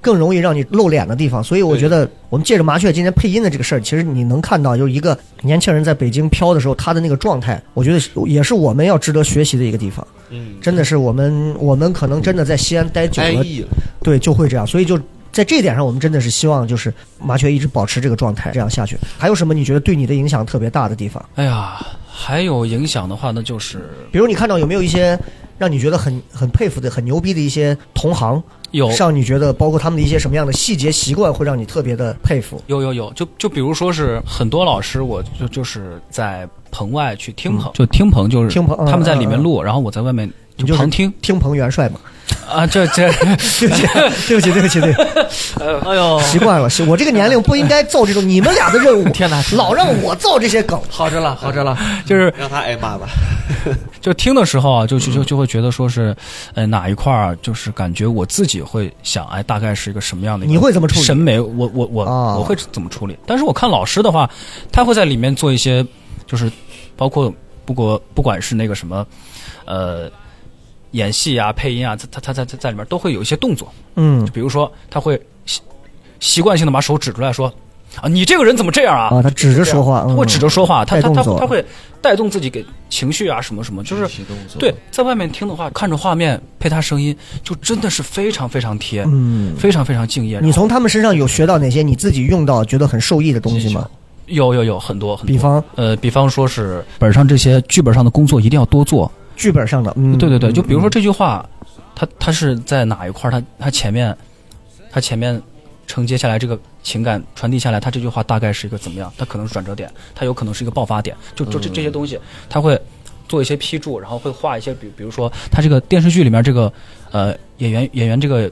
[SPEAKER 2] 更容易让你露脸的地方。所以我觉得，我们借着麻雀今天配音的这个事儿，其实你能看到，就是一个年轻人在北京飘的时候，他的那个状态，我觉得是也是我们要值得学习的一个地方。
[SPEAKER 1] 嗯，
[SPEAKER 2] 真的是我们，我们可能真的在西安待久
[SPEAKER 1] 安
[SPEAKER 2] 了，
[SPEAKER 1] 逸了。
[SPEAKER 2] 对，就会这样。所以就。在这一点上，我们真的是希望就是麻雀一直保持这个状态，这样下去。还有什么你觉得对你的影响特别大的地方？
[SPEAKER 4] 哎呀，还有影响的话，那就是
[SPEAKER 2] 比如你看到有没有一些让你觉得很很佩服的、很牛逼的一些同行，
[SPEAKER 4] 有
[SPEAKER 2] 让你觉得包括他们的一些什么样的细节习惯会让你特别的佩服？
[SPEAKER 4] 有有有，就就比如说是很多老师，我就就是在棚外去听嗯棚，就听棚就是
[SPEAKER 2] 听棚嗯
[SPEAKER 4] 他们在里面录，然后我在外面
[SPEAKER 2] 你就是
[SPEAKER 4] 旁听
[SPEAKER 2] 听彭元 帅嘛？
[SPEAKER 4] 啊，这这，
[SPEAKER 2] 对不起， 对不起，对不起，对不起，
[SPEAKER 3] 哎呦，
[SPEAKER 2] 习惯了。是我这个年龄不应该造这种你 们俩的任务，天哪，老让我造这些 梗。
[SPEAKER 3] 好着了，好着了，
[SPEAKER 4] 就是
[SPEAKER 1] 让他挨骂吧。
[SPEAKER 4] 就听的时候啊，就就
[SPEAKER 2] 嗯
[SPEAKER 4] 就就会觉得说是，呃，哪一块儿啊就是感觉我自己会想，哎，大概是一个什么样的一个
[SPEAKER 2] 你会怎么处理
[SPEAKER 4] 审美？我我我、
[SPEAKER 2] 啊
[SPEAKER 4] 我会怎么处理？但是我看老师的话，他会在里面做一些，就是包括不过不管是那个什么，呃，演戏啊、配音啊，他他他在在在里面都会有一些动作，
[SPEAKER 2] 嗯
[SPEAKER 4] 就比如说他会习习惯性的把手指出来说，啊，你这个人怎么这样啊？
[SPEAKER 2] 啊，他指着说话，
[SPEAKER 4] 他会
[SPEAKER 2] 嗯
[SPEAKER 4] 指着说话，他
[SPEAKER 2] 带
[SPEAKER 4] 他
[SPEAKER 2] 动
[SPEAKER 4] 他
[SPEAKER 2] 作
[SPEAKER 4] 他会带动自己给情绪啊什么什么，就是
[SPEAKER 1] 体动作
[SPEAKER 4] 对，，在外面听的话，看着画面配他声音，就真的是非常非常贴，
[SPEAKER 2] 嗯。
[SPEAKER 4] 非常非常敬业。
[SPEAKER 2] 你从他们身上有学到哪些你自己用到觉得很受益的东西吗？
[SPEAKER 4] 有有有很多很多，
[SPEAKER 2] 比方
[SPEAKER 4] 呃，比方说是本上这些剧本上的工作一定要多做。
[SPEAKER 2] 剧本上的，嗯，
[SPEAKER 4] 对对对，
[SPEAKER 2] 嗯
[SPEAKER 4] 就比如说这句话，他他是在哪一块儿？他他前面，他前面承接下来这个情感传递下来，他这句话大概是一个怎么样？他可能是转折点，他有可能是一个爆发点，就就这
[SPEAKER 2] 嗯
[SPEAKER 4] 这些东西，他会做一些批注，然后会画一些，比比如说他这个电视剧里面这个呃演员演员这个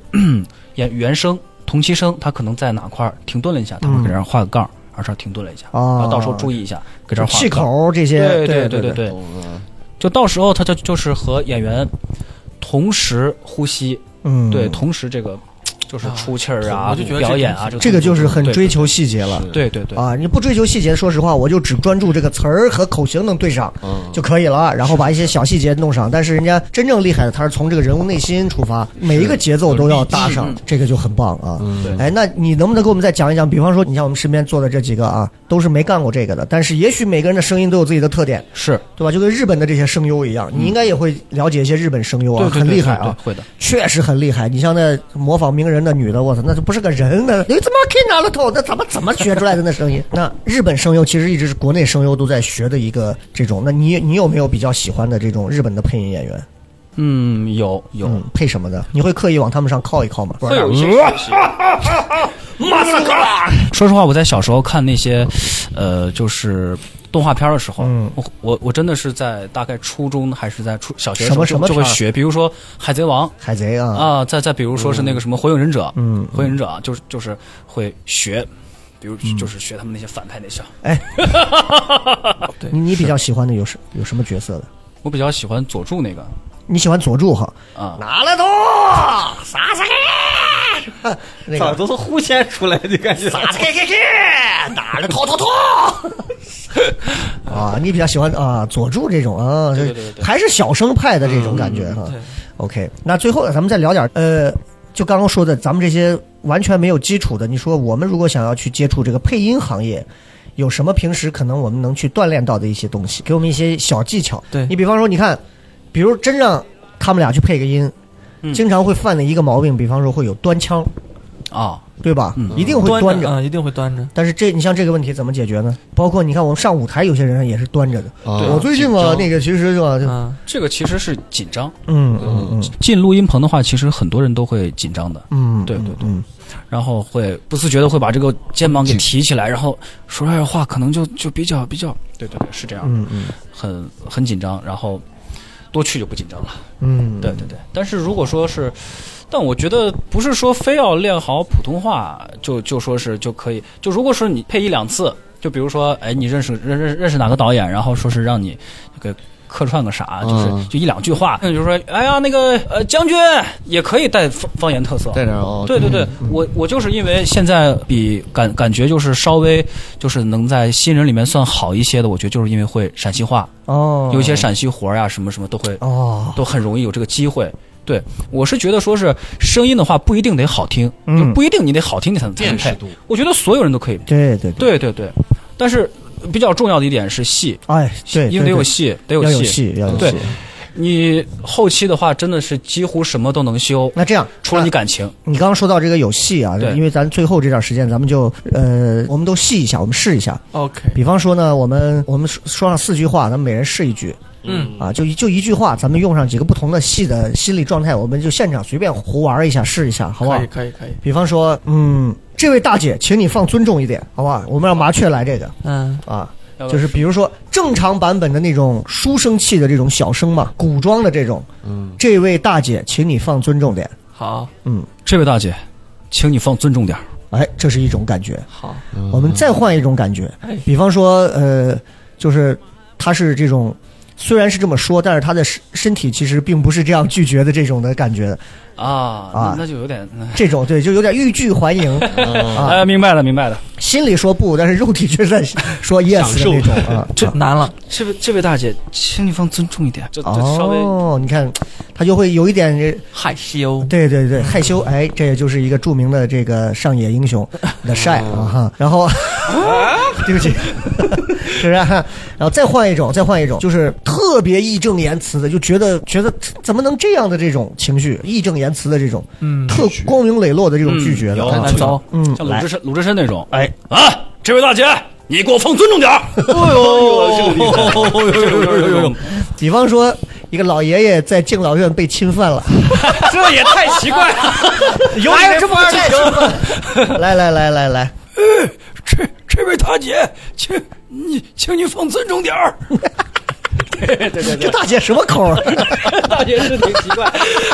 [SPEAKER 4] 演原声同期声，他可能在哪块儿停顿了一下，他会给这儿画个杠，而这儿停顿了一下，
[SPEAKER 2] 嗯啊
[SPEAKER 4] 然后到时候注意一下，给这儿画
[SPEAKER 2] 气
[SPEAKER 4] 个杠。
[SPEAKER 2] 口这些，
[SPEAKER 4] 对
[SPEAKER 2] 对
[SPEAKER 4] 对
[SPEAKER 2] 对
[SPEAKER 4] 对，
[SPEAKER 1] 懂了。
[SPEAKER 4] 就到时候他就就是和演员同时呼吸，
[SPEAKER 2] 嗯，
[SPEAKER 4] 对，同时这个就是出气儿啊、
[SPEAKER 3] 我就觉得这
[SPEAKER 4] 表演
[SPEAKER 3] 东
[SPEAKER 4] 啊，
[SPEAKER 3] 西
[SPEAKER 2] 这个就是很追
[SPEAKER 4] 求。
[SPEAKER 2] 求细节了。
[SPEAKER 4] 对对对，
[SPEAKER 2] 啊，你不追求细节，说实话，我就只专注这个词儿和口型能对上
[SPEAKER 1] 嗯
[SPEAKER 2] 就可以
[SPEAKER 4] 哦
[SPEAKER 2] 了，啊然后把一些小细节弄上。但是人家真正厉害的，他是从这个人物内心出发，每一个节奏都要搭上，这个就很棒啊。
[SPEAKER 1] 嗯
[SPEAKER 2] 哎，那你能不能给我们再讲一讲？比方说，你像我们身边坐的这几个啊，都是没干过这个的，但是也许每个人的声音都有自己的特点，
[SPEAKER 4] 是
[SPEAKER 2] 对吧？就跟日本的这些声优一样，你应该也会了解一些日本声优啊，
[SPEAKER 4] 对对
[SPEAKER 2] 很
[SPEAKER 4] 对
[SPEAKER 2] 厉害
[SPEAKER 4] 对
[SPEAKER 2] 啊
[SPEAKER 4] 对，会的。
[SPEAKER 2] 确实很厉害。你像那模仿名人的女的，我操，那就不是个人的，你怎么可以拿了头？那怎么怎么学出来的那声音？那日本声优其实一直是国内声优都在学的一个这种。那你你有没有比较喜欢的这种日本的配音演员？
[SPEAKER 4] 嗯，有有，
[SPEAKER 2] 嗯，配什么的？你会刻意往他们上靠一靠吗？
[SPEAKER 3] 会有一些学习。
[SPEAKER 4] 说实话，我在小时候看那些，呃，就是动画片儿的时候，
[SPEAKER 2] 嗯
[SPEAKER 4] 我我我真的是在大概初中还是在初小学的
[SPEAKER 2] 什么
[SPEAKER 4] 时候
[SPEAKER 2] 什么
[SPEAKER 4] 就就会
[SPEAKER 2] 片儿
[SPEAKER 4] 学，比如说《海贼王》
[SPEAKER 2] 海贼啊，
[SPEAKER 4] 啊、再再比如说是那个什么《火影忍者》，
[SPEAKER 2] 嗯
[SPEAKER 4] 火影忍者》啊，就是就是会学，比如就是学他们那些反派那些。
[SPEAKER 2] 你你比较喜欢的有什有什么角色的？
[SPEAKER 4] 我比较喜欢佐助那个
[SPEAKER 2] 你喜欢佐助哈？
[SPEAKER 4] 啊，
[SPEAKER 2] 拿了头，啥啥给？ 那
[SPEAKER 3] 咋
[SPEAKER 2] 个
[SPEAKER 3] 都是互相出来的感觉？
[SPEAKER 2] 啥啥给给给？拿了头头头。 啊，你比较喜欢啊佐助这种啊，
[SPEAKER 4] 对对对对嗯
[SPEAKER 2] 还是小生派的这种感觉哈。OK，那最后咱们再聊点儿呃，就刚刚说的，咱们这些完全没有基础的，你说我们如果想要去接触这个配音行业，有什么平时可能我们能去锻炼到的一些东西，给我们一些小技巧。
[SPEAKER 3] 对
[SPEAKER 2] 你比方说，你看，比如真让他们俩去配个音，
[SPEAKER 4] 嗯
[SPEAKER 2] 经常会犯的一个毛病，比方说会有端腔，
[SPEAKER 4] 啊，
[SPEAKER 2] 对吧？
[SPEAKER 4] 嗯
[SPEAKER 2] 一定会
[SPEAKER 3] 端
[SPEAKER 2] 端着。
[SPEAKER 3] 啊，一定会端着。
[SPEAKER 2] 但是这你像这个问题怎么解决呢？包括你看我们上舞台，有些人也是端着的。
[SPEAKER 4] 啊
[SPEAKER 1] 啊
[SPEAKER 2] 我最近嘛，那个其实就啊就
[SPEAKER 3] 啊，
[SPEAKER 4] 这个其实是紧张。
[SPEAKER 2] 嗯嗯嗯
[SPEAKER 4] 进录音棚的话，其实很多人都会紧张的，
[SPEAKER 2] 嗯，
[SPEAKER 4] 对对对
[SPEAKER 2] 嗯
[SPEAKER 4] 然后会不自觉的会把这个肩膀给提起来，然后说出来的话可能就就比较比较，对对对，是这样，
[SPEAKER 2] 嗯嗯
[SPEAKER 4] 很很紧张，然后多去就不紧张了，
[SPEAKER 2] 嗯，
[SPEAKER 4] 对对对。但是如果说是，但我觉得不是说非要练好普通话就就说是就可以，就如果说你配一两次，就比如说哎你认识认认认识哪个导演，然后说是让你给。客串个啥，就是
[SPEAKER 1] 嗯
[SPEAKER 4] 就一两句话，那就是说，哎呀，那个呃，将军也可以带方方言特色，
[SPEAKER 1] 带点哦，
[SPEAKER 4] 对对对，我我就是因为现在比感感觉就是稍微就是能在新人里面算好一些的，我觉得就是因为会陕西话，
[SPEAKER 2] 哦，
[SPEAKER 4] 有一些陕西活儿呀、什么什么都会
[SPEAKER 2] 哦，
[SPEAKER 4] 都很容易有这个机会。对，我是觉得说是声音的话不一定得好听，
[SPEAKER 2] 嗯
[SPEAKER 4] 就不一定你得好听你才能才能
[SPEAKER 1] 辨识
[SPEAKER 4] 配。
[SPEAKER 1] 度，
[SPEAKER 4] 我觉得所有人都可以。
[SPEAKER 2] 对对，
[SPEAKER 4] 对对对，但是比较重要的一点是戏，
[SPEAKER 2] 哎对，
[SPEAKER 4] 因为得有戏，得
[SPEAKER 2] 对
[SPEAKER 4] 有
[SPEAKER 2] 对要
[SPEAKER 4] 戏。
[SPEAKER 2] 戏要有
[SPEAKER 4] 对
[SPEAKER 2] 戏。
[SPEAKER 4] 你后期的话真的是几乎什么都能修，
[SPEAKER 2] 那这样，
[SPEAKER 4] 除了你感情。
[SPEAKER 2] 你刚刚说到这个有戏啊，
[SPEAKER 4] 对
[SPEAKER 2] 因为咱最后这段时间，咱们就呃，我们都戏一下，我们试一下。
[SPEAKER 3] OK，
[SPEAKER 2] 比方说呢，我们我们说说上四句话，咱们每人试一句
[SPEAKER 3] 嗯，
[SPEAKER 2] 啊，就一就一句话，咱们用上几个不同的戏的心理状态，我们就现场随便胡玩一下，试一下，好不好
[SPEAKER 3] 可以？可以可以，
[SPEAKER 2] 比方说，嗯，这位大姐，请你放尊重一点，好不好？我们让麻雀来这个
[SPEAKER 3] 嗯，
[SPEAKER 2] 啊，
[SPEAKER 4] 要不
[SPEAKER 2] 就是比如说正常版本的那种书生气的这种小生嘛，古装的这种，
[SPEAKER 1] 嗯，
[SPEAKER 2] 这位大姐，请你放尊重点，
[SPEAKER 3] 好
[SPEAKER 2] 嗯，
[SPEAKER 4] 这位大姐，请你放尊重点儿。
[SPEAKER 2] 哎，这是一种感觉。
[SPEAKER 3] 好，
[SPEAKER 2] 我们再换一种感觉
[SPEAKER 3] 哎，
[SPEAKER 2] 比方说，呃，就是他是这种。虽然是这么说，但是他的身身体其实并不是这样拒绝的这种的感觉的，
[SPEAKER 4] 啊，
[SPEAKER 2] 啊
[SPEAKER 4] 那那就有点，嗯
[SPEAKER 2] 这种对就有点欲拒还迎啊，
[SPEAKER 4] 哎，明白了，明白了。
[SPEAKER 2] 心里说不，但是肉体却在 说 yes 的那 种啊。
[SPEAKER 4] 这
[SPEAKER 3] 难了，
[SPEAKER 4] 这位这位大姐，请你放尊重一点，就就稍微
[SPEAKER 2] 哦，你看，他就会有一点这，
[SPEAKER 3] 害羞，
[SPEAKER 2] 对对
[SPEAKER 4] 嗯
[SPEAKER 2] 对，害羞。哎，这也就是一个著名的这个上野英 雄的晒啊哈。然后， 对不起， 是不是啊？然后再换一种，再换一种，就是特别义正言辞的，就觉得觉得怎么能这样的这种情绪，义正言辞的这种，
[SPEAKER 3] 嗯，
[SPEAKER 2] 特光明磊落的这种拒绝的
[SPEAKER 4] 嗯有
[SPEAKER 2] 啊
[SPEAKER 3] 难遭，
[SPEAKER 2] 嗯，
[SPEAKER 4] 像鲁
[SPEAKER 2] 来
[SPEAKER 4] 智深、鲁智深那种。
[SPEAKER 2] 哎
[SPEAKER 4] 啊，这位大姐，你给我放尊 重点儿。哎
[SPEAKER 3] 哦呦呦呦呦呦，
[SPEAKER 2] 比方说，一个老爷爷在敬老院被侵犯了，
[SPEAKER 4] 这也太奇怪了。
[SPEAKER 2] 有这么二代侵犯？来来来来来，
[SPEAKER 4] 这这位大姐，请你请你放尊重点儿。对对
[SPEAKER 2] 这
[SPEAKER 4] 对，
[SPEAKER 2] 大姐什么口儿？
[SPEAKER 4] 大学是挺奇怪。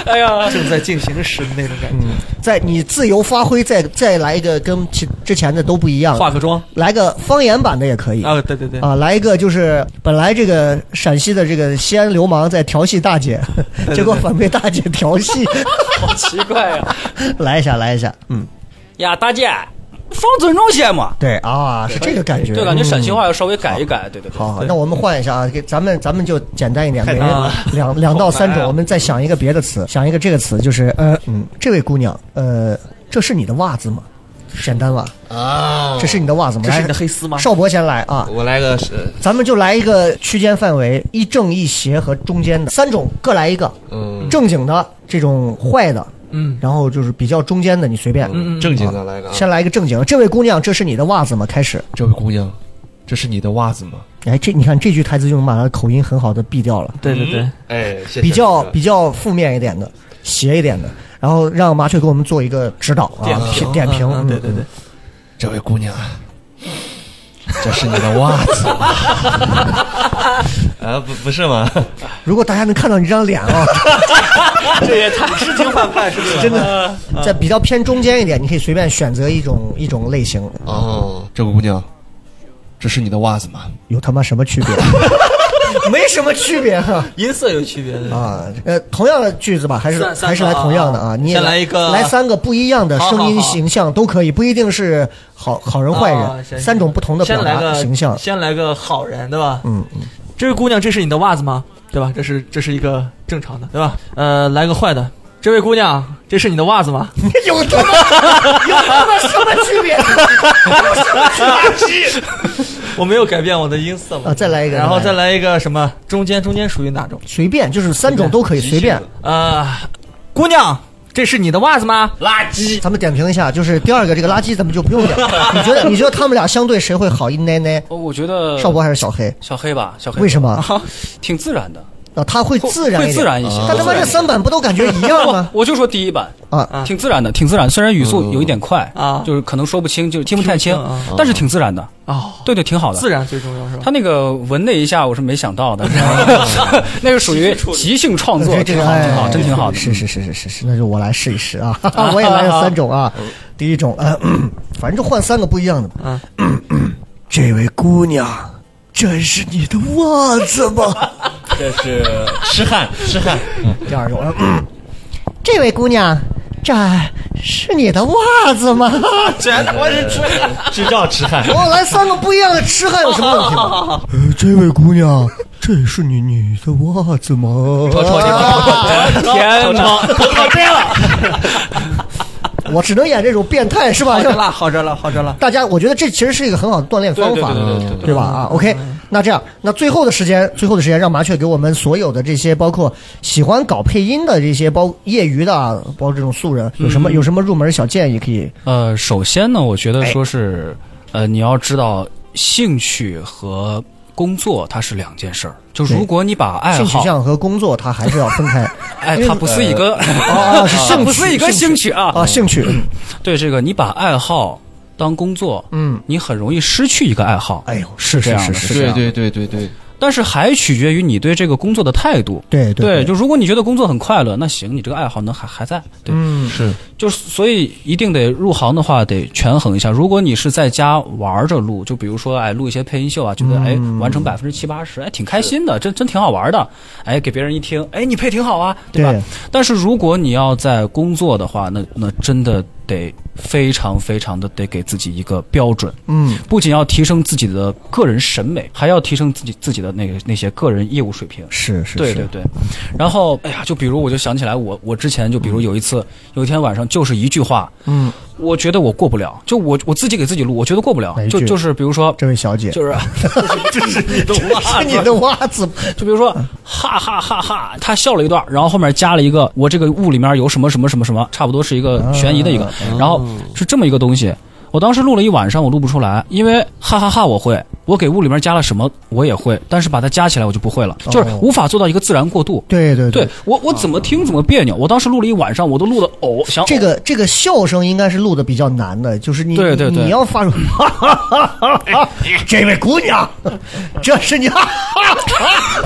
[SPEAKER 4] 哎
[SPEAKER 2] 啊
[SPEAKER 4] 呀，
[SPEAKER 3] 正在进行时的那种感觉。
[SPEAKER 2] 在你自由发挥，再再来一个跟其之前的都不一样，
[SPEAKER 3] 化个妆
[SPEAKER 2] 来个方言版的也可以。
[SPEAKER 3] 啊，对对对，
[SPEAKER 2] 啊，来一个就是本来这个陕西的这个西安流氓在调戏大姐，结果反被大姐调 戏，
[SPEAKER 4] 好奇怪
[SPEAKER 2] 啊
[SPEAKER 4] 呀！
[SPEAKER 2] 来一下，来一下，嗯，
[SPEAKER 4] 呀，大姐，放尊重些嘛。
[SPEAKER 2] 对啊，是这个感觉，
[SPEAKER 4] 对，感觉陕西
[SPEAKER 2] 嗯
[SPEAKER 4] 话要稍微改一改，对对对。
[SPEAKER 2] 好，好，那我们换一下啊，给咱们咱们就简单一点，每人
[SPEAKER 3] 难了
[SPEAKER 2] 两两到三
[SPEAKER 3] 好难
[SPEAKER 2] 种，
[SPEAKER 3] 啊
[SPEAKER 2] 我们再想一个别的词，想一个这个词，就是呃，嗯，这位姑娘，呃，这是你的袜子吗？简单吧，
[SPEAKER 1] 啊
[SPEAKER 2] 这是你的袜子吗？
[SPEAKER 3] 这是你的
[SPEAKER 2] 来
[SPEAKER 3] 黑丝吗？
[SPEAKER 2] 少博先来啊，
[SPEAKER 1] 我来个是，
[SPEAKER 2] 咱们就来一个区间范围，一正一邪和中间的三种各来一个，
[SPEAKER 1] 嗯
[SPEAKER 2] 正经的这种坏的，
[SPEAKER 3] 嗯，
[SPEAKER 2] 然后就是比较中间的，你随便。
[SPEAKER 1] 嗯正经的来个啊。
[SPEAKER 2] 先来一个正经的，这位姑娘，这是你的袜子吗？开始，
[SPEAKER 1] 这位姑娘，这是你的袜子吗？
[SPEAKER 2] 哎，这你看这句台词就能把她的口音很好的避掉了。
[SPEAKER 3] 对对对，
[SPEAKER 1] 哎，谢谢
[SPEAKER 2] 比较
[SPEAKER 1] 这个
[SPEAKER 2] 比较负面一点的、邪一点的，然后让麻雀给我们做一个指导啊，
[SPEAKER 3] 点
[SPEAKER 2] 评
[SPEAKER 3] 评
[SPEAKER 2] 点评，
[SPEAKER 3] 嗯
[SPEAKER 2] 嗯
[SPEAKER 3] 对对对，
[SPEAKER 1] 这位姑娘，啊这是你的袜子吗？啊，不不是吗？
[SPEAKER 2] 如果大家能看到你这张脸啊，
[SPEAKER 3] 这也太诗情画派是不啊是？真的，
[SPEAKER 2] 在比较偏中间一点，你可以随便选择一种一种类型，
[SPEAKER 1] 哦，这位姑娘，这是你的袜子吗？
[SPEAKER 2] 有他妈什么区别？ 没什么区别哈
[SPEAKER 3] 音色有区别的。
[SPEAKER 2] 啊，呃，同样的句子吧，还是
[SPEAKER 3] 三三个
[SPEAKER 2] 还是来同样的啊，
[SPEAKER 3] 啊
[SPEAKER 2] 你也
[SPEAKER 3] 先来一个
[SPEAKER 2] 来三个不一样的声音
[SPEAKER 3] 好好好
[SPEAKER 2] 形象都可以，不一定是好好人坏
[SPEAKER 3] 啊行
[SPEAKER 2] 人，
[SPEAKER 3] 行
[SPEAKER 2] 三种不同的
[SPEAKER 3] 先
[SPEAKER 2] 表
[SPEAKER 3] 来
[SPEAKER 2] 达
[SPEAKER 3] 个
[SPEAKER 2] 形象，
[SPEAKER 3] 先来个好人，对吧？
[SPEAKER 2] 嗯，
[SPEAKER 3] 这位姑娘，这是你的袜子吗？对吧？这是这是一个正常的，对吧？呃，来个坏的，这位姑娘，这是你的袜子吗？
[SPEAKER 2] 有他妈有他妈什么区别？啊
[SPEAKER 3] 我没有改变我的音色嘛。
[SPEAKER 2] 啊再来一个
[SPEAKER 3] 然后
[SPEAKER 2] 再
[SPEAKER 3] 再来一个什么？中间中间属于哪种？
[SPEAKER 2] 随便，就是三种都可以随便。
[SPEAKER 3] 呃，姑娘，这是你的袜子吗？
[SPEAKER 5] 垃圾，
[SPEAKER 2] 咱们点评一下，就是第二个这个垃圾咱们就不用 点。你觉得你觉得他们俩相对谁会好一奶奶？
[SPEAKER 4] 哦我我觉得
[SPEAKER 2] 少博还是小黑？
[SPEAKER 4] 小黑吧，小黑啊
[SPEAKER 2] 为什么？
[SPEAKER 4] 挺自然的，
[SPEAKER 2] 啊，他会
[SPEAKER 4] 会
[SPEAKER 2] 自然
[SPEAKER 4] 会
[SPEAKER 2] 一
[SPEAKER 4] 自
[SPEAKER 2] 点。啊
[SPEAKER 4] 然一些。啊
[SPEAKER 2] 但他妈这三版不都感觉一样 吗？
[SPEAKER 4] 我就说第一版
[SPEAKER 2] 啊，嗯
[SPEAKER 4] 挺自然的，挺自然的，虽然语速有一点快
[SPEAKER 3] 啊
[SPEAKER 4] 就是可能说不清，就是听不太清
[SPEAKER 3] 听不
[SPEAKER 2] 啊
[SPEAKER 3] 清，
[SPEAKER 4] 但是挺自然的，
[SPEAKER 3] 哦，
[SPEAKER 4] 对对，挺好的
[SPEAKER 3] 自。然最重要是吧？
[SPEAKER 4] 他那个闻那一下，我是没想到的， 那个属于即兴 创作，
[SPEAKER 2] 这这
[SPEAKER 4] 挺
[SPEAKER 2] 个
[SPEAKER 4] 好，挺好，
[SPEAKER 2] 哎
[SPEAKER 4] 真挺好的。嗯
[SPEAKER 2] 是是是是是是，那就我来试一试啊， 我也来了三种 啊。第一种，呃， 反正就换三个不一样的吧。
[SPEAKER 4] 嗯
[SPEAKER 6] 这位姑娘，这是你的袜子吗？
[SPEAKER 5] 这是痴汉，痴汉，
[SPEAKER 2] 第二种， 呃这位姑娘，这是你的袜子吗？
[SPEAKER 5] 这叫痴汉。
[SPEAKER 2] 我来三个不一样的痴汉有什么问题吗？
[SPEAKER 6] 呃，这位姑娘，这是你你的袜子吗？
[SPEAKER 5] 哎
[SPEAKER 4] 天哪，
[SPEAKER 2] 我只能演这种变态是吧
[SPEAKER 3] 好？着了，好着了，好着了。
[SPEAKER 2] 大家，我觉得这其实是一个很好的锻炼方法，
[SPEAKER 4] 对对对对
[SPEAKER 2] 对吧？啊，OK，那这样，那最后的时间，最后的时间，让麻雀给我们所有的这些，包括喜欢搞配音的这些，包业余的啊，包括这种素人，有什么有什么入门小建议可以？
[SPEAKER 4] 呃，首先呢，我觉
[SPEAKER 2] 哎
[SPEAKER 4] 得说是，呃，你要知道兴趣和工作它是两件事儿。就
[SPEAKER 2] 对
[SPEAKER 4] 如果你把爱
[SPEAKER 2] 性取
[SPEAKER 4] 好，
[SPEAKER 2] 向和工作，它还是要分开。
[SPEAKER 4] 哎，它不是一个，
[SPEAKER 2] 哦，哦 是兴趣，
[SPEAKER 4] 不是一个兴趣啊。
[SPEAKER 2] 啊，兴趣，
[SPEAKER 4] 对这个，你把爱好当工作，
[SPEAKER 2] 嗯，
[SPEAKER 4] 你很容易失去一个爱好。
[SPEAKER 2] 哎呦，
[SPEAKER 4] 是
[SPEAKER 2] 是
[SPEAKER 4] 这样的
[SPEAKER 2] 是是，
[SPEAKER 1] 对对对对对，
[SPEAKER 4] 但是还取决于你对这个工作的态度。
[SPEAKER 2] 对对，
[SPEAKER 4] 就如果你觉得工作很快乐，那行，你这个爱好能还还在。对，
[SPEAKER 2] 嗯，
[SPEAKER 1] 是
[SPEAKER 4] 就是所以一定得入行的话，得权衡一下。如果你是在家玩着录，就比如说哎录一些配音秀啊，觉
[SPEAKER 2] 嗯
[SPEAKER 4] 得哎完成百分之七八十，哎挺开心的，真真挺好玩的。哎给别人一听，哎你配挺好啊，对吧？
[SPEAKER 2] 对
[SPEAKER 4] 但是如果你要在工作的话，那那真的得非常非常的得给自己一个标准，
[SPEAKER 2] 嗯，
[SPEAKER 4] 不仅要提升自己的个人审美，还要提升自己自己的那个那些个人业务水平。
[SPEAKER 2] 是是，
[SPEAKER 4] 对
[SPEAKER 2] 是
[SPEAKER 4] 对对，然后哎呀，就比如我就想起来我，我之前就比如有一次，有一天晚上就是一句话，
[SPEAKER 2] 嗯，
[SPEAKER 4] 我觉得我过不了，就我我自己给自己录，我觉得过不了
[SPEAKER 2] 哪一，
[SPEAKER 4] 就
[SPEAKER 2] 句
[SPEAKER 4] 就是比如说，
[SPEAKER 2] 这位小姐，
[SPEAKER 4] 就是
[SPEAKER 2] 是 你的袜子吗，
[SPEAKER 4] 就比如说哈哈哈哈，他笑了一段，然后后面加了一个
[SPEAKER 2] 啊
[SPEAKER 4] 我这个屋里面有什么什么什么什么，差不多是一个悬疑的一个，然后是这么一个东西。我当时录了一晚上，我录不出来，因为哈哈哈我会，我给物里面加了什么我也会，但是把它加起来我就不会了，就是
[SPEAKER 2] 哦
[SPEAKER 4] 无法做到一个自然过渡。
[SPEAKER 2] 对对
[SPEAKER 4] 对我我怎么听怎么别扭，我当时录了一晚上，我都录的呕，想
[SPEAKER 2] 这个这个笑声应该是录的比较难的，就是你
[SPEAKER 4] 对对对
[SPEAKER 2] 你要发出， 哈哈哈哈哈哈这位姑娘，这是 你，哈哈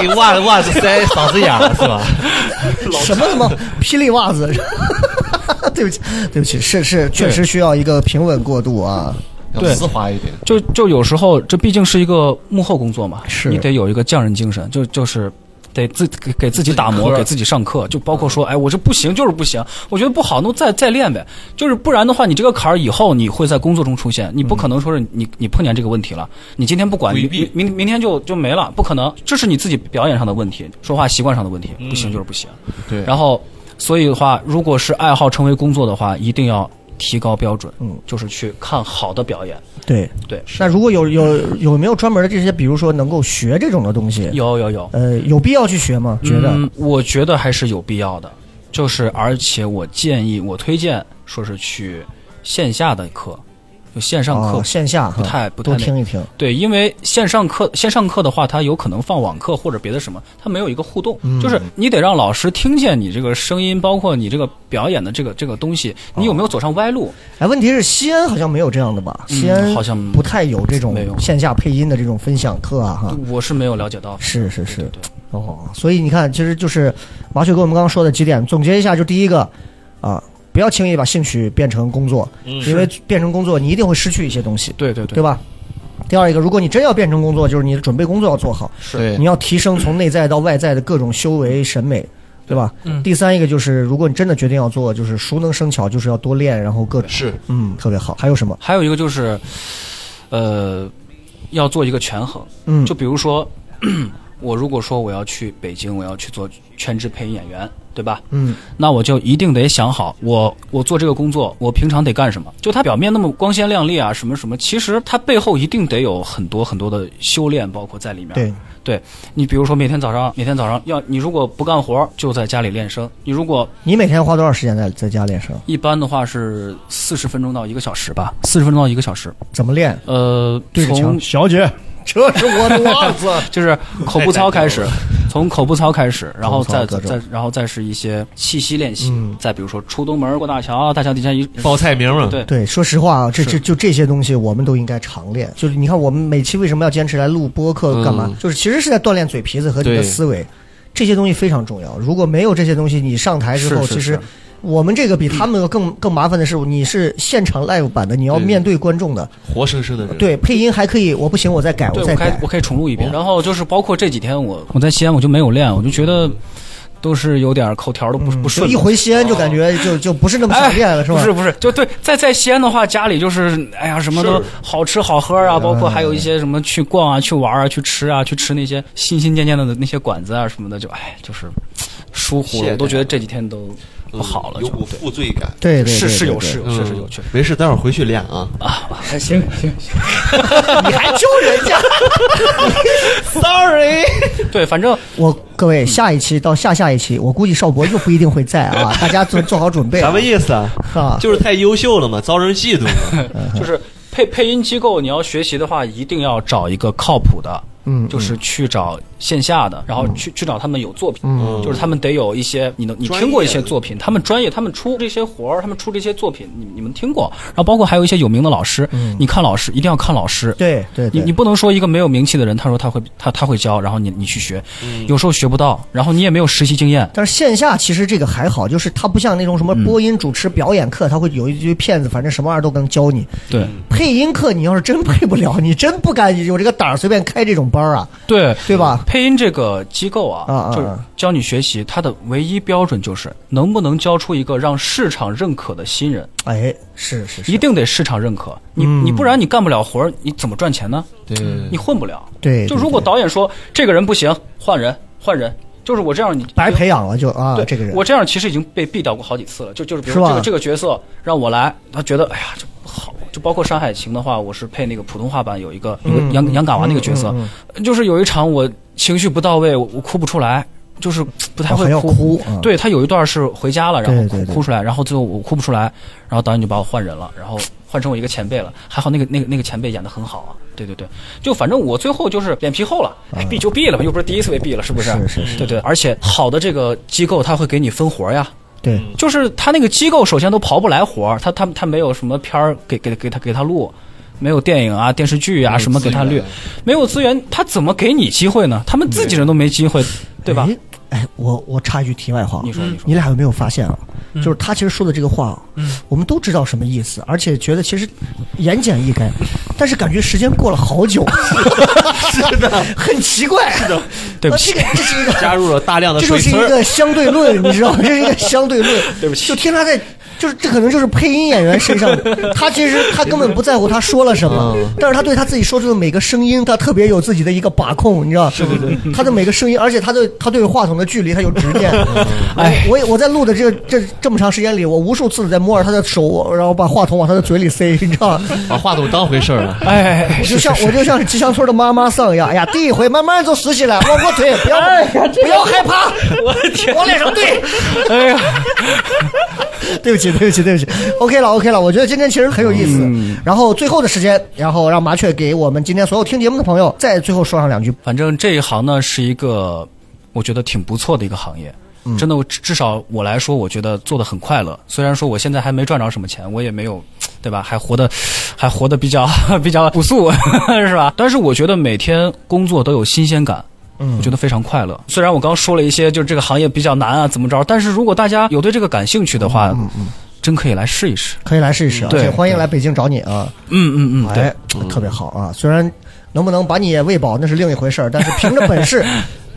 [SPEAKER 5] 给袜子袜子塞嗓子眼了是吧？
[SPEAKER 2] 什么什么霹雳袜子， 对不起对不起，是是确实需要一个平稳过渡啊，
[SPEAKER 1] 要
[SPEAKER 4] 对
[SPEAKER 1] 丝滑一点。
[SPEAKER 4] 就就有时候这毕竟是一个幕后工作嘛，
[SPEAKER 2] 是
[SPEAKER 4] 你得有一个匠人精神，就就是。得自给给自己打磨，给自己上课，就包
[SPEAKER 2] 嗯
[SPEAKER 4] 括说，哎，我这不行，就是不行，我觉得不好，那我再再练呗。就是不然的话，你这个坎儿以后你会在工作中出现，
[SPEAKER 2] 嗯
[SPEAKER 4] 你不可能说是你你碰见这个问题了，你今天不管，
[SPEAKER 1] 规
[SPEAKER 4] 你
[SPEAKER 1] 避
[SPEAKER 4] 明明明天就就没了，不可能，这是你自己表演上的问题，说话习惯上的问题，不行就是不行。
[SPEAKER 1] 对，
[SPEAKER 4] 然后，所以的话，如果是爱好成为工作的话，一定要提高标准，
[SPEAKER 2] 嗯
[SPEAKER 4] 就是去看好的表演，
[SPEAKER 2] 对
[SPEAKER 4] 对。
[SPEAKER 2] 那如果有有有没有专门的这些，比如说能够学这种的东西，
[SPEAKER 4] 有有有，
[SPEAKER 2] 呃，有必要去学吗？觉得、
[SPEAKER 4] 嗯我觉得还是有必要的，就是而且我建议，我推荐说是去线下的课，就线上课
[SPEAKER 2] 啊、线下哈
[SPEAKER 4] 不太不太
[SPEAKER 2] 多
[SPEAKER 4] 那
[SPEAKER 2] 听一听，
[SPEAKER 4] 对，因为线上课线上课的话，它有可能放网课或者别的什么，它没有一个互动，
[SPEAKER 2] 嗯
[SPEAKER 4] 就是你得让老师听见你这个声音，包括你这个表演的这个这个东西，你
[SPEAKER 2] 哦
[SPEAKER 4] 有没有走上歪路？
[SPEAKER 2] 哎，问题是西安好像没有这样的吧？
[SPEAKER 4] 嗯
[SPEAKER 2] 西安
[SPEAKER 4] 好像
[SPEAKER 2] 不太有这种
[SPEAKER 4] 没有
[SPEAKER 2] 线下配音的这种分享课啊，哈。
[SPEAKER 4] 我是没有了解到。
[SPEAKER 2] 是是是
[SPEAKER 4] 对对对
[SPEAKER 2] 哦，所以你看，其实就是麻雀给我们刚刚说的几点，总结一下，就第一个啊，不要轻易把兴趣变成工作，因为变成工作你一定会失去一些东西，
[SPEAKER 4] 对嗯对对，
[SPEAKER 2] 对吧？第二一个，如果你真要变成工作，就是你的准备工作要做好，
[SPEAKER 1] 对
[SPEAKER 2] 你要提升从内在到外在的各种修为、审美，对吧？
[SPEAKER 3] 嗯
[SPEAKER 2] 第三一个就是，如果你真的决定要做，就是熟能生巧，就是要多练，然后各种
[SPEAKER 1] 是
[SPEAKER 2] 嗯特别好。还有什么？
[SPEAKER 4] 还有一个就是，呃，要做一个权衡。
[SPEAKER 2] 嗯，
[SPEAKER 4] 就比如说， 我如果说我要去北京，我要去做全职配音演员，对吧？
[SPEAKER 2] 嗯
[SPEAKER 4] 那我就一定得想好，我我做这个工作，我平常得干什么？就它表面那么光鲜亮丽啊，什么什么，其实它背后一定得有很多很多的修炼，包括在里面。
[SPEAKER 2] 对，
[SPEAKER 4] 你比如说每天早上，每天早上要你如果不干活，就在家里练声；你如果
[SPEAKER 2] 你每天花多少时间在在家练声？
[SPEAKER 4] 一般的话是四十分钟到一个小时吧，四十分钟到一个小时。
[SPEAKER 2] 怎么练？
[SPEAKER 4] 呃，
[SPEAKER 2] 对着墙
[SPEAKER 4] 从
[SPEAKER 6] 小姐，这是我的袜子。
[SPEAKER 4] 就是口部操开始， 从口部操开始，然后再
[SPEAKER 2] 口部操各
[SPEAKER 4] 再
[SPEAKER 2] 种
[SPEAKER 4] 然后再是一些气息练习，
[SPEAKER 2] 嗯
[SPEAKER 4] 再比如说出东门过大桥，大桥底下一
[SPEAKER 1] 报菜名嘛，
[SPEAKER 4] 对
[SPEAKER 2] 对，说实话啊，这这
[SPEAKER 4] 是
[SPEAKER 2] 就这些东西，我们都应该常练。就是你看，我们每期为什么要坚持来录播客，干嘛？
[SPEAKER 1] 嗯
[SPEAKER 2] 就是其实是在锻炼嘴皮子和你的
[SPEAKER 1] 对
[SPEAKER 2] 思维，这些东西非常重要。如果没有这些东西，你上台之后，
[SPEAKER 4] 是是
[SPEAKER 2] 其实
[SPEAKER 4] 是
[SPEAKER 2] 我们这个比他们更更麻烦的是，你是现场 live 版的，你要
[SPEAKER 1] 对
[SPEAKER 2] 面对观众的。
[SPEAKER 1] 活生生的人。，
[SPEAKER 2] 对，配音还可以，我不行，我再改，
[SPEAKER 4] 对
[SPEAKER 2] 再哦
[SPEAKER 4] 我可以
[SPEAKER 2] 改
[SPEAKER 4] 我。可以重录一遍。然后就是包括这几天我我在西安我就没有练，我就觉得都是有点口条都不
[SPEAKER 2] 嗯
[SPEAKER 4] 不
[SPEAKER 2] 就
[SPEAKER 4] 顺
[SPEAKER 2] 一
[SPEAKER 4] 嘛。
[SPEAKER 2] 回西安就感觉就就不是那么想练了，是吧？
[SPEAKER 4] 哎不是不是，就对，在在西安的话，家里就是哎呀，什么都好吃好喝
[SPEAKER 2] 嗯
[SPEAKER 4] 啊，包括还有一些什么去逛啊、去玩啊、去吃啊、去吃那些新新渐渐的那些馆子啊什么的，就哎，就是疏忽
[SPEAKER 1] 懈
[SPEAKER 4] 了，
[SPEAKER 1] 怠
[SPEAKER 4] 我都觉得这几天都不好了，
[SPEAKER 1] 有
[SPEAKER 4] 就
[SPEAKER 1] 股负罪感。
[SPEAKER 2] 嗯对对对
[SPEAKER 4] 是是
[SPEAKER 2] 对
[SPEAKER 4] 有
[SPEAKER 2] 对
[SPEAKER 4] 是有是是有确实。
[SPEAKER 1] 没事，待会儿回去练啊。
[SPEAKER 4] 还行行行，
[SPEAKER 2] 你还揪人家。
[SPEAKER 4] 对，反正
[SPEAKER 2] 我各位，下一期到下下一期，我估计邵博又不一定会在 啊，大家做做好准备啊。
[SPEAKER 1] 啥意思啊？
[SPEAKER 2] 啊，
[SPEAKER 1] 就是太优秀了嘛，遭人嫉妒嘛。
[SPEAKER 4] 就是配配音机构，你要学习的话，一定要找一个靠谱的，
[SPEAKER 2] 嗯，
[SPEAKER 4] 就是去找线下的，然后去去找他们有作品，
[SPEAKER 2] 嗯
[SPEAKER 4] 就是他们得有一些你能你
[SPEAKER 1] 专
[SPEAKER 4] 听过一
[SPEAKER 1] 业
[SPEAKER 4] 些
[SPEAKER 1] 的
[SPEAKER 4] 作品，他们专业，他们出这些活儿，他们出这些作品，你你们听过，然后包括还有一些有名的老师，你看老师一定要看老师，
[SPEAKER 2] 嗯对对
[SPEAKER 4] 你
[SPEAKER 2] 对，
[SPEAKER 4] 你不能说一个没有名气的人，他说他会他他会教，然后你你去学，有时候学不到，然后你也没有实习经验，
[SPEAKER 2] 但是线下其实这个还好，就是它不像那种什么播音主持表演课，它会有一堆骗子，反正什么玩意儿都能教你。
[SPEAKER 4] 对
[SPEAKER 2] 配音课你要是真配不了，你真不敢有这个胆儿随便开这种班儿啊，
[SPEAKER 4] 对
[SPEAKER 2] 对吧？
[SPEAKER 4] 配音这个机构啊，
[SPEAKER 2] 啊啊
[SPEAKER 4] 就是
[SPEAKER 2] 啊
[SPEAKER 4] 教你学习，它的唯一标准就是能不能教出一个让市场认可的新人，
[SPEAKER 2] 哎，是是是，
[SPEAKER 4] 嗯一定得市场认可。你、
[SPEAKER 2] 嗯
[SPEAKER 4] 你不然你干不了活儿，你怎么赚钱呢？
[SPEAKER 1] 对，
[SPEAKER 4] 你混不了。
[SPEAKER 2] 对，
[SPEAKER 4] 就
[SPEAKER 2] 对
[SPEAKER 4] 如果
[SPEAKER 2] 对
[SPEAKER 4] 导演说这个人不行，换人，换人，就是我这样你
[SPEAKER 2] 白培养了就啊
[SPEAKER 4] 对，
[SPEAKER 2] 这个人
[SPEAKER 4] 我这样其实已经被毙掉过好几次了。就就是比如
[SPEAKER 2] 是吧
[SPEAKER 4] 说这个这个角色让我来，他觉得哎呀这不好。就包括《山海情》的话，我是配那个普通话版有一
[SPEAKER 2] 嗯
[SPEAKER 4] 个有个杨杨嘎娃那个角色，就是有一场我情绪不到位，我我哭不出来，就是不太
[SPEAKER 2] 哦
[SPEAKER 4] 会
[SPEAKER 2] 还要哭，啊
[SPEAKER 4] 对他有一段是回家了，然后
[SPEAKER 2] 对
[SPEAKER 4] 哭
[SPEAKER 2] 对对
[SPEAKER 4] 哭出来，然后最后我哭不出来，然后导演就把我换人了，然后换成我一个前辈了。还好那个那个那个前辈演的很好啊，对对对，就反正我最后就是脸皮厚了，哎，毙就毙了吧，又不是第一次被毙了，是不是？
[SPEAKER 2] 嗯是是是
[SPEAKER 4] 对对，而且好的这个机构他会给你分活儿呀，
[SPEAKER 2] 对，
[SPEAKER 4] 就是他那个机构首先都刨不来活儿，他他他没有什么片儿给给给他给他录，没有电影啊电视剧啊什么给他
[SPEAKER 1] 没有
[SPEAKER 4] 录
[SPEAKER 1] 资源，
[SPEAKER 4] 没有资源，他怎么给你机会呢？他们自己人都没机会，对吧？
[SPEAKER 2] 哎？哎，我我插一句题外话，啊
[SPEAKER 4] 你说你说嗯
[SPEAKER 2] 你俩有没有发现啊？就是他其实说的这个话，嗯，我们都知道什么意思，而且觉得其实言简意赅，但是感觉时间过了好 久，是的， 很奇怪，是的，
[SPEAKER 4] 对不起
[SPEAKER 2] 这个这是一个
[SPEAKER 5] 加入了大量的
[SPEAKER 2] 这就
[SPEAKER 5] 水
[SPEAKER 2] 是一
[SPEAKER 5] 村儿，
[SPEAKER 2] 个相对论，你知道吗？这是一个相对论。 对不起，就听他在，就是这可能就是配音演员身上的，他其实他根本不在乎他说了什么，但是他对他自己说出的每个声音，他特别有自己的一个把控，你知道？是对对。他的每个声音，而且他对他对话筒的距离，他有执念。 哎，我也我在录的这个这这么长时间里，我无数次的在摸着他的手，然后把话筒往他的嘴里塞，你知道吗？
[SPEAKER 1] 把话筒当回事儿了。
[SPEAKER 4] 哎哎，哎
[SPEAKER 2] 我就像我就像是吉祥村的妈妈桑一样，哎呀，第一回慢慢就熟悉了，摸摸腿，不要、不要害怕，我的天，往脸上对，
[SPEAKER 4] 哎呀。
[SPEAKER 2] 对不起，对不起，对不起，OK 了，OK 了，我觉得今天其实很有意思。然后最后的时间，然后让麻雀给我们今天所有听节目的朋友再最后说上两句。
[SPEAKER 4] 反正这一行呢是一个我觉得挺不错的一个行业，
[SPEAKER 2] 嗯
[SPEAKER 4] 真的，我至至少我来说，我觉得做的很快乐。虽然说我现在还没赚着什么钱，我也没有，对吧？还活得还活得比较 比较朴素， 是吧？但是我觉得每天工作都有新鲜感。
[SPEAKER 2] 嗯
[SPEAKER 4] 我觉得非常快乐。虽然我刚说了一些，就是这个行业比较难啊，怎么着？但是如果大家有对这个感兴趣的话，
[SPEAKER 2] 嗯
[SPEAKER 4] 真可以来试一试。
[SPEAKER 2] 可以来试一试，而
[SPEAKER 4] 对
[SPEAKER 2] 且欢迎来北京找你啊！
[SPEAKER 4] 嗯嗯嗯，对。
[SPEAKER 2] 哎，特别好啊！虽然能不能把你也喂饱那是另一回事儿，但是凭着本 事，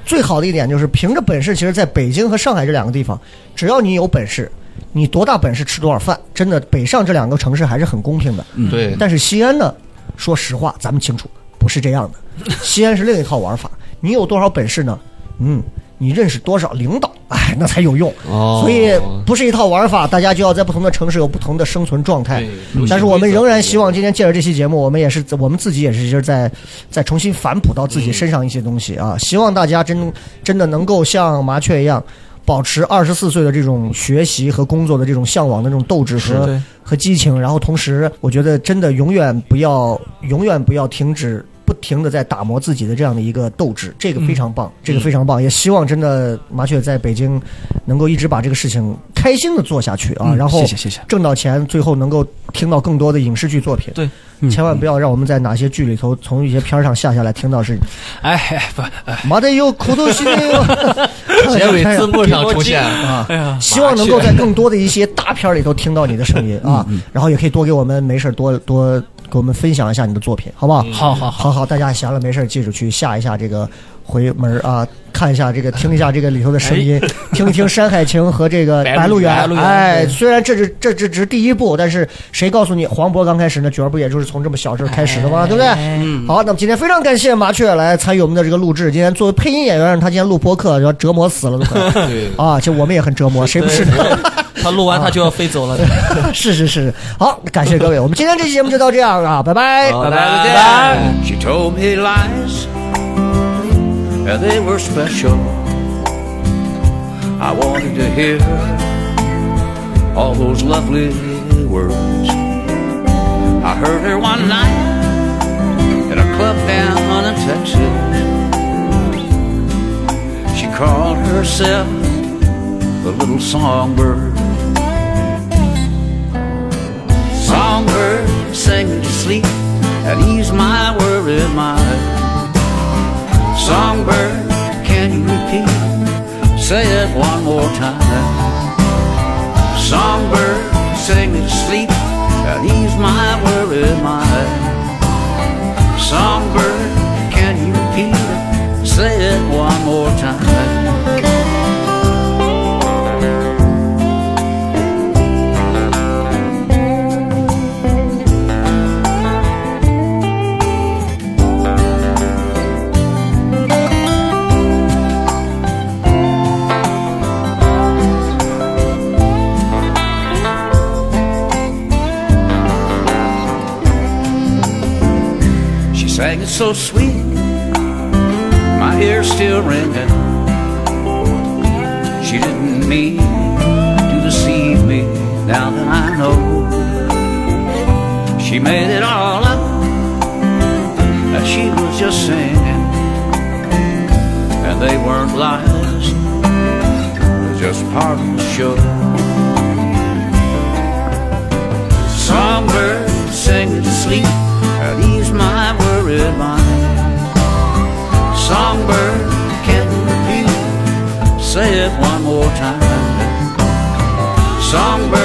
[SPEAKER 2] 最好的一点就是凭着本事，其实在北京和上海这两个地方，只要你有本事，你多大本事吃多少饭，真的北上这两个城市还是很公平的。
[SPEAKER 1] 嗯对，
[SPEAKER 2] 但是西安呢，说实话，咱们清楚不是这样的。西安是另一套玩法， 你有多少本事呢？嗯，你认识多少领导，哎，那才有用。
[SPEAKER 1] 哦
[SPEAKER 2] 所以不是一套玩法，大家就要在不同的城市有不同的生存状态
[SPEAKER 1] 对有。
[SPEAKER 2] 但是
[SPEAKER 1] 行
[SPEAKER 2] 我们
[SPEAKER 1] 规则
[SPEAKER 2] 仍然
[SPEAKER 1] 不一
[SPEAKER 2] 希望今天借着这期节目，我们也是我们自己也是就是在在重新反哺到自己身上一些东西
[SPEAKER 1] 嗯
[SPEAKER 2] 啊。希望大家真真的能够像麻雀一样。保持二十四岁的这种学习和工作的这种向往的这种斗志和和激情，然后同时，我觉得真的永远不要，永远不要停止，不停的在打磨自己的这样的一个斗志，这个
[SPEAKER 4] 嗯
[SPEAKER 2] 非常棒，这个非常棒。也希望真的麻雀在北京能够一直把这个事情开心的做下去啊，
[SPEAKER 4] 嗯
[SPEAKER 2] 然后
[SPEAKER 4] 谢谢谢谢
[SPEAKER 2] 挣到钱，最后能够听到更多的影视剧作品。
[SPEAKER 3] 对
[SPEAKER 4] 嗯
[SPEAKER 2] 千万不要让我们在哪些剧里头从一些片儿上下下来听到是
[SPEAKER 4] 哎哎不，
[SPEAKER 2] “妈的有苦头心”，
[SPEAKER 1] 结尾字幕上出现，啊
[SPEAKER 4] 哎呀，
[SPEAKER 2] 希望能够在更多的一些大片儿里头听到你的声音啊，然后也可以多给我们没事儿多多给我们分享一下你的作品，好不好？
[SPEAKER 4] 好好好，
[SPEAKER 2] 好好，大家闲了没事儿记住去下一下这个回门儿 啊，看一下这个，听一下这个里头的声音，听一听《山海情》和这 个哎《白鹿原》。哎，虽然这只这只只是第一部，但是谁告诉你黄渤刚开始呢？角儿不也就是从这么小事儿开始的吗？对不对？好，那么今天非常感谢麻雀来参与我们的这个录制。今天作为配音演员，让他今天录播客，要折磨死了都可能。
[SPEAKER 1] 对，
[SPEAKER 2] 啊，其实我们也很折磨，谁不是呢？
[SPEAKER 3] 他录完他就要飞走了。
[SPEAKER 2] 是是是，好，感谢各位，我们今天这期节目就到这样啊，拜拜。
[SPEAKER 5] 拜
[SPEAKER 3] 拜
[SPEAKER 5] 再
[SPEAKER 3] 拜
[SPEAKER 5] 见。
[SPEAKER 7] She told me lies, and they were special. I wanted to hear all those lovely words. I heard her one night at a club down in Texas. She called herself the little songbird. Songbird, sing to sleep and ease my worried mind. Songbird, can you repeat? Say it one more time. Songbird, sing to sleep and ease my worried mind. Songbird, can you repeat it? Say it one more time. She sang it so sweet, my ears still ringing. She didn't mean to deceive me. Now that I know, she made it all up. That she was just singing, and they weren't lies. Just part of the show. Songbird singing to sleep. Are these my worried mind? Songbird can repeat. Say it one more time. Songbird